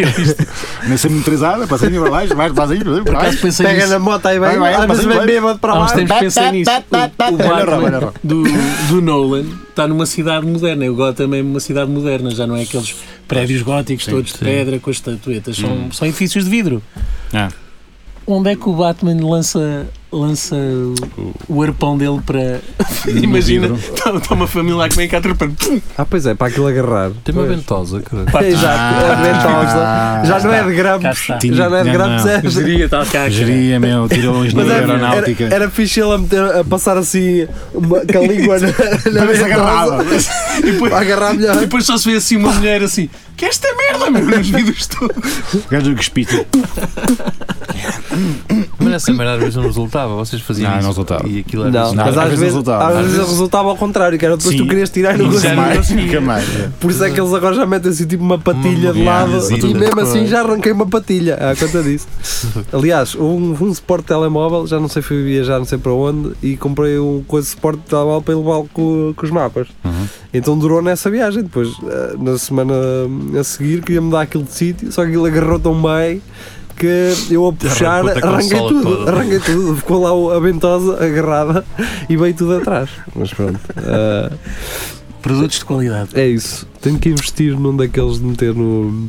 Speaker 7: é
Speaker 3: Nem ser motorizada, passa aí para baixo, vai, faz aí,
Speaker 5: Por acaso
Speaker 3: vai.
Speaker 5: pensei
Speaker 2: Pega
Speaker 5: nisso.
Speaker 2: na moto aí, vai.
Speaker 3: Vai, vai,
Speaker 2: Às vezes
Speaker 3: passa
Speaker 2: vem
Speaker 3: bem.
Speaker 2: bêbado para
Speaker 5: Há
Speaker 2: lá.
Speaker 5: uns tempos pensei nisso. O, o
Speaker 3: Olha,
Speaker 5: Batman
Speaker 3: olha, olha.
Speaker 5: do, do Nolan está numa cidade moderna. O Gotham é uma cidade moderna, já não é aqueles prédios góticos todos de pedra com as estatuetas. São,
Speaker 3: Hum.
Speaker 5: são edifícios de vidro.
Speaker 3: Ah.
Speaker 5: Onde é que o Batman lança, lança o arpão dele para. <laughs> Imagina,
Speaker 3: vidro.
Speaker 5: está está uma família lá que vem cá trepando. Pum!
Speaker 2: Ah, pois é, para aquilo agarrar.
Speaker 4: Tem uma ventosa, cara.
Speaker 5: Pá,
Speaker 2: <laughs> Exato, a
Speaker 3: Ah,
Speaker 2: ventosa. Já não é de
Speaker 5: cá
Speaker 2: grampos.
Speaker 5: está.
Speaker 2: Já não é de
Speaker 3: Não,
Speaker 2: grampos,
Speaker 3: não.
Speaker 2: é.
Speaker 5: Geria, está cá.
Speaker 3: Geria, meu, tirou a
Speaker 2: Mas é-
Speaker 3: engenharia
Speaker 2: era,
Speaker 3: aeronáutica.
Speaker 2: era, era fixe ele a, meter, a passar assim uma, com a
Speaker 3: <laughs>
Speaker 2: língua na, na
Speaker 3: Para ver se
Speaker 2: ventosa,
Speaker 3: agarrava.
Speaker 5: E depois,
Speaker 2: para agarrar
Speaker 5: e
Speaker 2: melhor.
Speaker 5: depois só se vê assim uma mulher assim. Que esta merda, meu, nos vídeos todos.
Speaker 3: Gajo que espita.
Speaker 4: Mas essa merda às vezes não resultava. Vocês faziam
Speaker 3: Não,
Speaker 4: isso.
Speaker 3: não resultava.
Speaker 4: E aquilo assim.
Speaker 2: Não,
Speaker 4: às vezes-
Speaker 3: não,
Speaker 2: mas
Speaker 3: às
Speaker 2: às
Speaker 3: vezes
Speaker 2: vezes,
Speaker 3: resultava.
Speaker 2: às
Speaker 3: Às
Speaker 2: vezes
Speaker 3: vezes-
Speaker 2: resultava ao contrário, que era depois tu
Speaker 3: Sim.
Speaker 2: querias tirar no
Speaker 3: Nunca
Speaker 5: Exato.
Speaker 2: gosto.
Speaker 3: mais,
Speaker 5: não é assim. tinha.
Speaker 3: nunca mais.
Speaker 2: Por isso é que eles agora já metem assim tipo uma patilha de
Speaker 4: molhada,
Speaker 2: lado
Speaker 4: assim,
Speaker 2: e
Speaker 4: tudo.
Speaker 2: mesmo assim já arranquei uma patilha à conta
Speaker 4: <laughs>
Speaker 2: disso. Aliás, um, um suporte de telemóvel, já não sei, fui viajar não sei para onde e comprei um coisa de suporte de telemóvel para levá-lo com, com os mapas.
Speaker 4: Uhum.
Speaker 2: Então durou nessa viagem. Depois, eh, na semana a seguir, queria mudar aquilo de sítio, só que aquilo agarrou tão bem que eu a puxar
Speaker 4: Arrancou-te a
Speaker 2: arranquei
Speaker 4: consola
Speaker 2: tudo,
Speaker 4: toda.
Speaker 2: arranquei tudo, ficou lá o- a ventosa agarrada e veio tudo
Speaker 4: <laughs>
Speaker 2: atrás. Mas pronto, ah,
Speaker 5: Produtos de qualidade.
Speaker 2: é isso. Tenho que investir num daqueles de meter no.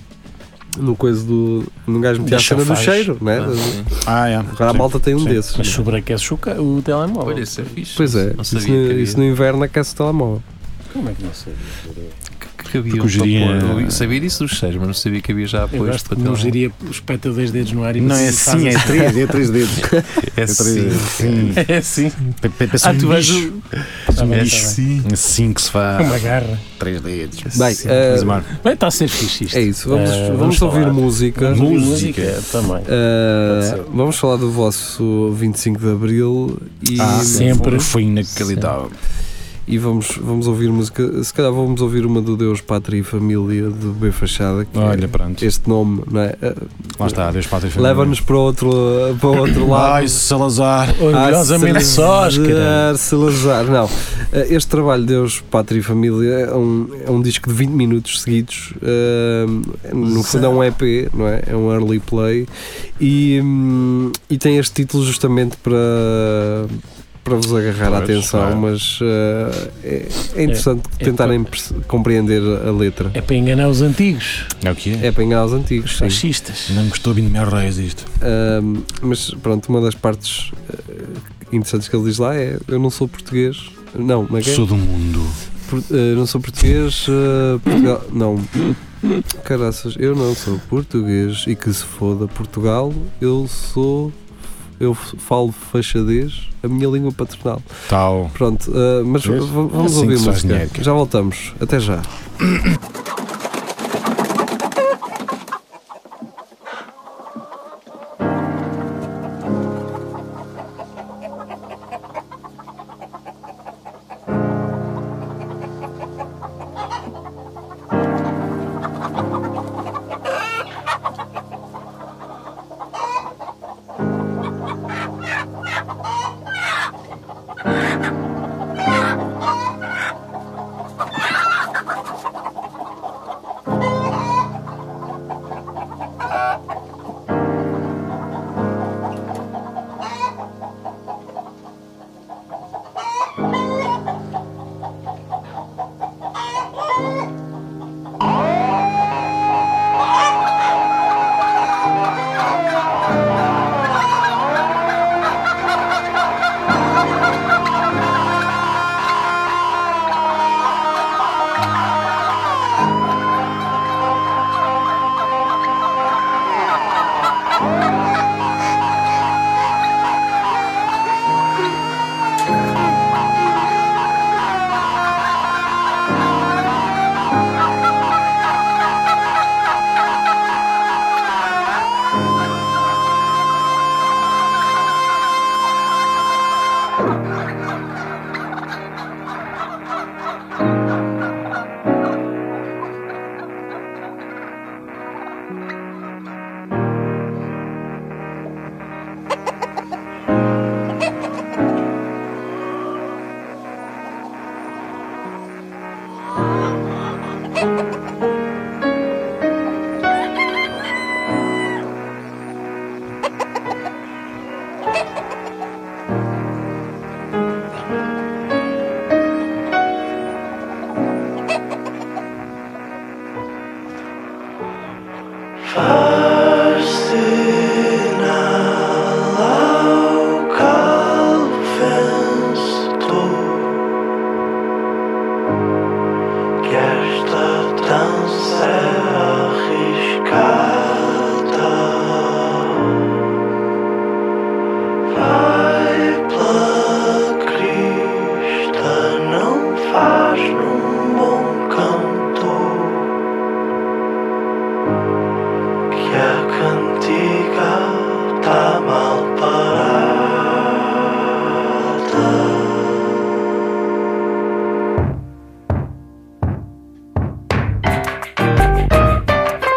Speaker 2: No coisa do. Num gajo meter a
Speaker 5: Dos
Speaker 2: cena do
Speaker 5: chafás.
Speaker 2: cheiro, né?
Speaker 4: Ah, sim.
Speaker 3: Ah, é.
Speaker 2: Agora a
Speaker 3: Sim.
Speaker 2: malta tem um
Speaker 3: Sim.
Speaker 2: desses.
Speaker 5: Mas
Speaker 2: né?
Speaker 5: sobreaquece o, ca- é o telemóvel.
Speaker 4: Olha, isso é fixe.
Speaker 2: Pois é,
Speaker 4: Não
Speaker 2: isso,
Speaker 4: sabia
Speaker 2: no,
Speaker 4: que
Speaker 2: isso
Speaker 4: havia.
Speaker 2: no inverno aquece o telemóvel.
Speaker 5: Como é que não sei?
Speaker 4: Que- que havia
Speaker 3: Porque o geria-
Speaker 4: para
Speaker 2: é-
Speaker 4: pôr. Eu sabia disso dos cheiros, mas não sabia que havia já
Speaker 5: Eu
Speaker 4: apoios
Speaker 5: gosto um
Speaker 4: para
Speaker 5: que não
Speaker 4: telemóvel.
Speaker 5: geria espeta dois dedos no ar e
Speaker 3: Não, é
Speaker 5: faz <laughs>
Speaker 3: assim, é três, é três
Speaker 7: <laughs>
Speaker 3: dedos.
Speaker 4: É
Speaker 3: É três dedos.
Speaker 4: assim.
Speaker 3: Sim.
Speaker 5: É assim.
Speaker 3: Pe- pe- Parece
Speaker 5: Ah,
Speaker 7: é
Speaker 3: um
Speaker 5: tu vais.
Speaker 3: bicho.
Speaker 5: Tá bem,
Speaker 4: É
Speaker 5: tá bem.
Speaker 4: assim.
Speaker 3: Assim que se
Speaker 5: É Uma
Speaker 3: faz.
Speaker 5: garra.
Speaker 3: Três dedos.
Speaker 2: Bem,
Speaker 4: Sim.
Speaker 7: eh,
Speaker 2: ah,
Speaker 3: Mas, Marco,
Speaker 5: Bem, está a ser fixe isto.
Speaker 2: é isso. Vamos,
Speaker 5: Eh,
Speaker 2: vamos,
Speaker 5: vamos
Speaker 2: ouvir
Speaker 5: falar.
Speaker 2: música.
Speaker 5: Vamos ouvir
Speaker 3: música.
Speaker 5: também.
Speaker 2: Ah,
Speaker 5: Pode ser.
Speaker 2: vamos falar do vosso 25 de Abril e,
Speaker 3: ah,
Speaker 5: sempre.
Speaker 3: Foi inacreditável.
Speaker 2: e vamos, vamos ouvir música. Se calhar vamos ouvir uma do Deus, Pátria e Família do B Fachada. que
Speaker 3: Olha, pronto.
Speaker 2: é Este nome, não é? Ah,
Speaker 3: Lá está, Deus Pátria e Família.
Speaker 2: Leva-nos para outro, para
Speaker 7: <coughs>
Speaker 2: outro lado.
Speaker 3: Ai, Salazar.
Speaker 5: Orgulhosamente sós, caralho.
Speaker 2: Salazar, Salazar. Não, eh, este trabalho, Deus, Pátria e Família, é um, é um disco de 20 minutos seguidos. ehm, no fundo, é um EP, não é? É um early play. E, hum, e tem este título justamente para. Para vos agarrar a
Speaker 3: Pois,
Speaker 2: atenção,
Speaker 3: é.
Speaker 2: mas eh, é, é interessante
Speaker 5: é
Speaker 2: tentarem perce- compreender a letra.
Speaker 5: É para enganar os antigos,
Speaker 3: É o que é?
Speaker 2: É para enganar os antigos,
Speaker 5: os
Speaker 2: sim.
Speaker 5: fascistas.
Speaker 3: Não gostou de mim reis isto.
Speaker 2: Ahm, mas pronto, uma das partes eh, interessantes que ele diz lá é: Eu não sou português. Não, mas é?
Speaker 3: Sou do mundo.
Speaker 2: Por- eh, não sou português. eh, Portugal. Não. Caraças, eu não sou português e que se foda Portugal, eu sou. Eu f- falo fachadez, a minha língua paternal.
Speaker 3: Tal.
Speaker 2: Pronto, eh, mas
Speaker 3: Vês?
Speaker 2: v- vamos
Speaker 3: É assim
Speaker 2: ouvir
Speaker 3: que se
Speaker 2: a
Speaker 3: faz
Speaker 2: música.
Speaker 3: dinheiro, cara.
Speaker 2: Já voltamos. Até já.
Speaker 6: Que esta dança é arriscada Vai pela crista, não faz num bom canto Que a cantiga tá mal parada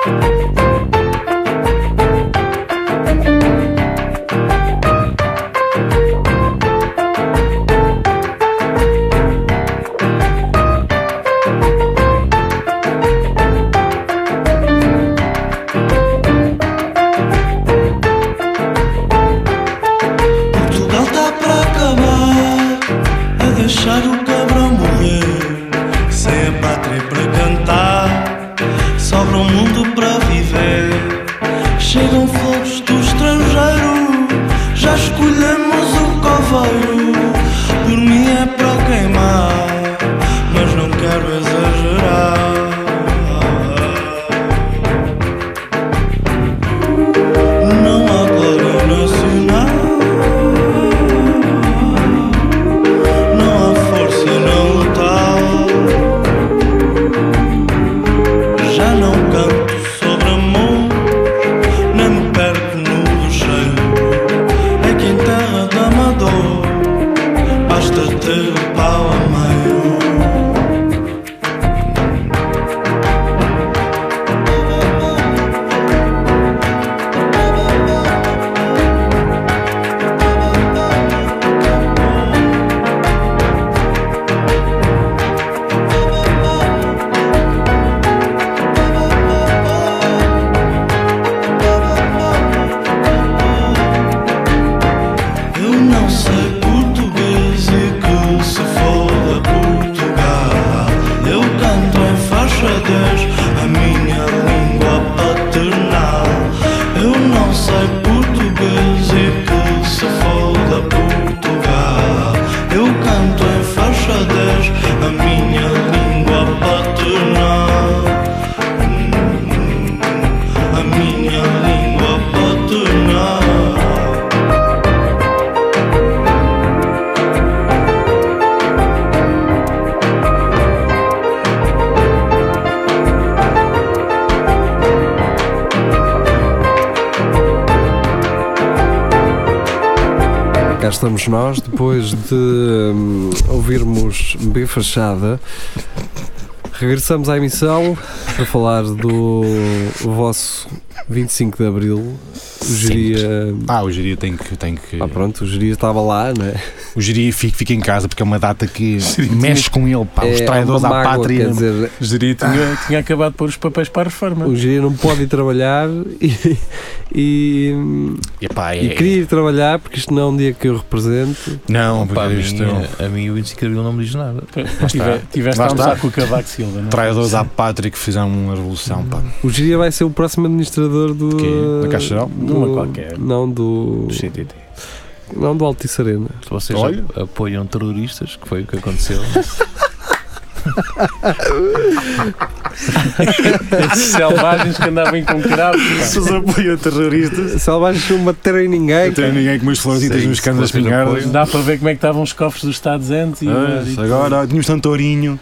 Speaker 7: Thank
Speaker 6: ter pátria para cantar, é sobra um mundo para viver. Chegam flores do estrangeiro, já escolhemos o coveiro. Por mim é para queimar, mas não quero exagerar. Não há glória nacional, não há força não letal. Já não canto sobre amor, nem me perco no recheio. É que em terra da Amador basta ter o pau a meio. Eu não sei português e que se foda Portugal. Eu canto em faixa 10, a minha língua paternal. Eu não sei português e que se foda Portugal. Eu canto em faixa 10, a minha língua paternal. Hum, A minha língua paternal.
Speaker 2: Cá estamos nós, depois de hum, ouvirmos B Fachada. Regressamos à emissão para falar do vosso 25 de Abril. O geria.
Speaker 7: Ah, o Geria tem que. Tem que...
Speaker 2: Ah, pronto, o geria estava lá, né?
Speaker 7: O Geria fica, fica em casa porque é uma
Speaker 3: <laughs>
Speaker 7: data que mexe com ele, pá.
Speaker 3: É,
Speaker 7: Os traidores
Speaker 2: É uma
Speaker 7: à
Speaker 2: mágoa,
Speaker 7: pátria. né?
Speaker 2: Quer dizer,
Speaker 5: O Geria tinha, tinha acabado de pôr os papéis para a reforma.
Speaker 2: o geria não pode ir trabalhar e. e, hum,
Speaker 7: E,
Speaker 3: Ah,
Speaker 7: pá, é-
Speaker 2: e queria ir trabalhar porque isto não é um dia que eu represento.
Speaker 7: Não,
Speaker 4: Pá, a,
Speaker 7: porque isto é um-
Speaker 4: mim, a mim o 25 de Abril não me diz nada.
Speaker 5: Tive- Tiveste
Speaker 7: Lá
Speaker 5: a
Speaker 7: está.
Speaker 5: almoçar com o Cavaco Silva, não é?
Speaker 7: traidores à pátria que fizeram uma revolução, pá.
Speaker 2: O geria vai ser o próximo administrador do.
Speaker 7: Quê? Da Caixa Geral?
Speaker 2: do-
Speaker 5: Uma qualquer.
Speaker 2: Não do.
Speaker 7: Do CTT.
Speaker 2: Não do Altice Arena.
Speaker 4: Vocês
Speaker 7: Olha.
Speaker 4: ap- apoiam terroristas, que foi o que
Speaker 7: <laughs>
Speaker 4: aconteceu.
Speaker 5: Esses selvagens que andavam com cravos. pá.
Speaker 7: Vocês apoiam terroristas?
Speaker 2: Selvagens não bateram em ninguém.
Speaker 7: Não tem ninguém com umas florzitas
Speaker 4: Sim,
Speaker 7: nos
Speaker 4: se
Speaker 7: canos das
Speaker 4: vocês
Speaker 7: pingardas.
Speaker 4: apoiam.
Speaker 5: Dá para ver como é que estavam os cofres dos Estados antes. E,
Speaker 7: Ah,
Speaker 5: e-
Speaker 7: Agora, tínhamos tantorinho.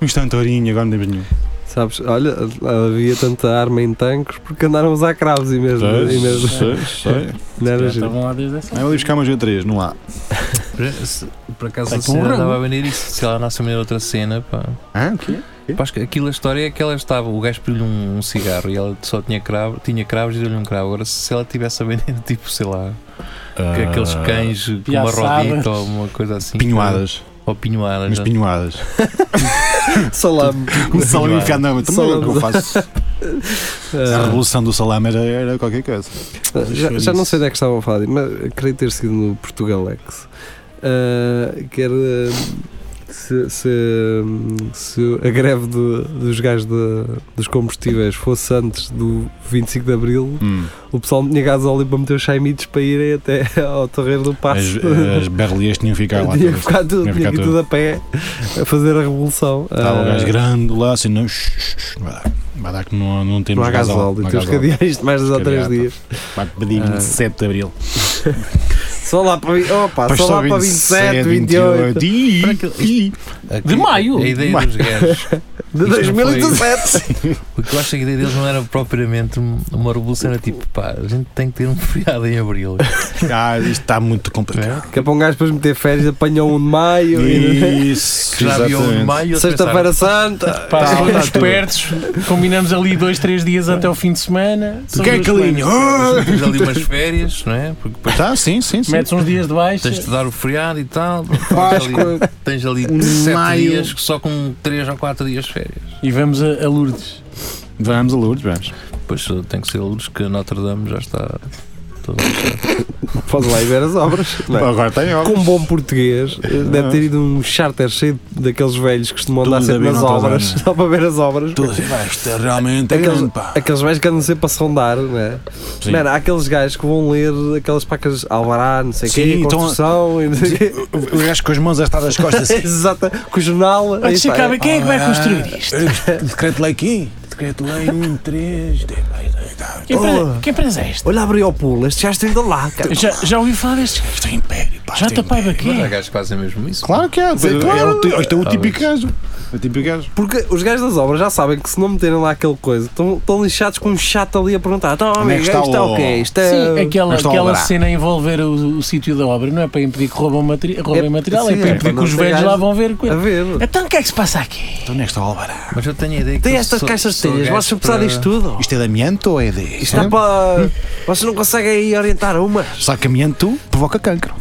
Speaker 7: Tínhamos tantorinho, um agora não temos nenhum.
Speaker 2: Sabes, olha, havia tanta arma em tanques porque andaram a usar cravos e mesmo. E mesmo não
Speaker 5: já
Speaker 2: era giro.
Speaker 5: estavam lá desde essa.
Speaker 7: Ah, eu ali buscar uma G3, não há.
Speaker 4: Por- se- Por acaso
Speaker 5: Vai
Speaker 4: a
Speaker 5: com um
Speaker 4: cena
Speaker 5: ramo.
Speaker 4: andava a vender isso, se ela nasce a vender outra cena, pá.
Speaker 7: Ah, o quê?
Speaker 4: Pá, acho que aquilo a história é que ela estava, o gajo pediu-lhe um, um cigarro e ela só tinha, cravo, tinha cravos e deu-lhe um cravo. Agora, se ela tivesse a vender, <laughs> tipo, sei lá, que
Speaker 7: Ah,
Speaker 4: aqueles cães com uma
Speaker 5: piaçadas.
Speaker 4: rodita ou uma coisa assim.
Speaker 7: Pinhoadas.
Speaker 4: Ou pinhoadas.
Speaker 7: Mas
Speaker 2: <laughs>
Speaker 4: já.
Speaker 7: pinhoadas.
Speaker 2: Salame.
Speaker 7: Um salame enfiado na também era o que
Speaker 2: <laughs>
Speaker 7: eu faço. A
Speaker 2: Ah,
Speaker 7: revolução do salame era, era qualquer coisa.
Speaker 2: já, já não sei onde é que estavam a falar, mas creio ter sido no Portugalex. Ah, que era se, se, se a greve do- dos gajos de- dos combustíveis fosse antes do 25 de Abril,
Speaker 7: Hum.
Speaker 2: o pessoal não tinha gasóleo para meter os chaimitos para irem até <laughs> ao Torreiro do
Speaker 7: As,
Speaker 2: Passo.
Speaker 7: as berlias tinham que ficar lá.
Speaker 2: tinha que <laughs>
Speaker 7: todas.
Speaker 2: ficar tudo,
Speaker 7: Tinha que
Speaker 2: tinha que ir
Speaker 7: ficar
Speaker 2: tudo a pé a fazer a revolução.
Speaker 7: Estava o
Speaker 2: Ah,
Speaker 7: gajo grande lá, assim, não. shh, shh, shh, Vai dar, vai dar que não, não
Speaker 2: não
Speaker 7: temos
Speaker 2: há gasóleo,
Speaker 7: não há
Speaker 2: temos que
Speaker 7: gasóleo.
Speaker 2: adiar isto mais dois ou
Speaker 7: Temos
Speaker 2: três
Speaker 7: que adiar,
Speaker 2: dias.
Speaker 7: Vai pedir
Speaker 2: Ah.
Speaker 7: 27 de abril.
Speaker 2: Só lá para, vi- opa,
Speaker 7: Pois
Speaker 2: só lá para 27, 28
Speaker 7: Ih, ih.
Speaker 4: A-
Speaker 5: De maio!
Speaker 4: A ideia
Speaker 7: De maio.
Speaker 4: dos gajos.
Speaker 2: de
Speaker 4: Isto não foi-
Speaker 2: 2017.
Speaker 4: O que eu acho que a ideia deles não era propriamente um, uma revolução, era tipo, pá, a gente tem que ter um <laughs> feriado em abril.
Speaker 7: <laughs> Ah, isto está muito complicado.
Speaker 2: que é para um gajo depois meter férias, apanhou um de
Speaker 7: É?
Speaker 2: maio. e-
Speaker 7: Isso,
Speaker 4: Que já havia um de
Speaker 7: exatamente.
Speaker 4: maio. eles
Speaker 2: Sexta-feira
Speaker 7: <laughs>
Speaker 2: Santa.
Speaker 5: Pá,
Speaker 7: Tá,
Speaker 5: somos
Speaker 7: tá tudo.
Speaker 5: espertos, combinamos ali dois, três dias até o fim de semana.
Speaker 7: Tu
Speaker 5: são
Speaker 7: quer
Speaker 5: duas
Speaker 7: calinho?
Speaker 5: semanas.
Speaker 4: pensaram, Temos "Ah, ali umas férias, não é? Porque depois
Speaker 7: Tá, sim, sim, sim.
Speaker 5: Metes uns dias de baixo.
Speaker 4: tens de dar o feriado e tal.
Speaker 7: Páscoa.
Speaker 4: Tens ali,
Speaker 7: Um
Speaker 4: tens ali sete
Speaker 7: maio.
Speaker 4: dias que só com 3 ou 4 dias de férias.
Speaker 5: E vamos a, a Lourdes.
Speaker 7: Vamos a Lourdes, vamos.
Speaker 4: eh, Pois tem que ser luz que a Notre Dame já está toda a gente.
Speaker 2: Pode lá e ver as obras. não é?
Speaker 7: Agora tem obras.
Speaker 2: Com bom português, deve ter ido um charter cheio daqueles velhos que costumam andar
Speaker 7: Tudo a
Speaker 2: sempre
Speaker 7: ver
Speaker 2: nas
Speaker 7: na
Speaker 2: obras, <laughs>
Speaker 7: taberna.
Speaker 2: só para ver as obras.
Speaker 7: Tudo isto é realmente
Speaker 2: Aqueles-
Speaker 7: grande, pá.
Speaker 2: Aqueles velhos que andam sempre a sondar, não é?
Speaker 7: Sim.
Speaker 2: Mano, há aqueles gajos que vão ler aquelas placas Alvará, não sei o
Speaker 7: Sim,
Speaker 2: quê,
Speaker 7: então-
Speaker 2: construção e não sei o <laughs> quê.
Speaker 7: O gajo com as mãos astadas às costas. <laughs> assim.
Speaker 2: Exato, com o jornal. aí
Speaker 5: Antes de
Speaker 2: está.
Speaker 5: acabar, quem é que vai construir isto?
Speaker 7: Ah, Decreto-lei aqui. Decreto-lei 1, 3.
Speaker 5: Que empresa, que empresa é esta?
Speaker 2: Olha, abriu o pulo, este já está indo lá. cara.
Speaker 5: Já, já ouvi falar destes gajos.
Speaker 7: Isto é império, pá.
Speaker 5: Já
Speaker 7: isto é
Speaker 5: tapai
Speaker 7: império.
Speaker 4: Mas há
Speaker 5: baquê.
Speaker 4: gajos que fazem mesmo isso.
Speaker 7: Claro que é. é o, ti- isto é o típico gajo. É o típico gajo.
Speaker 2: Porque os gajos das obras já sabem que se não meterem lá aquela coisa, estão, estão lixados com um chato ali a perguntar: então,
Speaker 7: Onde é
Speaker 2: amigo,
Speaker 7: que
Speaker 2: isto
Speaker 7: está
Speaker 2: está
Speaker 7: o-
Speaker 2: o quê? Isto é.
Speaker 5: Sim, aquela,
Speaker 7: Mas estão a
Speaker 5: aquela
Speaker 7: obrar.
Speaker 5: cena a envolver o, o sítio da obra não é para impedir que roubam materi- roubem
Speaker 2: É-
Speaker 5: material, é
Speaker 2: sim,
Speaker 5: para
Speaker 2: é
Speaker 5: impedir
Speaker 2: para
Speaker 5: que
Speaker 2: não
Speaker 5: os
Speaker 2: ter
Speaker 5: velhos
Speaker 2: gajos
Speaker 5: lá vão ver.
Speaker 2: A
Speaker 5: coisa.
Speaker 2: ver.
Speaker 5: Então o que é que se passa aqui?
Speaker 7: Então onde é que está o alvará?
Speaker 4: Mas eu tenho a ideia que.
Speaker 2: Tem
Speaker 4: eu
Speaker 2: estas
Speaker 4: sou-
Speaker 2: caixas
Speaker 4: sou
Speaker 2: telhas,
Speaker 4: gajo
Speaker 2: vocês precisam
Speaker 4: para-
Speaker 2: disto tudo.
Speaker 7: Isto é de amianto ou é de.
Speaker 2: Isto está para. Vocês não conseguem aí orientar uma.
Speaker 7: Só que amianto provoca cancro.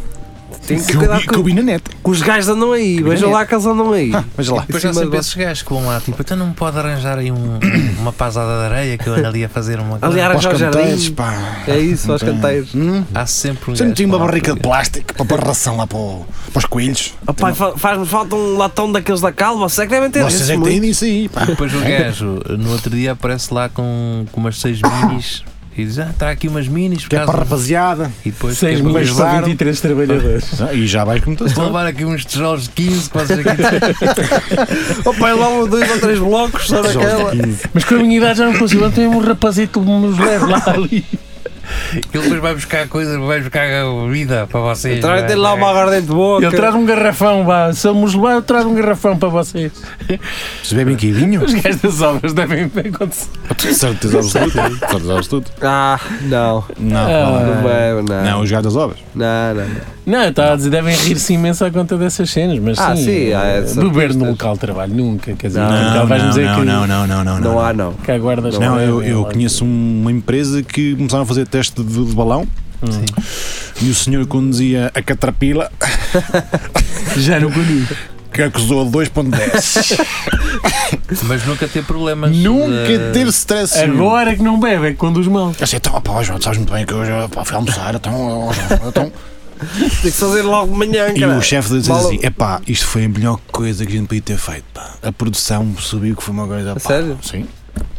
Speaker 2: Tem que
Speaker 7: Que eu
Speaker 2: cuidar
Speaker 7: vi- que eu
Speaker 2: com,
Speaker 7: vi na net.
Speaker 2: com os gajos andam aí. Vejam lá que eles andam
Speaker 7: <laughs>
Speaker 2: aí.
Speaker 7: Veja é. lá.
Speaker 4: Depois já
Speaker 2: Em cima
Speaker 4: sempre
Speaker 2: de-
Speaker 4: esses gajos que vão lá, tipo, então não me pode arranjar aí um- <coughs> uma pasada de areia que eu ando ali a fazer uma coisa.
Speaker 2: Aliás,
Speaker 7: Para os
Speaker 2: já
Speaker 7: canteiros,
Speaker 2: jardim.
Speaker 7: pá.
Speaker 2: É isso, aos canteiros.
Speaker 7: Hum?
Speaker 4: há sempre um
Speaker 7: Você
Speaker 4: gajo.
Speaker 7: não tinha uma
Speaker 4: lá
Speaker 7: barrica de
Speaker 4: que-
Speaker 7: plástico para pôr ração lá para, o- para os coelhos?
Speaker 2: Oh, pai, fa- faz-me falta um latão daqueles da calma. Vocês é que devem ter
Speaker 7: Vocês
Speaker 2: esses
Speaker 7: é que
Speaker 2: muito.
Speaker 7: têm isso aí, pá.
Speaker 4: Depois o gajo, no outro dia, aparece lá com, com umas seis minis e diz: Ah, está aqui umas minis por
Speaker 7: Que é para a
Speaker 4: causa.
Speaker 7: rapaziada.
Speaker 4: E depois
Speaker 5: Seis
Speaker 4: que é
Speaker 7: mil-
Speaker 4: para-
Speaker 5: milhões para
Speaker 7: beijar.
Speaker 5: 23
Speaker 7: <laughs>
Speaker 5: trabalhadores.
Speaker 7: E já vais
Speaker 4: <laughs>
Speaker 7: com muitas
Speaker 4: Vou levar aqui uns tijolos de 15 que
Speaker 7: <laughs>
Speaker 4: vocês aqui
Speaker 2: Oh, pai, lá um, dois ou três blocos só naquela.
Speaker 5: Mas com a minha idade já não consigo. Então é um rapazito que nos leve lá ali.
Speaker 4: Ele depois vai buscar coisas, vai buscar bebida para
Speaker 2: Traz
Speaker 4: vocês. vai- né?
Speaker 2: dele Então, lá uma aguardente de boca.
Speaker 5: Ele traz um garrafão, vá. Se ele nos levar, eu trago um garrafão para vocês.
Speaker 7: Se bebem aqui vinho,
Speaker 5: Os gajos das obras devem acontecer.
Speaker 7: certeza absoluta. Certeza absoluta.
Speaker 2: Ah, não.
Speaker 7: Não,
Speaker 5: Ah.
Speaker 7: não. é.
Speaker 2: Não bebe, não.
Speaker 7: Não, os gajos das obras.
Speaker 2: Não, não, não.
Speaker 5: Não, eu estava a dizer, devem rir-se imenso à conta dessas cenas, mas
Speaker 2: Ah,
Speaker 5: sim.
Speaker 2: sim, há
Speaker 5: eh,
Speaker 2: essas
Speaker 5: beber
Speaker 2: festas.
Speaker 5: num local de trabalho, nunca. Quer dizer,
Speaker 2: Não,
Speaker 7: Então
Speaker 5: nunca vais dizer que,
Speaker 7: não, não, não,
Speaker 2: Não há, não.
Speaker 5: que há guardas que
Speaker 7: Não, eu,
Speaker 5: bebem
Speaker 7: eu
Speaker 5: lá.
Speaker 7: conheço um, uma empresa que começaram a fazer teste de, de balão e o senhor conduzia a catrapila
Speaker 5: Já não conheço.
Speaker 7: que acusou 2.10.
Speaker 4: Mas nunca ter problemas.
Speaker 7: Nunca
Speaker 4: eh,
Speaker 7: teve stress. senhor.
Speaker 5: Agora que não bebe, é que conduz mal.
Speaker 7: Eu sei, então, pá, João, tu sabes muito bem que hoje pá, fui almoçar, então, ó, João, então.
Speaker 2: Tem que fazer logo de manhã,
Speaker 7: E
Speaker 2: cara.
Speaker 7: o chefe disse
Speaker 2: Mal-
Speaker 7: assim: epá, isto foi a melhor coisa que a gente podia ter feito, pá. A produção subiu que foi uma coisa. Pá.
Speaker 2: sério?
Speaker 7: Sim.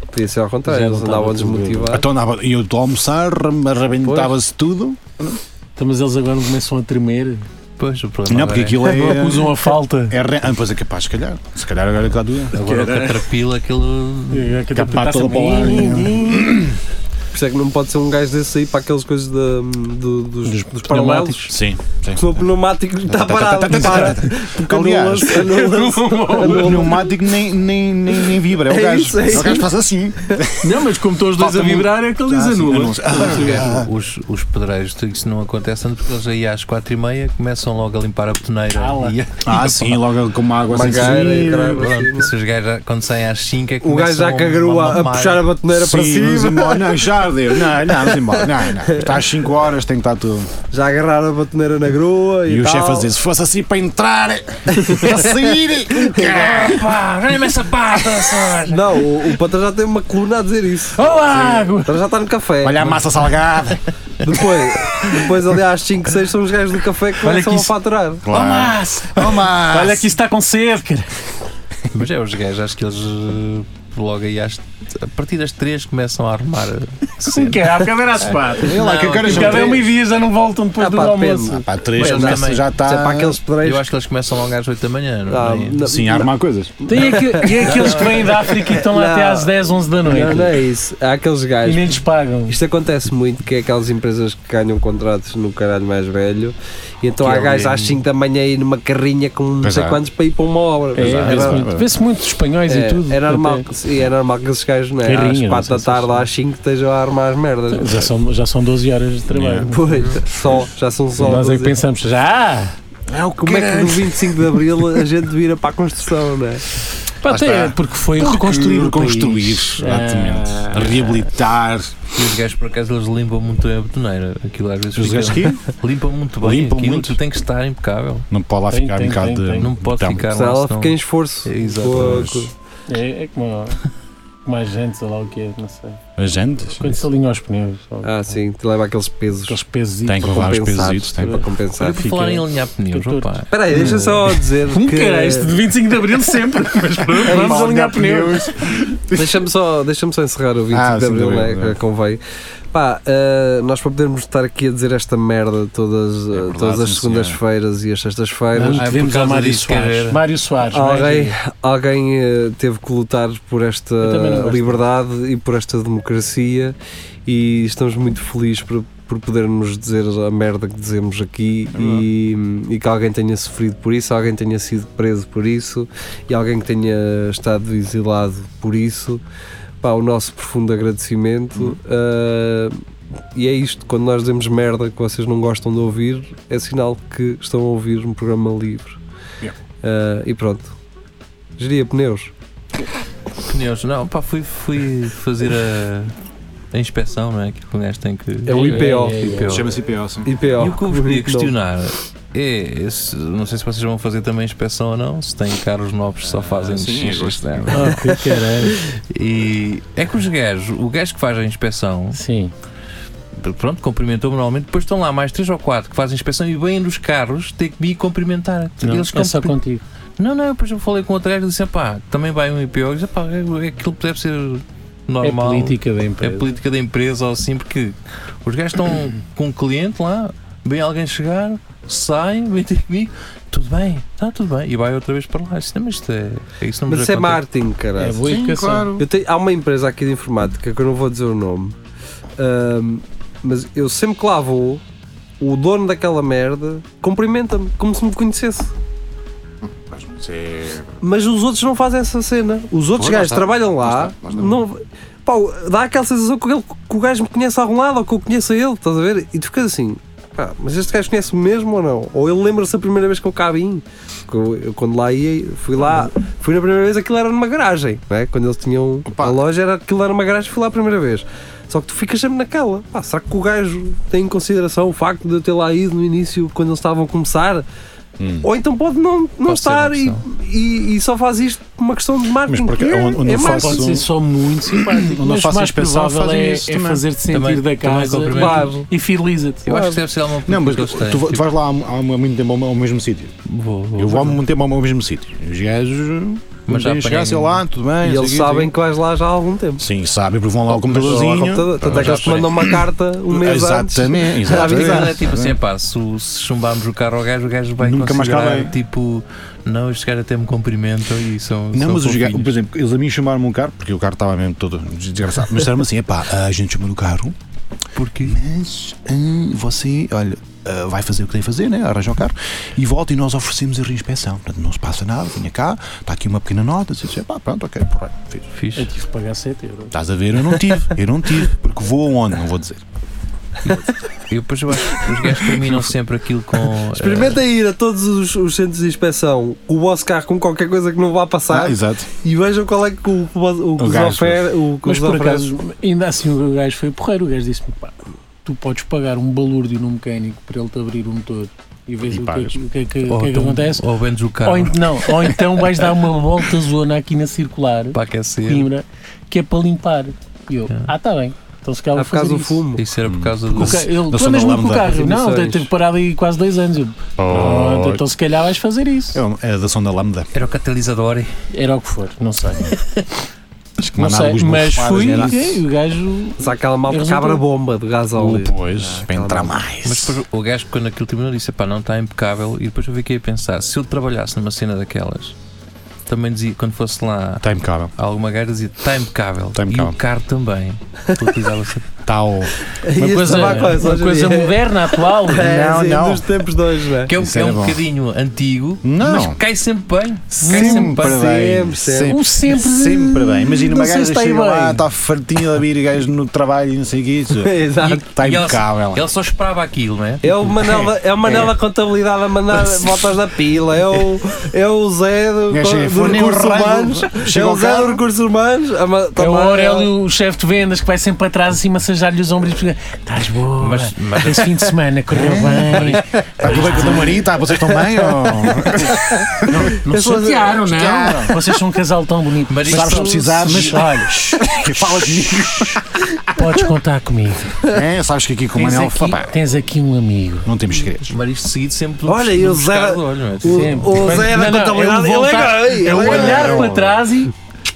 Speaker 2: Podia ser ao contrário,
Speaker 5: Já
Speaker 2: eles
Speaker 5: não estava
Speaker 2: andavam
Speaker 5: tudo bem.
Speaker 2: desmotivados.
Speaker 7: Então andava, e eu estou a almoçar, arrebentava-se tudo.
Speaker 5: Então, mas eles agora começam a tremer.
Speaker 4: Pois, o problema.
Speaker 7: Não, porque
Speaker 4: agora
Speaker 7: aquilo é.
Speaker 5: <laughs> Usam a falta.
Speaker 7: é re- ah, pois é capaz, se calhar. Se calhar agora está doendo.
Speaker 4: é- Agora o catrapila, aquilo.
Speaker 5: É que
Speaker 7: Que a pá toda para o ar.
Speaker 2: Por isso é que não pode ser um gajo desse aí para aquelas coisas da- do- dos, dos,
Speaker 5: Dos
Speaker 2: paralelos.
Speaker 7: Sim, sim.
Speaker 2: Se o pneumático
Speaker 7: Tá,
Speaker 2: está parado, para. Porque
Speaker 7: Aliás,
Speaker 2: não lança.
Speaker 7: o pneumático nem, nem, nem, nem vibra, é o
Speaker 2: É
Speaker 7: gajo.
Speaker 2: isso, é
Speaker 7: É
Speaker 2: isso.
Speaker 7: o gajo faz assim.
Speaker 5: Não, mas como estão os dois a
Speaker 7: Toca-me-
Speaker 5: vibrar, é que eles
Speaker 7: Ah, sim,
Speaker 5: anulam.
Speaker 7: anúncio. Ah,
Speaker 4: Os, os pedreiros, isso não acontece tanto porque eles aí às 4h30 começam logo a limpar a betoneira.
Speaker 5: Ala.
Speaker 4: E,
Speaker 7: Ah, sim, logo com uma água assim.
Speaker 2: Mangueira e caralho,
Speaker 4: pronto,
Speaker 2: assim.
Speaker 4: se os gajos quando saem às 5 é que
Speaker 2: O gajo já
Speaker 4: começam
Speaker 2: cagarou a, a
Speaker 4: mamar.
Speaker 2: puxar a batoneira para
Speaker 7: Sim, vamos
Speaker 2: cima.
Speaker 7: embora. Não, já deu. Não, não, vamos embora.
Speaker 2: <laughs>
Speaker 7: Não, não. Está às 5 horas, tem que estar tudo.
Speaker 2: Já agarraram a batoneira na grua e,
Speaker 7: E o
Speaker 2: tal.
Speaker 7: chefe a dizer: se fosse assim para entrar, <laughs> para sair.
Speaker 4: Pá, olha-me essa pata, senhor.
Speaker 2: Não, o, o patrão já tem uma coluna a dizer isso.
Speaker 5: Olá!
Speaker 2: O patrão já está no café.
Speaker 7: Olha a massa salgada.
Speaker 2: Depois, depois ali às 5, 6 são os gajos do café que
Speaker 5: Olha que
Speaker 2: começam a
Speaker 5: isso-
Speaker 2: faturar.
Speaker 5: Oh,
Speaker 7: Claro.
Speaker 5: mas!
Speaker 7: Oh, mas-
Speaker 2: Ah,
Speaker 5: Olha que isso está com sede, cara.
Speaker 4: Mas é, os gajos, acho que eles eh, logo aí, às, a partir das 3 começam a arrumar. a cena.
Speaker 5: Que é, há bocado era às quatro.
Speaker 7: Olha lá, que
Speaker 4: Não,
Speaker 7: agora
Speaker 5: Os
Speaker 7: já
Speaker 5: cada
Speaker 7: tem-
Speaker 5: uma e dia já não voltam depois
Speaker 2: Ah,
Speaker 5: do
Speaker 2: pá,
Speaker 5: almoço.
Speaker 2: depende.
Speaker 7: Pá, três,
Speaker 4: Bem,
Speaker 7: já
Speaker 4: também.
Speaker 7: já
Speaker 2: Isso é para
Speaker 7: está.
Speaker 2: aqueles pedreiros.
Speaker 4: Eu acho que eles começam logo às 8 da manhã, não
Speaker 2: Ah,
Speaker 4: é?
Speaker 2: não-
Speaker 7: Sim, a armar coisas.
Speaker 5: Tem aqu- e aqueles que vêm da África e estão lá
Speaker 2: Não.
Speaker 5: até às 10, 11 da
Speaker 2: Não, não
Speaker 5: noite.
Speaker 2: é isso. Há aqueles
Speaker 5: E
Speaker 2: gajos.
Speaker 5: nem lhes pagam.
Speaker 2: Isto acontece muito, que é aquelas empresas que ganham contratos no caralho mais velho, e então
Speaker 4: Que
Speaker 2: há
Speaker 4: é o
Speaker 2: gajos
Speaker 4: mesmo.
Speaker 2: às 5 da manhã aí numa carrinha com não
Speaker 7: Pois
Speaker 2: sei
Speaker 7: é.
Speaker 2: quantos para ir para uma obra.
Speaker 5: É,
Speaker 2: Era-
Speaker 5: vê-se
Speaker 7: é,
Speaker 5: muito,
Speaker 7: é.
Speaker 5: vê-se muito dos espanhóis e
Speaker 2: é,
Speaker 5: tudo.
Speaker 2: é normal,
Speaker 5: Até-
Speaker 2: que, sim, é normal que esses gajos não é,
Speaker 5: Carrinha, não
Speaker 2: às 4
Speaker 5: sei
Speaker 2: da
Speaker 5: se
Speaker 2: tarde,
Speaker 5: são.
Speaker 2: às 5 estejam a armar as merdas.
Speaker 5: Já são, já são 12 horas de trabalho.
Speaker 2: Pois, só, já são só.
Speaker 5: Nós é que
Speaker 2: É. doze.
Speaker 5: pensamos, já! ah,
Speaker 2: Como é que no 25 de Abril a gente vira para a construção, não é?
Speaker 5: pá,
Speaker 7: Lá
Speaker 5: até
Speaker 7: está.
Speaker 5: é, porque foi reconstruir o país.
Speaker 7: Reconstruir, É.
Speaker 5: Ah,
Speaker 7: exatamente. Reabilitar.
Speaker 4: E os gajos, por acaso, eles limpam muito bem a betoneira. Aquilo às vezes
Speaker 7: Os
Speaker 4: fica-
Speaker 7: gajos aqui?
Speaker 4: <laughs> limpam muito bem.
Speaker 7: Limpam
Speaker 4: aquilo
Speaker 7: muito.
Speaker 4: tu tem que estar impecável.
Speaker 7: Não pode lá
Speaker 5: Tem,
Speaker 7: ficar
Speaker 5: tem,
Speaker 7: um bocado
Speaker 5: tem,
Speaker 7: de.
Speaker 5: tem.
Speaker 4: Não pode
Speaker 7: Então,
Speaker 4: ficar
Speaker 2: Senão
Speaker 4: lá.
Speaker 2: ela
Speaker 4: senão-
Speaker 2: fica em esforço.
Speaker 4: Exato.
Speaker 2: Com a- com-
Speaker 5: É, é como <laughs> mais gente, sei lá o que é, não sei.
Speaker 7: As antes?
Speaker 5: Quando se alinham aos pneus. ou-
Speaker 2: Ah, sim, te leva aqueles pesos
Speaker 5: Aqueles pesos
Speaker 7: Tem que levar os pesos. Tem.
Speaker 2: para compensar.
Speaker 4: Olha, por falar em alinhar pneus,
Speaker 5: Fica
Speaker 4: opa.
Speaker 2: Espera aí, deixa só dizer
Speaker 5: Como que era este
Speaker 2: que...
Speaker 5: de 25 de
Speaker 4: <laughs>
Speaker 5: Abril sempre? Mas pronto, vamos alinhar pneus.
Speaker 2: Deixa-me só, deixa só encerrar o 25
Speaker 7: Ah,
Speaker 2: de
Speaker 7: sim,
Speaker 2: Abril,
Speaker 7: também,
Speaker 2: né,
Speaker 7: também.
Speaker 2: que convém. Pá, ah, nós para podermos estar aqui a dizer esta merda todas, ah,
Speaker 7: É verdade,
Speaker 2: todas as
Speaker 7: sim,
Speaker 2: segundas-feiras e as sextas-feiras,
Speaker 4: Ah, é por
Speaker 5: Devemos ao
Speaker 4: causa
Speaker 5: Mário
Speaker 4: disso que era- Ah,
Speaker 5: Soares. Mário Soares.
Speaker 2: Alguém,
Speaker 5: Mário.
Speaker 2: alguém eh, teve que lutar por esta
Speaker 5: Eu também não gosto.
Speaker 2: liberdade e por esta democracia e estamos muito felizes por, por podermos dizer a merda que dizemos aqui
Speaker 5: É
Speaker 2: e, e que alguém tenha sofrido por isso, alguém tenha sido preso por isso e alguém que tenha estado exilado por isso. Pá, o nosso profundo agradecimento.
Speaker 5: Uhum.
Speaker 2: Ah, e é isto, quando nós dizemos merda que vocês não gostam de ouvir, é sinal que estão a ouvir um programa livre. Ah, e pronto. Geria pneus.
Speaker 4: Pneus, não, pá, fui, fui fazer a, a inspeção, não é? Que o gajo tem que.
Speaker 2: É o IPO.
Speaker 4: IPO.
Speaker 7: Chama-se IPO, sim.
Speaker 2: IPO.
Speaker 4: E o que eu vos queria questionar é: se- não sei se vocês vão fazer também inspeção ou não, se têm carros novos que só fazem
Speaker 7: sim,
Speaker 4: xixi,
Speaker 7: agosto.
Speaker 4: não é?
Speaker 5: Ah, que caralho.
Speaker 4: E é que os gajos, o gajo que faz a inspeção, <laughs>
Speaker 5: Sim.
Speaker 4: pronto, cumprimentou-me normalmente, depois estão lá mais três ou quatro que fazem inspeção e vêm dos carros ter que me ir cumprimentar.
Speaker 5: Não,
Speaker 4: Eles
Speaker 5: é só
Speaker 4: compri-
Speaker 5: contigo.
Speaker 4: Não, não, depois eu falei com outro gajo e disse: pá, também vai um IPO. Eu disse: pá, aquilo deve ser
Speaker 5: É
Speaker 4: normal.
Speaker 5: política da
Speaker 4: É
Speaker 5: empresa.
Speaker 4: política da empresa ou assim, porque os gajos
Speaker 7: <coughs>
Speaker 4: estão com um cliente lá, vem alguém chegar, sai, vem ter comigo, tudo bem, está tudo bem, e vai outra vez para lá. Isso não, mas isto é, é isso não
Speaker 2: Mas
Speaker 4: nos
Speaker 2: isso é
Speaker 4: acontece.
Speaker 2: marketing,
Speaker 5: É
Speaker 2: caralho.
Speaker 5: boa educação.
Speaker 2: Eu tenho- há uma empresa aqui de informática que eu não vou dizer o nome, ahm, mas eu sempre que lá vou, o dono daquela merda cumprimenta-me como se me conhecesse. Mas os outros não fazem essa cena. Os outros
Speaker 8: Pois, lá
Speaker 2: gajos
Speaker 8: está.
Speaker 2: trabalham
Speaker 8: Lá
Speaker 2: lá.
Speaker 8: está, lá está.
Speaker 2: não, pá, dá aquela sensação que, ele- que o gajo me conhece a algum lado ou que eu conheço a ele, estás a ver? E tu ficas assim, pá, mas este gajo conhece-me mesmo ou não? Ou ele lembra-se a primeira vez que eu cá vim? Porque eu, eu quando lá ia, fui lá, fui na primeira vez, aquilo era numa garagem, não é? Quando eles tinham
Speaker 8: Opa.
Speaker 2: a loja, era, aquilo era uma garagem, fui lá a primeira vez. Só que tu ficas sempre naquela. Pá, será que o gajo tem em consideração o facto de eu ter lá ido no início, quando eles estavam a começar? Ou então pode não, não
Speaker 4: Pode ser uma
Speaker 2: estar e, e, e só faz isto por uma questão de marketing.
Speaker 7: Mas porque
Speaker 2: é,
Speaker 7: onde- onde
Speaker 2: é
Speaker 7: eu faço-
Speaker 2: marketing.
Speaker 5: Pode ser só muito simpático.
Speaker 7: Onde eu
Speaker 5: Mas o
Speaker 7: faço
Speaker 5: mais
Speaker 7: inspeção,
Speaker 5: provável
Speaker 7: fazem
Speaker 5: é,
Speaker 7: isso
Speaker 5: é
Speaker 7: também.
Speaker 5: fazer-te sentir
Speaker 4: Também-
Speaker 5: da
Speaker 4: também
Speaker 5: casa
Speaker 4: cumprimento.
Speaker 5: e fideliza-te.
Speaker 4: Eu acho que deve ser alguma
Speaker 7: Não, mas
Speaker 4: política que eles
Speaker 7: tu,
Speaker 4: têm,
Speaker 7: tu vais lá há, há muito tempo ao, ao mesmo sítio.
Speaker 4: tipo, vou- vou-
Speaker 7: Eu vou há muito tempo ao mesmo sítio. Os gajos.
Speaker 4: Mas já apanhei-
Speaker 7: têm-
Speaker 4: um-
Speaker 7: chegar, sei lá, tudo bem.
Speaker 2: E eles
Speaker 7: não sei é o quê,
Speaker 2: sabem que vais lá já há algum tempo.
Speaker 7: Sim, sabem, porque vão lá ao
Speaker 2: Lá ao
Speaker 7: computadorzinho.
Speaker 2: computador. Tanto é que eles te mandam uma carta um mês antes.
Speaker 4: Mas
Speaker 7: Exatamente,
Speaker 2: Exato.
Speaker 4: aquilo é
Speaker 7: exatamente.
Speaker 4: tipo assim, pá, se, o- se chumbarmos o carro ao gajo, o gajo vai
Speaker 7: Nunca mais cá
Speaker 4: considerar,
Speaker 7: vem.
Speaker 4: tipo, não, estes caras até me cumprimentam e são.
Speaker 7: Não,
Speaker 4: são
Speaker 7: mas os ga-
Speaker 4: fofinhos."
Speaker 7: por exemplo, eles a mim chamaram-me um carro, porque o carro estava mesmo todo desgraçado. Mas disseram-me assim: pá, a gente chamou o carro,
Speaker 4: Porquê?
Speaker 7: mas hum, você, olha, ah, vai fazer o que tem a fazer, né? Arranja o carro e volta e nós oferecemos a reinspeção. Portanto, não se passa nada, venha cá, está aqui uma pequena nota. Assim, assim, pá, pronto, ok, por aí, fiz.
Speaker 5: Eu
Speaker 4: Fixe.
Speaker 5: tive que É tipo, pagar 7 euros.
Speaker 7: Estás a ver? Eu não tive, eu não tive, porque vou aonde? Não vou dizer.
Speaker 4: E depois eu acho que os gajos terminam sempre aquilo com.
Speaker 2: Experimenta ir a todos os, os centros de inspeção com o vosso carro com qualquer coisa que não vá passar
Speaker 7: Ah, exato.
Speaker 2: e vejam qual é que o, o, o que
Speaker 7: O
Speaker 2: vos
Speaker 7: gajo.
Speaker 2: ofere- o que
Speaker 5: Mas
Speaker 2: vos
Speaker 5: por
Speaker 2: oferece.
Speaker 5: acaso, ainda assim o gajo foi porreiro. O gajo disse-me: pá, tu podes pagar um balúrdio num mecânico para ele te abrir o motor e vês
Speaker 7: E
Speaker 5: o que é
Speaker 7: pagas.
Speaker 5: que, o que, é que- o
Speaker 4: Ou
Speaker 5: que é que
Speaker 4: então-
Speaker 5: acontece.
Speaker 4: Ou vendes o carro
Speaker 5: Ou, en- não, ou então vais dar uma volta zona aqui na circular,
Speaker 4: para aquecer.
Speaker 5: Coimbra, que é para limpar. E eu:
Speaker 4: Yeah.
Speaker 5: ah, está bem. Então se calhar
Speaker 2: Ah,
Speaker 5: vou
Speaker 2: por causa
Speaker 5: fazer
Speaker 2: do
Speaker 5: isso.
Speaker 2: fumo.
Speaker 4: Isso era por causa do.
Speaker 5: O ca- Ele,
Speaker 7: da
Speaker 5: tu andas
Speaker 7: sonda
Speaker 5: muito com o
Speaker 7: lambda.
Speaker 5: carro. Não,
Speaker 2: Emissões.
Speaker 5: deve ter parado aí quase dois anos. Eu, "Pronto, então se calhar vais fazer isso.
Speaker 7: É da sonda lambda.
Speaker 4: Era o catalisador.
Speaker 5: Era o que for, não sei.
Speaker 7: Acho que
Speaker 5: Não
Speaker 7: mandava
Speaker 5: sei,
Speaker 7: os
Speaker 5: mas
Speaker 7: meus
Speaker 5: fui
Speaker 7: pais, era-
Speaker 5: e o gajo.
Speaker 2: Mas há aquela malta que
Speaker 5: Resultou.
Speaker 2: abre a bomba de gás óleo. <laughs>
Speaker 7: Pois, para entrar
Speaker 4: Mas
Speaker 7: mais.
Speaker 4: depois o gajo, quando aquilo terminou, disse: pá, não está impecável. E depois eu fiquei a pensar: se eu trabalhasse numa cena daquelas, também dizia, quando fosse lá
Speaker 7: Está impecável.
Speaker 4: alguma gaja, dizia: está impecável.
Speaker 7: Está
Speaker 4: E
Speaker 7: impecável.
Speaker 4: o carro também.
Speaker 5: <laughs>
Speaker 4: Utilizava-se.
Speaker 7: Está o.
Speaker 2: É
Speaker 5: Uma coisa, uma coisa
Speaker 2: <laughs>
Speaker 5: moderna, atual.
Speaker 2: não,
Speaker 7: Não, não.
Speaker 2: não. É assim, dos tempos de hoje, não é?
Speaker 4: que é, um-
Speaker 7: Isso
Speaker 4: é
Speaker 7: era
Speaker 4: um
Speaker 7: bom.
Speaker 4: bocadinho antigo,
Speaker 7: Não.
Speaker 4: mas cai sempre bem. Cai sempre
Speaker 7: Sempre
Speaker 4: bem.
Speaker 7: bem.
Speaker 2: Sempre, sempre.
Speaker 5: Um sempre.
Speaker 7: Sempre bem. Imagina
Speaker 5: Não
Speaker 7: uma
Speaker 5: sei
Speaker 7: gaja
Speaker 5: se está aí
Speaker 7: chega lá,
Speaker 5: bem.
Speaker 7: está fartinha de abrir gajo no trabalho e não sei o que é isso.
Speaker 2: <laughs> Exato.
Speaker 7: Está
Speaker 4: E ela-
Speaker 7: impecável.
Speaker 4: Ele só esperava aquilo, não é?
Speaker 2: É o Manel, da- é o Manel da contabilidade a mandar voltas da pila, é o, é o Zé do,
Speaker 7: Gajo é
Speaker 2: do
Speaker 7: forno, é um
Speaker 2: Recursos
Speaker 7: raio.
Speaker 2: Humanos, é
Speaker 7: Chega
Speaker 2: o
Speaker 7: ao
Speaker 2: Zé do
Speaker 7: carro.
Speaker 2: Recursos Humanos, a ma-
Speaker 5: É o
Speaker 2: também-
Speaker 5: Aurélio, o chefe de vendas, que vai sempre para trás assim beijar-lhe os ombros e dizer: Estás boa,
Speaker 4: Mas- mas-
Speaker 5: esse fim de semana correu bem.
Speaker 7: Está tudo bem com o teu marido? Tá, vocês estão
Speaker 5: <laughs>
Speaker 7: bem? Ou...
Speaker 5: Não se chatearam, não?
Speaker 7: chatearam.
Speaker 5: Vocês são um casal tão bonito.
Speaker 4: Mas
Speaker 7: Sabes
Speaker 4: isto-
Speaker 7: que precisares?
Speaker 5: Mas olha,
Speaker 7: Que fala comigo.
Speaker 5: podes contar comigo.
Speaker 7: É, sabes que aqui com o
Speaker 5: Tens
Speaker 7: Manel.
Speaker 5: aqui,
Speaker 7: pá,
Speaker 5: tens aqui um amigo.
Speaker 7: Não temos segredos.
Speaker 4: Mas isto seguido sempre do-
Speaker 2: Olha,
Speaker 4: do
Speaker 2: eu
Speaker 4: pescar
Speaker 2: usava-
Speaker 4: do olho, não é?
Speaker 5: Sempre.
Speaker 2: O Zé da
Speaker 5: Não, não,
Speaker 2: contabilidade,
Speaker 5: é o
Speaker 2: ele
Speaker 5: voltar-
Speaker 2: é gay.
Speaker 5: É
Speaker 2: Ele
Speaker 5: o
Speaker 2: é,
Speaker 5: olhar para trás e.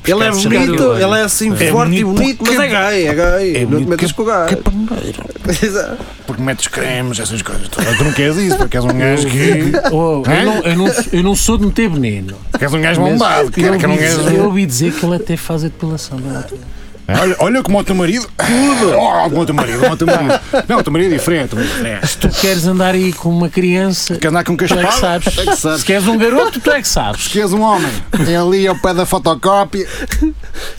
Speaker 2: ele é
Speaker 5: Pescar
Speaker 2: bonito,
Speaker 5: do olho.
Speaker 2: ele é assim forte e bonito, mas é gay, é gay. não te
Speaker 7: bonito
Speaker 2: metas
Speaker 7: que-
Speaker 2: com o gajo.
Speaker 7: que é pandeiro.
Speaker 2: <laughs> Exato.
Speaker 7: Porque metes cremes, essas coisas. todas. Tu não queres isso, porque és um gajo que.
Speaker 5: Oh, eu,
Speaker 7: Hã?
Speaker 5: não, eu, não, eu não sou de um meter veneno.
Speaker 7: Queres um gajo bombado. que
Speaker 5: Eu
Speaker 7: era que era um
Speaker 5: ouvi, dizer, eu
Speaker 7: gajo.
Speaker 5: ouvi dizer que ele até faz a depilação. Não é?
Speaker 7: É, Olha, olha como o teu marido. Olha como o teu marido. como o teu marido. Não, o teu marido é diferente. o teu marido é diferente.
Speaker 5: Se tu queres andar aí com uma criança,
Speaker 7: Queres andar com um
Speaker 5: tu é que
Speaker 7: caspado?
Speaker 5: sabes.
Speaker 7: É que
Speaker 5: Se
Speaker 7: sabes.
Speaker 5: queres um garoto, tu é que sabes.
Speaker 7: Que és um homem. É ali ao pé da fotocópia.
Speaker 2: Está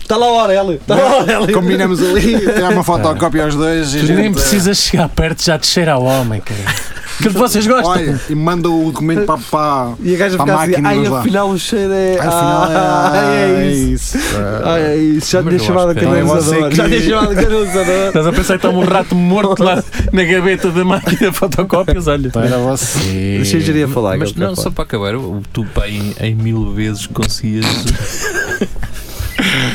Speaker 2: Tá lá o Aurélio. Está lá o Aurélio.
Speaker 7: Combinamos ali. Tirar uma fotocópia aos dois. e a
Speaker 5: Tu nem
Speaker 7: gente,
Speaker 5: precisas chegar perto, já te cheira ao homem, cara. é. Que vocês
Speaker 7: eh,
Speaker 5: gostam.
Speaker 7: Olha, e manda o documento para. para
Speaker 2: E a gaja
Speaker 7: Para a
Speaker 2: fica assim,
Speaker 7: máquina,
Speaker 2: ai,
Speaker 7: vamos lá."
Speaker 2: afinal o cheiro é.
Speaker 7: Ai, afinal,
Speaker 2: ai, é
Speaker 7: é
Speaker 2: isso.
Speaker 7: isso.
Speaker 2: Ai, é isso. Já
Speaker 4: Mas
Speaker 2: tinha
Speaker 4: eu
Speaker 2: chamado a
Speaker 4: acho que é.
Speaker 7: Então é
Speaker 2: canalizador.
Speaker 7: você
Speaker 2: Já tinha
Speaker 7: que-
Speaker 2: chamado a canalizador.
Speaker 5: Estás a pensar que está um rato morto lá na gaveta da máquina de fotocópias, olha.
Speaker 7: Para você.
Speaker 2: Deixa eu gerir a falar.
Speaker 4: Mas
Speaker 2: que ele
Speaker 4: não,
Speaker 2: quer
Speaker 4: só
Speaker 2: falar.
Speaker 4: para acabar, o- tu pá, em, em mil vezes
Speaker 2: <laughs>
Speaker 4: conseguias.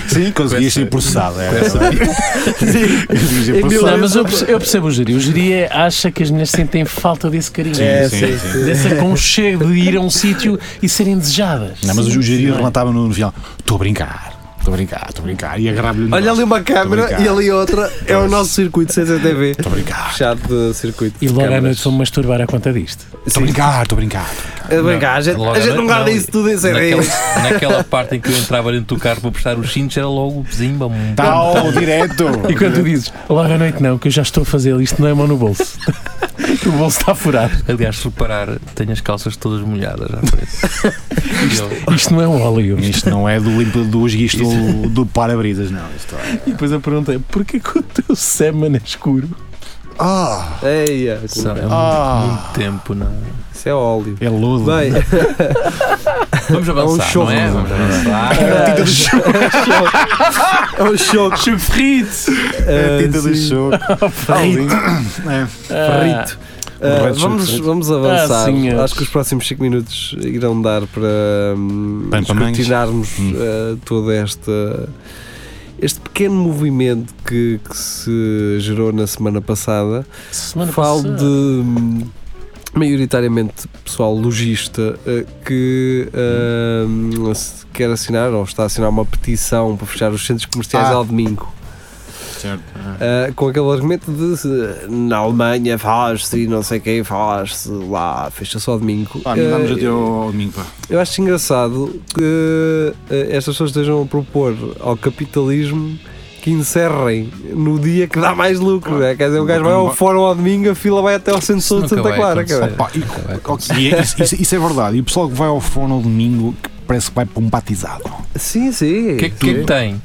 Speaker 7: Sim, conseguias ser processado. É, Conseguias ser
Speaker 2: Em mil-
Speaker 5: Não,
Speaker 7: processado.
Speaker 5: mas eu percebo, eu percebo o Jiri. O Jiri é- acha que as mulheres sentem falta desse carinho,
Speaker 2: É,
Speaker 7: sim,
Speaker 2: sim, sim.
Speaker 5: desse aconchego de ir a um sítio e serem desejadas.
Speaker 7: Não, mas o
Speaker 5: é
Speaker 7: Júlio relatava no no final: estou a brincar, estou a brincar, estou a brincar. E agarrava-lhe o
Speaker 2: Olha ali uma câmera
Speaker 7: Obrigado.
Speaker 2: e ali outra. É o nosso circuito CCTV.
Speaker 7: Estou a brincar,
Speaker 2: Fechado de circuito.
Speaker 5: E
Speaker 2: de
Speaker 5: logo à
Speaker 2: câmaras.
Speaker 5: noite vou masturbar à conta disto.
Speaker 7: estou a brincar, estou a brincar.
Speaker 2: É bem cá, A gente
Speaker 4: Logo
Speaker 2: a gente
Speaker 4: à
Speaker 2: não
Speaker 4: noite,
Speaker 2: guarda isso <laughs> tudo em CD.
Speaker 4: Naquela, naquela parte em que eu entrava dentro do carro para prestar os cintos, era logo zimba. um-
Speaker 7: Tal, tá, direto.
Speaker 5: E quando tu dizes, logo à noite não, que eu já estou a fazer isto, não é mão no bolso. <laughs> o bolso está furado.
Speaker 4: Aliás, se reparar, tenho as calças todas molhadas à frente.
Speaker 2: <laughs>
Speaker 4: E eu-
Speaker 5: Isto não é um óleo.
Speaker 7: Isto não é do limpa dos guisto do, do para-brisas, não. Isto é.
Speaker 5: E depois eu perguntei, porquê que o teu semen é <laughs> escuro?
Speaker 7: Ah,
Speaker 2: Eia,
Speaker 4: Só, é muito,
Speaker 7: Ah.
Speaker 4: muito tempo, não.
Speaker 2: isso é óleo.
Speaker 7: é lodo. <laughs>
Speaker 2: Bem, um
Speaker 4: Vamos avançar, não é?
Speaker 2: chorro.
Speaker 4: Vamos
Speaker 2: um
Speaker 4: avançar.
Speaker 5: É
Speaker 2: é um choque.
Speaker 5: Chufrite!
Speaker 7: É a tinta
Speaker 2: Ah,
Speaker 7: do
Speaker 2: sim.
Speaker 7: choco. Paulinho. É.
Speaker 2: Rito. Ah,
Speaker 7: Red
Speaker 2: vamos,
Speaker 7: Shoes.
Speaker 2: vamos avançar.
Speaker 5: Ah, senhores.
Speaker 2: Acho que os próximos 5 minutos irão dar para hum,
Speaker 7: Pam, pamanhas.
Speaker 2: escrutinarmos
Speaker 7: Hum.
Speaker 2: ah, todo esta, este pequeno movimento que, que se gerou na semana passada.
Speaker 5: Semana
Speaker 2: Falo
Speaker 5: passada.
Speaker 2: de hum, maioritariamente pessoal logista ah, que ah, hum, se quer assinar ou está a assinar uma petição para fechar os centros comerciais
Speaker 7: Ah.
Speaker 2: ao domingo.
Speaker 7: Certo. ah.
Speaker 2: Uh, com aquele argumento de se na Alemanha faz-se e não sei quem faz-se lá, fecha só domingo.
Speaker 7: Pá, mudámos
Speaker 2: Uh,
Speaker 7: até ao domingo, pá.
Speaker 2: Eu acho engraçado que uh, estas pessoas estejam a propor ao capitalismo que encerrem no dia que dá mais lucro. né? Quer dizer, o gajo vai ao fórum ao domingo, a fila vai até ao centro de
Speaker 4: Isso
Speaker 2: saúde de
Speaker 4: nunca
Speaker 2: Santa
Speaker 4: vai
Speaker 2: Clara.
Speaker 4: acontecer.
Speaker 2: cara.
Speaker 7: Pá, e- e é- isso, isso- isso é verdade. E o pessoal que vai ao forno ao domingo que parece que vai para um batizado.
Speaker 2: Sim, sim.
Speaker 4: O que é que tu tem?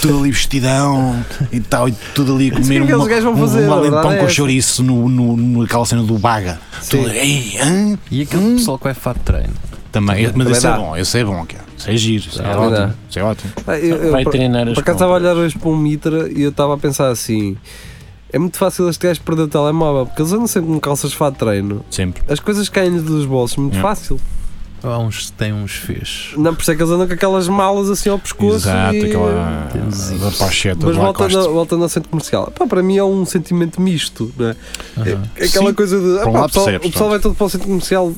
Speaker 7: Tudo ali vestidão e tal, e tudo ali a
Speaker 2: Isso
Speaker 7: comer
Speaker 2: que é que
Speaker 7: uma,
Speaker 2: eles gajos vão fazer,
Speaker 7: um
Speaker 2: a verdade
Speaker 7: alentão
Speaker 2: é
Speaker 7: com
Speaker 2: essa.
Speaker 7: chouriço no, no, naquela cena do baga.
Speaker 2: Sim.
Speaker 7: Tudo, ei, hã?
Speaker 4: E aquele
Speaker 7: Hum.
Speaker 4: pessoal que vai fato de treino?
Speaker 7: Também, mas
Speaker 2: Também
Speaker 7: isso
Speaker 2: dá.
Speaker 7: é bom, isso é bom, cara. Isso é giro, isso é,
Speaker 4: Também
Speaker 7: ótimo.
Speaker 2: dá.
Speaker 7: Isso é ótimo.
Speaker 2: Ah, eu- eu-
Speaker 5: Vai
Speaker 2: por-
Speaker 5: treinar as
Speaker 2: Por acaso estava a olhar hoje para um Mitra e eu estava a pensar assim: é muito fácil este gajo perder o telemóvel, porque eles andam sempre com calças de fato de treino.
Speaker 7: Sempre.
Speaker 2: As coisas caem-lhe dos bolsos muito
Speaker 4: É.
Speaker 7: Yeah.
Speaker 2: fácil.
Speaker 4: Há uns que têm uns fechos.
Speaker 2: Não, por isso é que eles andam com aquelas malas assim ao pescoço.
Speaker 7: Exato,
Speaker 2: e...
Speaker 7: aquela
Speaker 4: Entendi.
Speaker 7: da pacheta
Speaker 2: Mas
Speaker 7: do
Speaker 2: voltando,
Speaker 7: Lacoste.
Speaker 2: ao- voltando ao centro comercial, pá, para mim é um sentimento misto, não é?
Speaker 4: Aham.
Speaker 2: É Aquela
Speaker 7: Sim.
Speaker 2: coisa de. ah,
Speaker 7: Por um
Speaker 2: pá,
Speaker 7: lado
Speaker 2: o pessoal,
Speaker 7: percebes,
Speaker 2: o pessoal vai todo para o centro comercial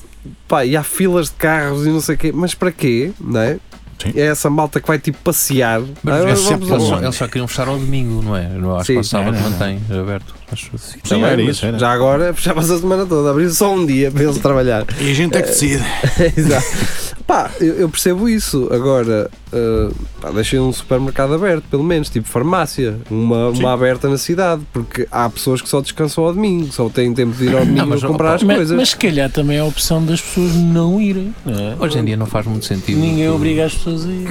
Speaker 2: pá, e há filas de carros e não sei o quê, mas para quê, não é?
Speaker 7: Sim.
Speaker 2: É essa malta que vai tipo passear.
Speaker 4: Mas
Speaker 2: Ah,
Speaker 4: é
Speaker 2: vamos
Speaker 7: sempre
Speaker 2: ao-
Speaker 7: bom.
Speaker 4: Eles, eles só queriam fechar ao domingo, não é? Não, acho
Speaker 2: Sim.
Speaker 4: que o sábado
Speaker 7: Não, não, não.
Speaker 4: mantém é aberto. Acho
Speaker 7: Sim,
Speaker 2: Também,
Speaker 7: era
Speaker 2: mas
Speaker 7: isso, era.
Speaker 2: Já agora fechava-se a semana toda, abria só um dia para eles trabalhar.
Speaker 7: E a gente é que decide.
Speaker 2: <laughs> Exato. Pá, eu, eu percebo isso. Agora, ah, pá, deixei um supermercado aberto, pelo menos, tipo farmácia, uma, uma aberta na cidade, porque há pessoas que só descansam ao domingo, só têm tempo de ir ao domingo
Speaker 4: mas,
Speaker 2: a comprar
Speaker 4: opa,
Speaker 2: as
Speaker 5: Ah, Mas,
Speaker 2: coisas.
Speaker 5: mas se calhar também é a opção das pessoas não irem. Não é?
Speaker 4: Hoje em dia não faz muito sentido.
Speaker 5: Ninguém
Speaker 4: tu-
Speaker 5: obriga as pessoas a ir.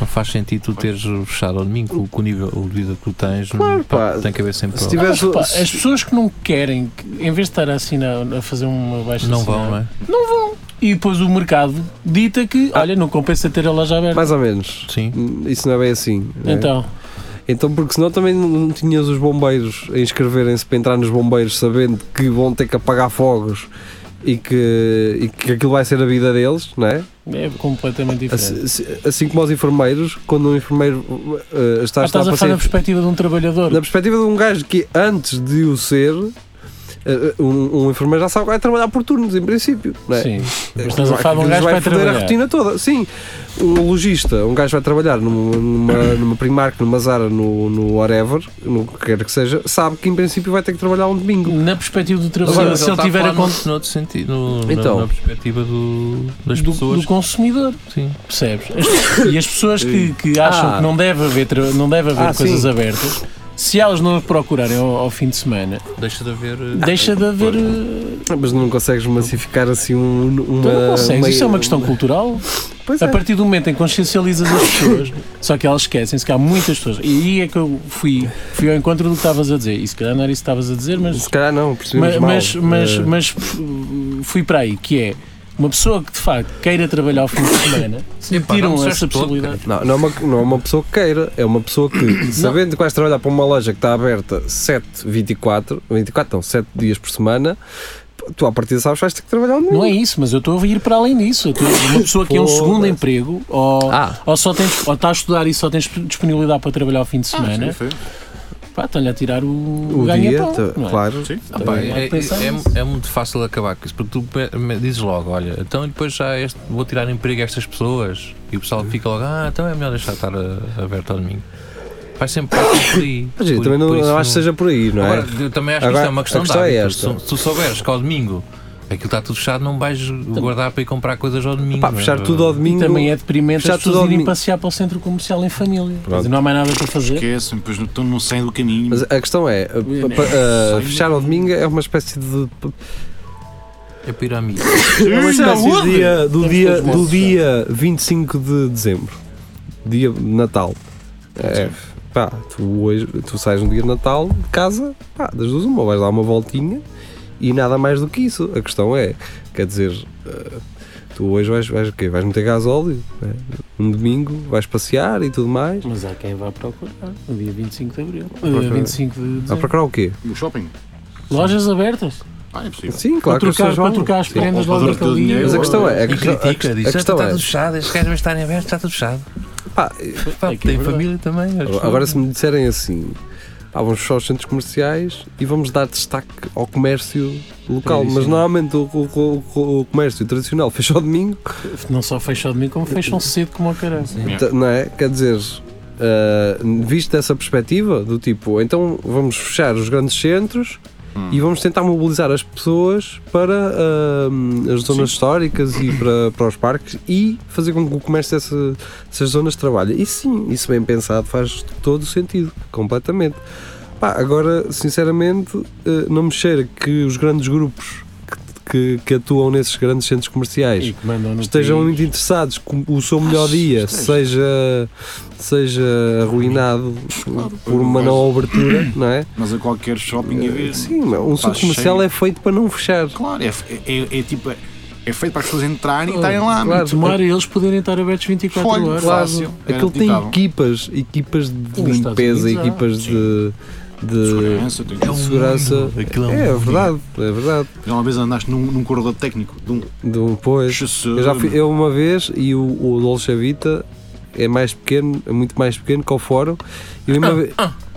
Speaker 4: Não faz sentido tu teres fechado ao domingo com- com o nível de vida que tu tens. não-
Speaker 2: Claro,
Speaker 4: pá,
Speaker 2: pá.
Speaker 4: Tem que haver sempre.
Speaker 2: Se tivesse.
Speaker 5: Pá,
Speaker 2: se-
Speaker 5: as pessoas que não querem, que, em vez de estar a assinar, a fazer uma baixa
Speaker 4: Não vão, não é?
Speaker 5: E depois o mercado dita que, olha, não compensa ter a loja aberta.
Speaker 2: mais ou menos.
Speaker 4: Sim.
Speaker 2: Hum, Isso não é bem assim. não é?
Speaker 5: Então,
Speaker 2: Então, porque senão também não- não tinhas os bombeiros a inscreverem-se para entrar nos bombeiros sabendo que vão ter que apagar fogos e que, e que aquilo vai ser a vida deles, não é?
Speaker 5: É completamente diferente.
Speaker 2: Assim, assim como aos enfermeiros, quando um enfermeiro eh, está a estar
Speaker 5: Ah, estás a falar da perspectiva de um trabalhador.
Speaker 2: na perspectiva de um gajo que antes de o ser, eh, um, um enfermeiro já sabe que vai trabalhar por turnos, em princípio. Não é?
Speaker 5: Sim.
Speaker 2: É,
Speaker 5: Estás a falar
Speaker 2: aquilo
Speaker 5: de um gajo que
Speaker 2: vai
Speaker 5: vai
Speaker 2: foder a
Speaker 5: trabalhar.
Speaker 2: rotina toda. Sim, um lojista, um gajo vai trabalhar numa, numa, numa Primark, numa Zara, no, no whatever, no que quer que seja, sabe que em princípio vai ter que trabalhar um domingo.
Speaker 5: Na perspectiva do
Speaker 4: Mas
Speaker 5: trabalhador,
Speaker 4: ele
Speaker 5: se ele
Speaker 4: está
Speaker 5: tiver
Speaker 4: falar
Speaker 5: a conta
Speaker 4: no, no outro sentido, no- na-
Speaker 2: Então.
Speaker 4: na, perspectiva do, das
Speaker 5: do,
Speaker 4: pessoas.
Speaker 5: do consumidor,
Speaker 4: Sim.
Speaker 5: percebes? As- e as pessoas que, que acham
Speaker 2: Ah.
Speaker 5: que não deve haver, tra- não deve haver
Speaker 2: Ah,
Speaker 5: coisas
Speaker 2: sim.
Speaker 5: abertas, se elas não procurarem ao, ao fim de semana,
Speaker 4: Deixa de haver. eh,
Speaker 5: deixa de haver. eh,
Speaker 2: Mas não consegues massificar assim um, uma.
Speaker 5: Tu não consegues, isso é uma questão cultural.
Speaker 2: Pois
Speaker 5: A
Speaker 2: é.
Speaker 5: partir do momento em que consciencializas as pessoas, só que elas esquecem-se que há muitas pessoas. E aí é que eu fui, fui ao encontro do que estavas a dizer. E se calhar não era isso que estavas a dizer, mas
Speaker 2: Se calhar não, percebemos
Speaker 5: mas,
Speaker 2: mal.
Speaker 5: mas, mas,
Speaker 2: Eh,
Speaker 5: mas, uh, fui para aí, que é uma pessoa que de facto queira trabalhar ao fim de semana,
Speaker 4: Sim, pá,
Speaker 5: tiram
Speaker 4: não disseste
Speaker 5: essa
Speaker 4: todo,
Speaker 5: possibilidade.
Speaker 2: Não, não é, uma, não é uma pessoa que queira, é uma pessoa
Speaker 5: <coughs>
Speaker 2: que, sabendo que vais trabalhar para uma loja que está aberta 7, 24, 24 não, 7 dias por semana, tu à partida sabes que vais ter que trabalhar um domingo.
Speaker 5: Não é isso, mas eu estou a ir para além disso. Eu estou- Uma pessoa que é um
Speaker 2: Foda-se.
Speaker 5: segundo emprego, ou,
Speaker 2: Ah.
Speaker 5: ou, só tens, ou está a estudar e só tens disponibilidade para trabalhar ao fim de semana,
Speaker 3: sim, sim.
Speaker 5: pá, estão-lhe a tirar o,
Speaker 2: O dia,
Speaker 5: ganha-pão.
Speaker 2: tá-
Speaker 5: não é?
Speaker 2: claro.
Speaker 4: Ah, pá,
Speaker 5: Também há
Speaker 4: é,
Speaker 5: que pensar
Speaker 4: é-
Speaker 5: nisso.
Speaker 4: é muito fácil acabar com isso, porque tu pe- me- dizes logo, olha, então e depois já este- vou tirar emprego a estas pessoas e o pessoal fica logo, ah, então é melhor deixar estar a- aberto ao domingo. Vai sempre passar por aí.
Speaker 2: Mas, gente,
Speaker 4: Por-
Speaker 2: também não,
Speaker 4: por isso
Speaker 2: não acho que seja por aí, não é?
Speaker 4: Agora, eu também acho
Speaker 2: Agora,
Speaker 4: que isto é uma questão,
Speaker 2: a questão
Speaker 4: de
Speaker 2: é
Speaker 4: hábitos.
Speaker 2: esta.
Speaker 4: Se, se tu souberes que ao domingo aquilo está tudo fechado, não vais guardar para ir comprar coisas ao domingo.
Speaker 2: Então, Pá,
Speaker 4: não é?
Speaker 2: fechar tudo ao
Speaker 5: E
Speaker 2: domingo.
Speaker 5: também é deprimente
Speaker 2: Fechar
Speaker 5: as
Speaker 2: tudo ao
Speaker 5: pessoas irem
Speaker 2: domingo.
Speaker 5: passear para o centro comercial em família. Quer
Speaker 2: Pronto.
Speaker 5: dizer, Não há mais nada para fazer.
Speaker 3: Esquecem, pois não, então não saem do caminho.
Speaker 2: Mas a questão é, pa- pa- ah, fechar ao domingo é uma espécie de.
Speaker 4: É para ir à missa.
Speaker 2: É uma espécie de dia, do,
Speaker 5: Vamos
Speaker 2: dia,
Speaker 5: todos nossos,
Speaker 2: do dia 25 de dezembro, dia de Natal. É, pá, tu, hoje, tu sais no dia de Natal de casa, pá, das duas uma, vais dar uma voltinha e nada mais do que isso. A questão é, quer dizer, eh, tu hoje vais, vais o quê? Vais meter gás óleo, né? um domingo, vais passear e tudo mais.
Speaker 5: Mas há quem vá procurar no dia 25 de abril. Eh,
Speaker 2: Procurar.
Speaker 5: 25 de
Speaker 2: Vai
Speaker 5: dezembro.
Speaker 2: procurar o quê?
Speaker 3: No shopping?
Speaker 5: Lojas abertas.
Speaker 3: Ah, é possível.
Speaker 2: Sim, claro que
Speaker 5: para
Speaker 2: as
Speaker 5: trocar,
Speaker 2: pessoas
Speaker 5: para
Speaker 2: vão.
Speaker 5: trocar as
Speaker 2: Sim.
Speaker 5: prendas
Speaker 3: Ou
Speaker 5: lá
Speaker 3: valor
Speaker 5: da
Speaker 3: do dinheiro,
Speaker 2: Mas a questão é, a
Speaker 4: E
Speaker 2: questão, a
Speaker 4: critica,
Speaker 2: questão, a
Speaker 4: diz, "Ah, está
Speaker 2: questão é,
Speaker 4: tudo fechado, estes gajos não estarem abertos, está tudo fechado.
Speaker 2: pá,
Speaker 4: Pá,
Speaker 5: É que é
Speaker 4: tem
Speaker 5: verdade.
Speaker 4: família também. as
Speaker 2: Agora,
Speaker 4: pessoas-
Speaker 2: agora se me disserem assim, pá, vamos fechar os centros comerciais e vamos dar destaque ao comércio local, mas normalmente o, o- o- o comércio tradicional <laughs> fecha ao domingo,
Speaker 5: Não só fecham de mim, como fecham cedo como ao caralho.
Speaker 2: t- não é? Quer dizer, ah, visto dessa perspectiva, do tipo, então vamos fechar os grandes centros e vamos tentar mobilizar as pessoas para ah, as zonas históricas e para, para os parques e fazer com que o comércio dessa- dessas zonas trabalhe. E sim, isso bem pensado faz todo o sentido, completamente. Pá, agora, sinceramente, eh, não me cheira que os grandes grupos que, que- que atuam nesses grandes centros comerciais
Speaker 5: E que mandam no
Speaker 2: estejam
Speaker 5: país.
Speaker 2: muito interessados que o seu melhor dia seja, seja arruinado por uma não abertura, não é?
Speaker 3: Mas a qualquer shopping é ver.
Speaker 2: Sim, meu, um
Speaker 3: Está
Speaker 2: centro comercial
Speaker 3: cheio.
Speaker 2: é feito para não fechar.
Speaker 3: Claro, é, é- é tipo. É feito para as pessoas entrarem e estarem lá.
Speaker 2: Claro.
Speaker 5: Tomara eles poderem estar abertos 24
Speaker 3: Folha,
Speaker 5: horas.
Speaker 3: claro.
Speaker 2: Fácil.
Speaker 3: Fácil,
Speaker 2: Aquilo tem
Speaker 3: garantitável.
Speaker 2: equipas, equipas de
Speaker 5: Nos Estados
Speaker 2: limpeza,
Speaker 5: Unidos,
Speaker 2: equipas de, de
Speaker 3: Segurança, tem-
Speaker 4: É um
Speaker 2: segurança.
Speaker 4: mundo, aquilo é um
Speaker 2: É, é
Speaker 4: mundo.
Speaker 2: verdade, é verdade.
Speaker 3: Já uma vez andaste num, num corredor técnico de um
Speaker 2: De um, pois, eu já fui, eu uma vez e o, o Dolce Vita é mais pequeno, é muito mais pequeno que o fórum. E uma, <coughs> ve-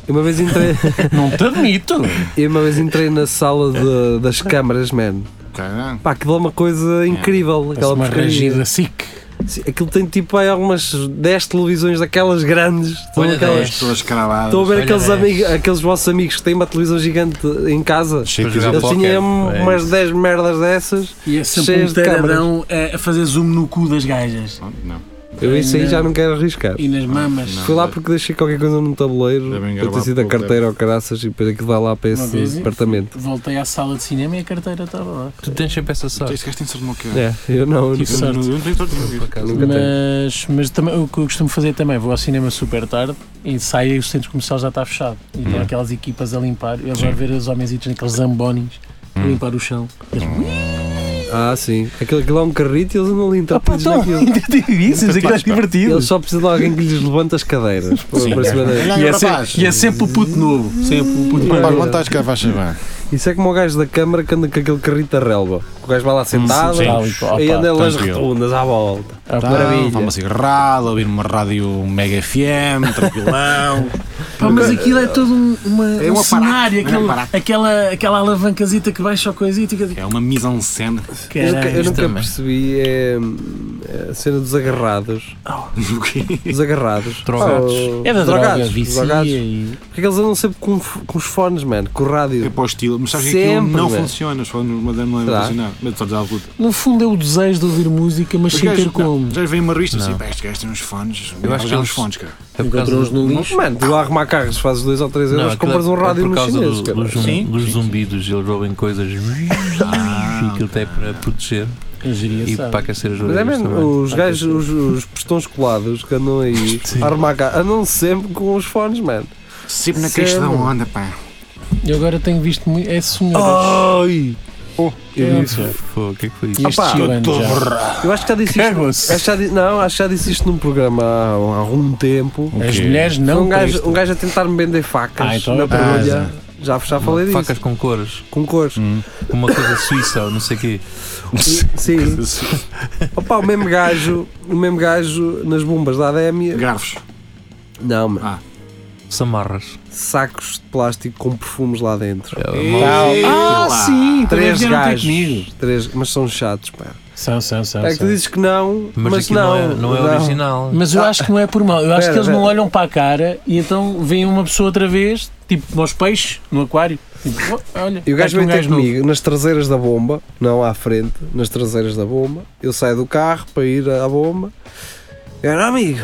Speaker 2: eu uma vez entrei.
Speaker 5: Não te <laughs> admito.
Speaker 2: Eu uma vez entrei na sala de- das câmaras, man.
Speaker 3: Caraca.
Speaker 2: Pá, aquilo é uma coisa incrível.
Speaker 5: Aquela
Speaker 2: Aquela
Speaker 5: uma
Speaker 2: porcaria.
Speaker 5: regida SIC.
Speaker 2: Sim, Aquilo tem tipo aí algumas 10 televisões daquelas grandes. Estão
Speaker 4: Olha
Speaker 2: aquelas-
Speaker 4: dez.
Speaker 3: Pessoas cravadas.
Speaker 2: estão a ver
Speaker 4: olha
Speaker 2: aqueles,
Speaker 4: dez.
Speaker 2: amigos, aqueles vossos amigos que têm uma televisão gigante em casa.
Speaker 3: Achei que
Speaker 4: Para jogar
Speaker 2: Eu
Speaker 4: Pocket,
Speaker 2: tinha um,
Speaker 4: é
Speaker 2: umas 10 merdas dessas.
Speaker 5: E é
Speaker 2: sempre Cheias um de câmaras. taradão
Speaker 5: a fazer zoom no cu das gajas.
Speaker 3: Não, não.
Speaker 2: Eu isso aí
Speaker 5: Não.
Speaker 2: já não quero arriscar.
Speaker 5: E nas mamas.
Speaker 3: não.
Speaker 2: Fui lá porque deixei qualquer coisa num tabuleiro.
Speaker 3: Devem
Speaker 2: Eu ter
Speaker 3: gravar
Speaker 2: sido
Speaker 3: para
Speaker 2: a
Speaker 3: o
Speaker 2: carteira ou caraças e depois aquilo vai lá para esse
Speaker 5: vez-
Speaker 2: apartamento.
Speaker 5: Voltei à sala de cinema e a carteira estava lá.
Speaker 4: Tu tens sempre essa sorte.
Speaker 3: Este gajo tem sorte no que
Speaker 2: É, eu não.
Speaker 5: Isso.
Speaker 3: Eu não- eu não tenho sorte no que é.
Speaker 4: Por acaso.
Speaker 2: Nunca tenho.
Speaker 5: Mas, mas também, o que eu costumo fazer também, vou ao cinema super tarde e saio e o centro comercial já está fechado. E tem aquelas equipas a limpar. Eu adoro ver os homenzitos naqueles zambonis a limpar o chão. Eles-
Speaker 2: Ah, sim. Aquilo, aquilo é um carrito e eles andam ali
Speaker 7: Ah, pá,
Speaker 5: é
Speaker 2: entrapidos
Speaker 7: então,
Speaker 2: naquilo.
Speaker 7: <laughs> ainda digo isso, isso é que é divertido.
Speaker 2: Eles só precisam de alguém que lhes levante as cadeiras. para- para cima da-
Speaker 5: Olha aí,
Speaker 7: E é,
Speaker 5: rapaz.
Speaker 7: sempre, e é sempre o puto novo.
Speaker 5: Sempre o puto
Speaker 3: Mas
Speaker 5: mais-
Speaker 3: quando estás cá, vais chamar.
Speaker 2: Isso é como o gajo da câmara que anda com aquele carrito da relva. O gajo vai lá sentado
Speaker 7: sim.
Speaker 2: e
Speaker 7: Opa,
Speaker 2: anda elas
Speaker 7: tranquilo.
Speaker 2: rotundas à volta.
Speaker 3: Tá,
Speaker 2: maravilha.
Speaker 3: Vamos assim, rádio, ouvir uma rádio Mega FM,
Speaker 7: <laughs>
Speaker 3: tranquilão.
Speaker 5: Pá, mas aquilo
Speaker 2: eh,
Speaker 5: é todo um, uma,
Speaker 3: É
Speaker 5: um
Speaker 3: um aparato,
Speaker 5: cenário,
Speaker 3: é um
Speaker 5: aquele-
Speaker 3: aparato.
Speaker 5: aquela, aquela alavancazita que baixa o coisito e que eu digo,
Speaker 3: é uma mise en scène.
Speaker 2: Eu nunca,
Speaker 5: "Caralho,
Speaker 2: eu nunca
Speaker 5: isto-
Speaker 2: percebi é, hum, a cena dos agarrados.
Speaker 7: Oh, <laughs>
Speaker 2: Os agarrados.
Speaker 4: Drogados.
Speaker 2: Oh,
Speaker 7: É da droga,
Speaker 2: drogados,
Speaker 7: vicia
Speaker 2: drogados.
Speaker 7: e...
Speaker 2: Porque eles andam sempre com, f- com os fones, mano, com o
Speaker 3: É
Speaker 2: rádio.
Speaker 3: para o estilo, mas sabes que aquilo
Speaker 2: Sempre,
Speaker 3: não
Speaker 2: velho.
Speaker 3: funciona. Os fones é- não devem
Speaker 2: Será?
Speaker 3: funcionar. Mas estás à luta.
Speaker 5: No fundo é o desejo de ouvir música, mas
Speaker 3: Os
Speaker 5: sem
Speaker 3: gajos-
Speaker 5: ter como.
Speaker 3: não, Já vem uma revista assim, pá, este gajo tem uns fones. Eu acho que é uns
Speaker 4: eles-
Speaker 3: fones, cara.
Speaker 4: É por causa
Speaker 5: Encontrou-os
Speaker 4: do-
Speaker 5: no lixo.
Speaker 2: Mano, tu lá arrumar carros, fazes 2 ou 3
Speaker 4: Não,
Speaker 2: euros,
Speaker 4: aquilo
Speaker 2: compras um
Speaker 4: é-
Speaker 2: rádio
Speaker 4: é por
Speaker 2: no
Speaker 4: causa
Speaker 2: chinês.
Speaker 4: do-
Speaker 2: cara.
Speaker 4: dos, zum-
Speaker 3: Sim,
Speaker 4: dos
Speaker 3: sim,
Speaker 4: zumbidos, eles roubem
Speaker 2: <laughs>
Speaker 4: coisas e aquilo tem para proteger
Speaker 5: Engenharia
Speaker 4: e
Speaker 5: sabe.
Speaker 4: para aquecer as
Speaker 2: Mas é
Speaker 4: orelhas também.
Speaker 5: Ah,
Speaker 2: mesmo, os gajos, os, os pistões colados que andam aí
Speaker 5: <laughs>
Speaker 2: a armar cá, andam sempre com os fones, mano.
Speaker 3: Sempre na
Speaker 2: Sempre.
Speaker 3: questão da onda, pá.
Speaker 5: Eu agora tenho visto muito. É sonhadores.
Speaker 2: Ai! Oh,
Speaker 5: Eu
Speaker 4: Pô, o que é que foi isso?
Speaker 5: E este
Speaker 2: Opa,
Speaker 5: chorando já.
Speaker 2: Eu acho que já disse isto.
Speaker 5: Cago-se.
Speaker 2: Acho que já di- não, acho que já disse isto num programa há, há algum tempo.
Speaker 5: As mulheres É. não.
Speaker 2: um, gajo,
Speaker 5: Cristo.
Speaker 2: um gajo a tentar-me vender facas
Speaker 5: Ah, então é
Speaker 2: na
Speaker 5: outra
Speaker 2: parolha. Já, já falei disso.
Speaker 4: Facas com cores,
Speaker 2: Com cores.
Speaker 4: com uma coisa suíça ou não sei o quê.
Speaker 5: Hum.
Speaker 2: E-
Speaker 5: <laughs>
Speaker 2: Sim.
Speaker 5: assim.
Speaker 2: Opa, o mesmo gajo, o mesmo gajo nas bombas da Adémia.
Speaker 3: Garfos.
Speaker 2: Não, mano.
Speaker 4: Samarras.
Speaker 2: Sacos de plástico com perfumes lá dentro.
Speaker 4: É,
Speaker 5: Ah, sim! também
Speaker 2: Três
Speaker 5: vieram ter
Speaker 2: gajos.
Speaker 5: comigo.
Speaker 2: Três, mas são chatos, pá.
Speaker 5: São, são, são.
Speaker 2: É que tu
Speaker 5: são.
Speaker 2: dizes que não,
Speaker 4: Mas,
Speaker 2: mas,
Speaker 4: aquilo não, é, não é original.
Speaker 5: Mas
Speaker 2: Ah.
Speaker 5: eu acho que não é por mal. Eu acho
Speaker 2: Pera,
Speaker 5: que eles não
Speaker 2: pera.
Speaker 5: olham para a cara e então vem uma pessoa outra vez, tipo aos peixes, no aquário. Tipo, "Oh, olha.
Speaker 2: E o gajo
Speaker 5: está
Speaker 2: vem
Speaker 5: aqui um
Speaker 2: ter
Speaker 5: novo."
Speaker 2: comigo nas traseiras da bomba, não à frente, nas traseiras da bomba. Eu saio do carro para ir à bomba. Eu não, amigo,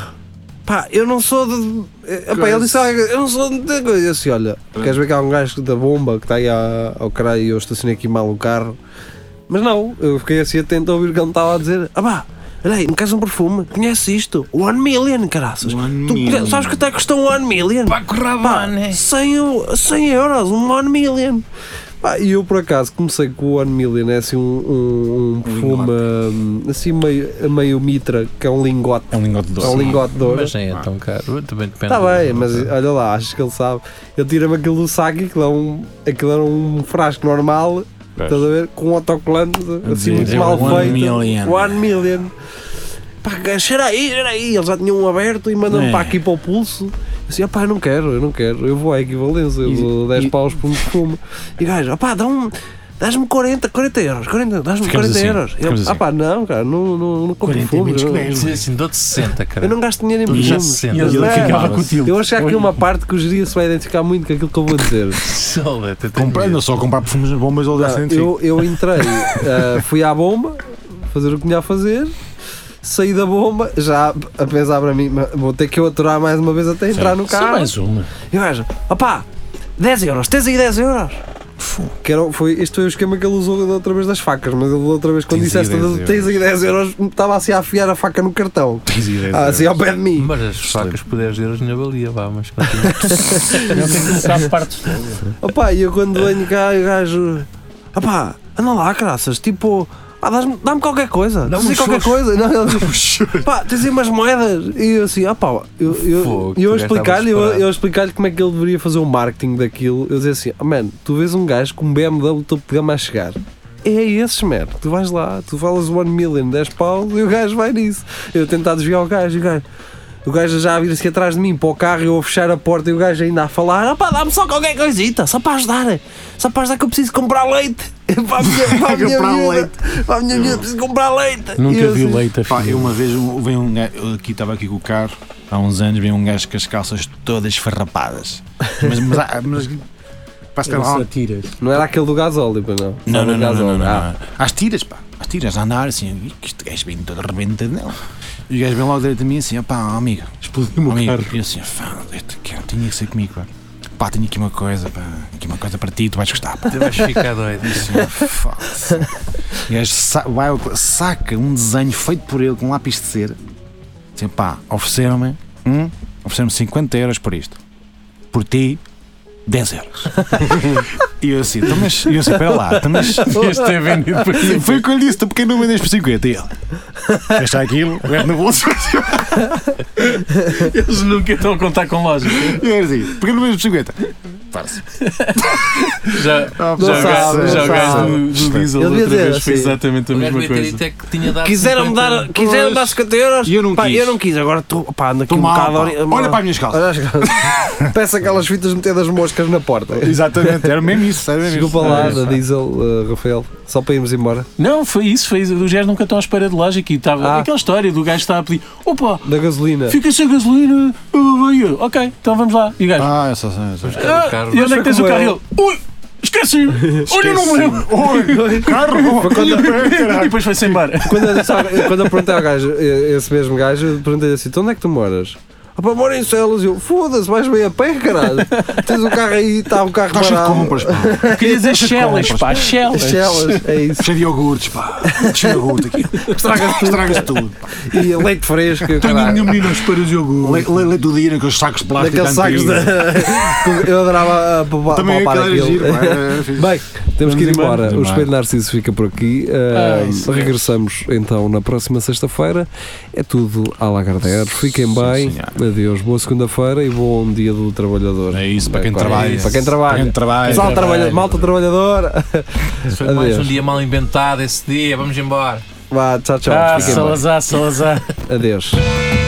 Speaker 2: pá, eu não sou de. eh, Pá, ele disse, "Ah, eu não sou de. coisa." Eu disse, olha, queres ver que há um gajo da bomba que está aí à- ao caralho e eu estacionei aqui mal o carro? Mas não, eu fiquei assim atento a ouvir o que ele me estava a dizer. Ah, pá. Olha aí, me queres um perfume? Conhece isto? One Million, caraças.
Speaker 3: One
Speaker 2: Tu
Speaker 3: Million.
Speaker 2: sabes quanto é que custa um One Million? Pá, 100, eu- 100 euros, um One Million. Pá, e eu por acaso comecei com o One Million, é assim um, um- um perfume hum, assim meio, a meio mitra, que é um lingote.
Speaker 3: É um lingote de
Speaker 2: É um lingote de ouro.
Speaker 4: Mas nem é tão caro. Também depende.
Speaker 2: Está
Speaker 4: do-
Speaker 2: Tá bem, mas olha lá, acho que ele sabe. Ele tira-me aquilo do saco, e aquilo, é um, aquilo era um frasco normal, estás a ver? Com um autocolante assim muito
Speaker 3: dizer,
Speaker 2: mal
Speaker 3: one
Speaker 2: feito.
Speaker 3: million.
Speaker 2: One million. Pá, gajo, cheira aí, cheira aí. Eles já tinham um aberto e mandam-me
Speaker 5: É.
Speaker 2: para aqui para o pulso. Eu Assim, opá, eu não quero, eu não quero. Eu vou à equivalência, eu
Speaker 5: E-
Speaker 2: dou 10
Speaker 5: e-
Speaker 2: paus por um perfume. E o gajo, opá, dá-me. Dás-me 40, 40 euros, 40, dás-me
Speaker 3: Ficamos
Speaker 2: 40
Speaker 3: assim,
Speaker 2: euros. Eu,
Speaker 3: ficamos assim.
Speaker 2: Ah pá, não, cara, não, não, não compro
Speaker 5: 40
Speaker 2: perfumes.
Speaker 5: menos que
Speaker 2: eu-
Speaker 5: 10.
Speaker 4: <laughs> Sim, sim, dou-te 60,
Speaker 2: Eu
Speaker 4: cara.
Speaker 2: não gasto dinheiro em
Speaker 4: Já
Speaker 2: perfumes.
Speaker 4: 60.
Speaker 5: E eles
Speaker 2: Não,
Speaker 5: ficava
Speaker 2: mas-
Speaker 5: com o tio.
Speaker 2: Eu acho que há aqui uma parte que o Geria se vai identificar muito com aquilo que eu vou dizer.
Speaker 4: Olha, até tenho
Speaker 3: Comprar,
Speaker 4: medo.
Speaker 3: não só comprar perfumes nas bombas ou da
Speaker 2: Não, Ah, eu, eu entrei, ah, fui à bomba, fazer o que tinha a fazer, saí da bomba, já a pensar para mim, "Mas vou ter que eu aturar mais uma vez até entrar no
Speaker 5: Só
Speaker 2: carro.
Speaker 5: mais uma.
Speaker 2: E o gajo, opá, 10 euros, tens aí 10 euros? Que era, foi, este foi o esquema que ele usou da outra vez das facas, mas ele da outra vez quando
Speaker 3: Tens aí
Speaker 2: disseste
Speaker 3: 10
Speaker 2: tens aí 10 euros, estava assim a afiar a faca no cartão, Ah, assim ao pé de mim.
Speaker 4: Mas as facas por 10 euros na valia, vá, mas continua.
Speaker 5: Eu tenho É que começar por partes.
Speaker 2: Opá, e eu quando venho cá, o gajo. Opá, anda lá, caraças, tipo. Ah, dás-me- dá-me qualquer coisa. Dá-me qualquer coisa. Não, ele diz, pá, tens aí umas moedas. E eu assim, opá, eu, eu,
Speaker 4: Fogo,
Speaker 2: e eu a
Speaker 4: tu já estavas
Speaker 2: explicar-lhe eu,
Speaker 4: preparado.
Speaker 2: eu a explicar-lhe como é que ele deveria fazer o marketing daquilo. Eu dizia assim, oh, mano, tu vês um gajo com um BMW topo de gama a chegar. É esses, mano. Tu vais lá, tu falas one million, 10 paus e o gajo vai nisso. Eu tentar desviar o gajo e o gajo. O gajo já a vir assim atrás de mim para o carro, eu a fechar a porta e o gajo ainda a falar: opá, dá-me só qualquer coisita, só para ajudar, só para ajudar que eu preciso comprar leite. <laughs> Para a minha, para a minha
Speaker 3: <laughs> Comprar
Speaker 2: miúda,
Speaker 3: leite.
Speaker 2: Para a minha miúda, preciso comprar leite. E
Speaker 5: Nunca
Speaker 2: eu
Speaker 5: vi
Speaker 2: assim,
Speaker 5: leite a
Speaker 3: Pá, eu
Speaker 5: filho.
Speaker 3: uma vez um- veio um gajo, eu aqui estava aqui com o carro, há uns anos veio um gajo com as calças todas farrapadas. Mas, mas, há- mas parece que era
Speaker 5: Só
Speaker 3: lá-
Speaker 5: tiras.
Speaker 2: Não era aquele do gasóleo, pois não?
Speaker 3: não, não, não,
Speaker 2: Só do
Speaker 3: não, não,
Speaker 2: gasóleo.
Speaker 3: não,
Speaker 2: Ah,
Speaker 3: não. Às tiras, pá, às tiras, a andar assim, "Ih, que este gajo vem todo arrebentado nela. E o gajo vem logo direito a mim assim, pá, amigo,
Speaker 5: Explodiu-me o
Speaker 3: amigo.
Speaker 5: carro.
Speaker 3: E eu assim, pá, este cara tinha que ser comigo, pá. Pá, tenho aqui uma coisa, pá, aqui uma coisa para ti, tu vais gostar, pá.
Speaker 4: Tu vais ficar doido.
Speaker 3: Foda-se. <laughs> O gajo sa- vai ao- saca um desenho feito por ele com um lápis de cera. Dizem, pá, ofereceram-me hum, ofereceram 50 euros por isto. Por ti, 10 euros. <laughs> e eu assim, então, mas, e eu assim, espera lá, então, mas
Speaker 4: Este é <laughs> vendido por
Speaker 3: Sim, Foi o que eu lhe disse, tu porque não vendes por 50? E ele, deixa aquilo, mete no bolso.
Speaker 5: Eles nunca estão a contar com lógica.
Speaker 3: E eu assim, porque não vendes por 50? Faz.
Speaker 5: <laughs> Já,
Speaker 3: Ah,
Speaker 5: já, o
Speaker 2: sabe,
Speaker 5: gajo- já
Speaker 2: não
Speaker 5: o gajo
Speaker 2: sabe.
Speaker 5: do, do diesel
Speaker 2: Ele devia
Speaker 5: outra vez
Speaker 2: dizer
Speaker 5: foi
Speaker 2: assim,
Speaker 5: exatamente a
Speaker 4: O gajo
Speaker 5: mesma
Speaker 4: devia ter dito
Speaker 5: coisa.
Speaker 4: é que tinha dado.
Speaker 9: Quiseram-me
Speaker 4: 50.
Speaker 9: dar, quiseram dar 50 euros.
Speaker 3: E eu não
Speaker 9: pá,
Speaker 3: quis.
Speaker 9: eu não quis. Agora estou. Pá, ando aqui
Speaker 3: Estou
Speaker 9: um
Speaker 3: mal,
Speaker 9: bocado.
Speaker 3: pá.
Speaker 9: ori-
Speaker 3: Olha para as minhas calças.
Speaker 2: <laughs> Olha as calças. Peça aquelas fitas de meter das moscas na porta.
Speaker 3: Exatamente, era mesmo isso. Era mesmo
Speaker 2: Desculpa
Speaker 3: é isso.
Speaker 2: lá, da Diesel, uh, Rafael, só para irmos embora.
Speaker 5: Não, foi isso. Foi, isso. os gajos nunca estão à espera de lógica. E estava
Speaker 2: Ah.
Speaker 5: aquela história do gajo que está a pedir: opa,
Speaker 2: Da gasolina.
Speaker 5: fica sem gasolina. blá, blá, blá, e eu, Ok, então vamos lá. E o gajo:
Speaker 3: Ah, essa cena.
Speaker 5: "Ah,
Speaker 4: carro.
Speaker 5: e onde é que tens o
Speaker 2: como
Speaker 5: carro? E
Speaker 2: eu.
Speaker 5: ele: Ui, esqueci. Olha, não me lembro.
Speaker 3: Oi, carro!
Speaker 5: <laughs> E depois foi-se embora.
Speaker 2: Quando eu, disse ao- quando eu perguntei ao gajo, eh, esse mesmo gajo, eu perguntei assim: "Então onde é que tu moras? Ah, pá, moro em Celas. Eu, foda-se, vais bem a pé, caralho. Tens o carro aí, está um carro
Speaker 3: Está cheio de
Speaker 2: parado.
Speaker 3: compras, pá.
Speaker 5: Queria dizer Shellas,
Speaker 3: compras.
Speaker 5: pá, Shellas.
Speaker 2: Celas, é isso.
Speaker 3: Cheio de iogurtes, pá. Cheio de iogurte aqui. Estragas, estragas tudo. pá.
Speaker 2: E leite fresco, caralho.
Speaker 5: menina aos para os iogurtes.
Speaker 3: Lê, lê, lê do dia naqueles sacos de plástico.
Speaker 2: Daqueles sacos
Speaker 3: antigos.
Speaker 2: da. <laughs> Eu adorava uh,
Speaker 3: é né? Também
Speaker 2: palpar
Speaker 3: aquilo era
Speaker 2: aquilo.
Speaker 3: giro, pá. era fixe.
Speaker 2: Bem, temos que ir
Speaker 3: embora. é.
Speaker 2: embora. O
Speaker 3: Vamos
Speaker 2: Espelho
Speaker 3: embora.
Speaker 2: Narciso fica por aqui. Ah, regressamos então na próxima sexta-feira. É tudo a Lagardère. Fiquem
Speaker 3: Sim,
Speaker 2: bem.
Speaker 3: senhora.
Speaker 2: Adeus. Boa segunda-feira e bom dia do trabalhador.
Speaker 3: É isso, para quem
Speaker 2: Agora,
Speaker 3: trabalha.
Speaker 2: Para quem trabalha.
Speaker 3: Para quem trabalha.
Speaker 2: Pessoal, trabalha, malta trabalhadora. <laughs>
Speaker 4: Foi mais um
Speaker 2: Adeus.
Speaker 4: dia mal inventado esse dia. Vamos embora.
Speaker 2: Vá, tchau, tchau.
Speaker 5: Ah,
Speaker 2: Fiquem bem.
Speaker 5: Salazar, Salazar.
Speaker 2: Adeus.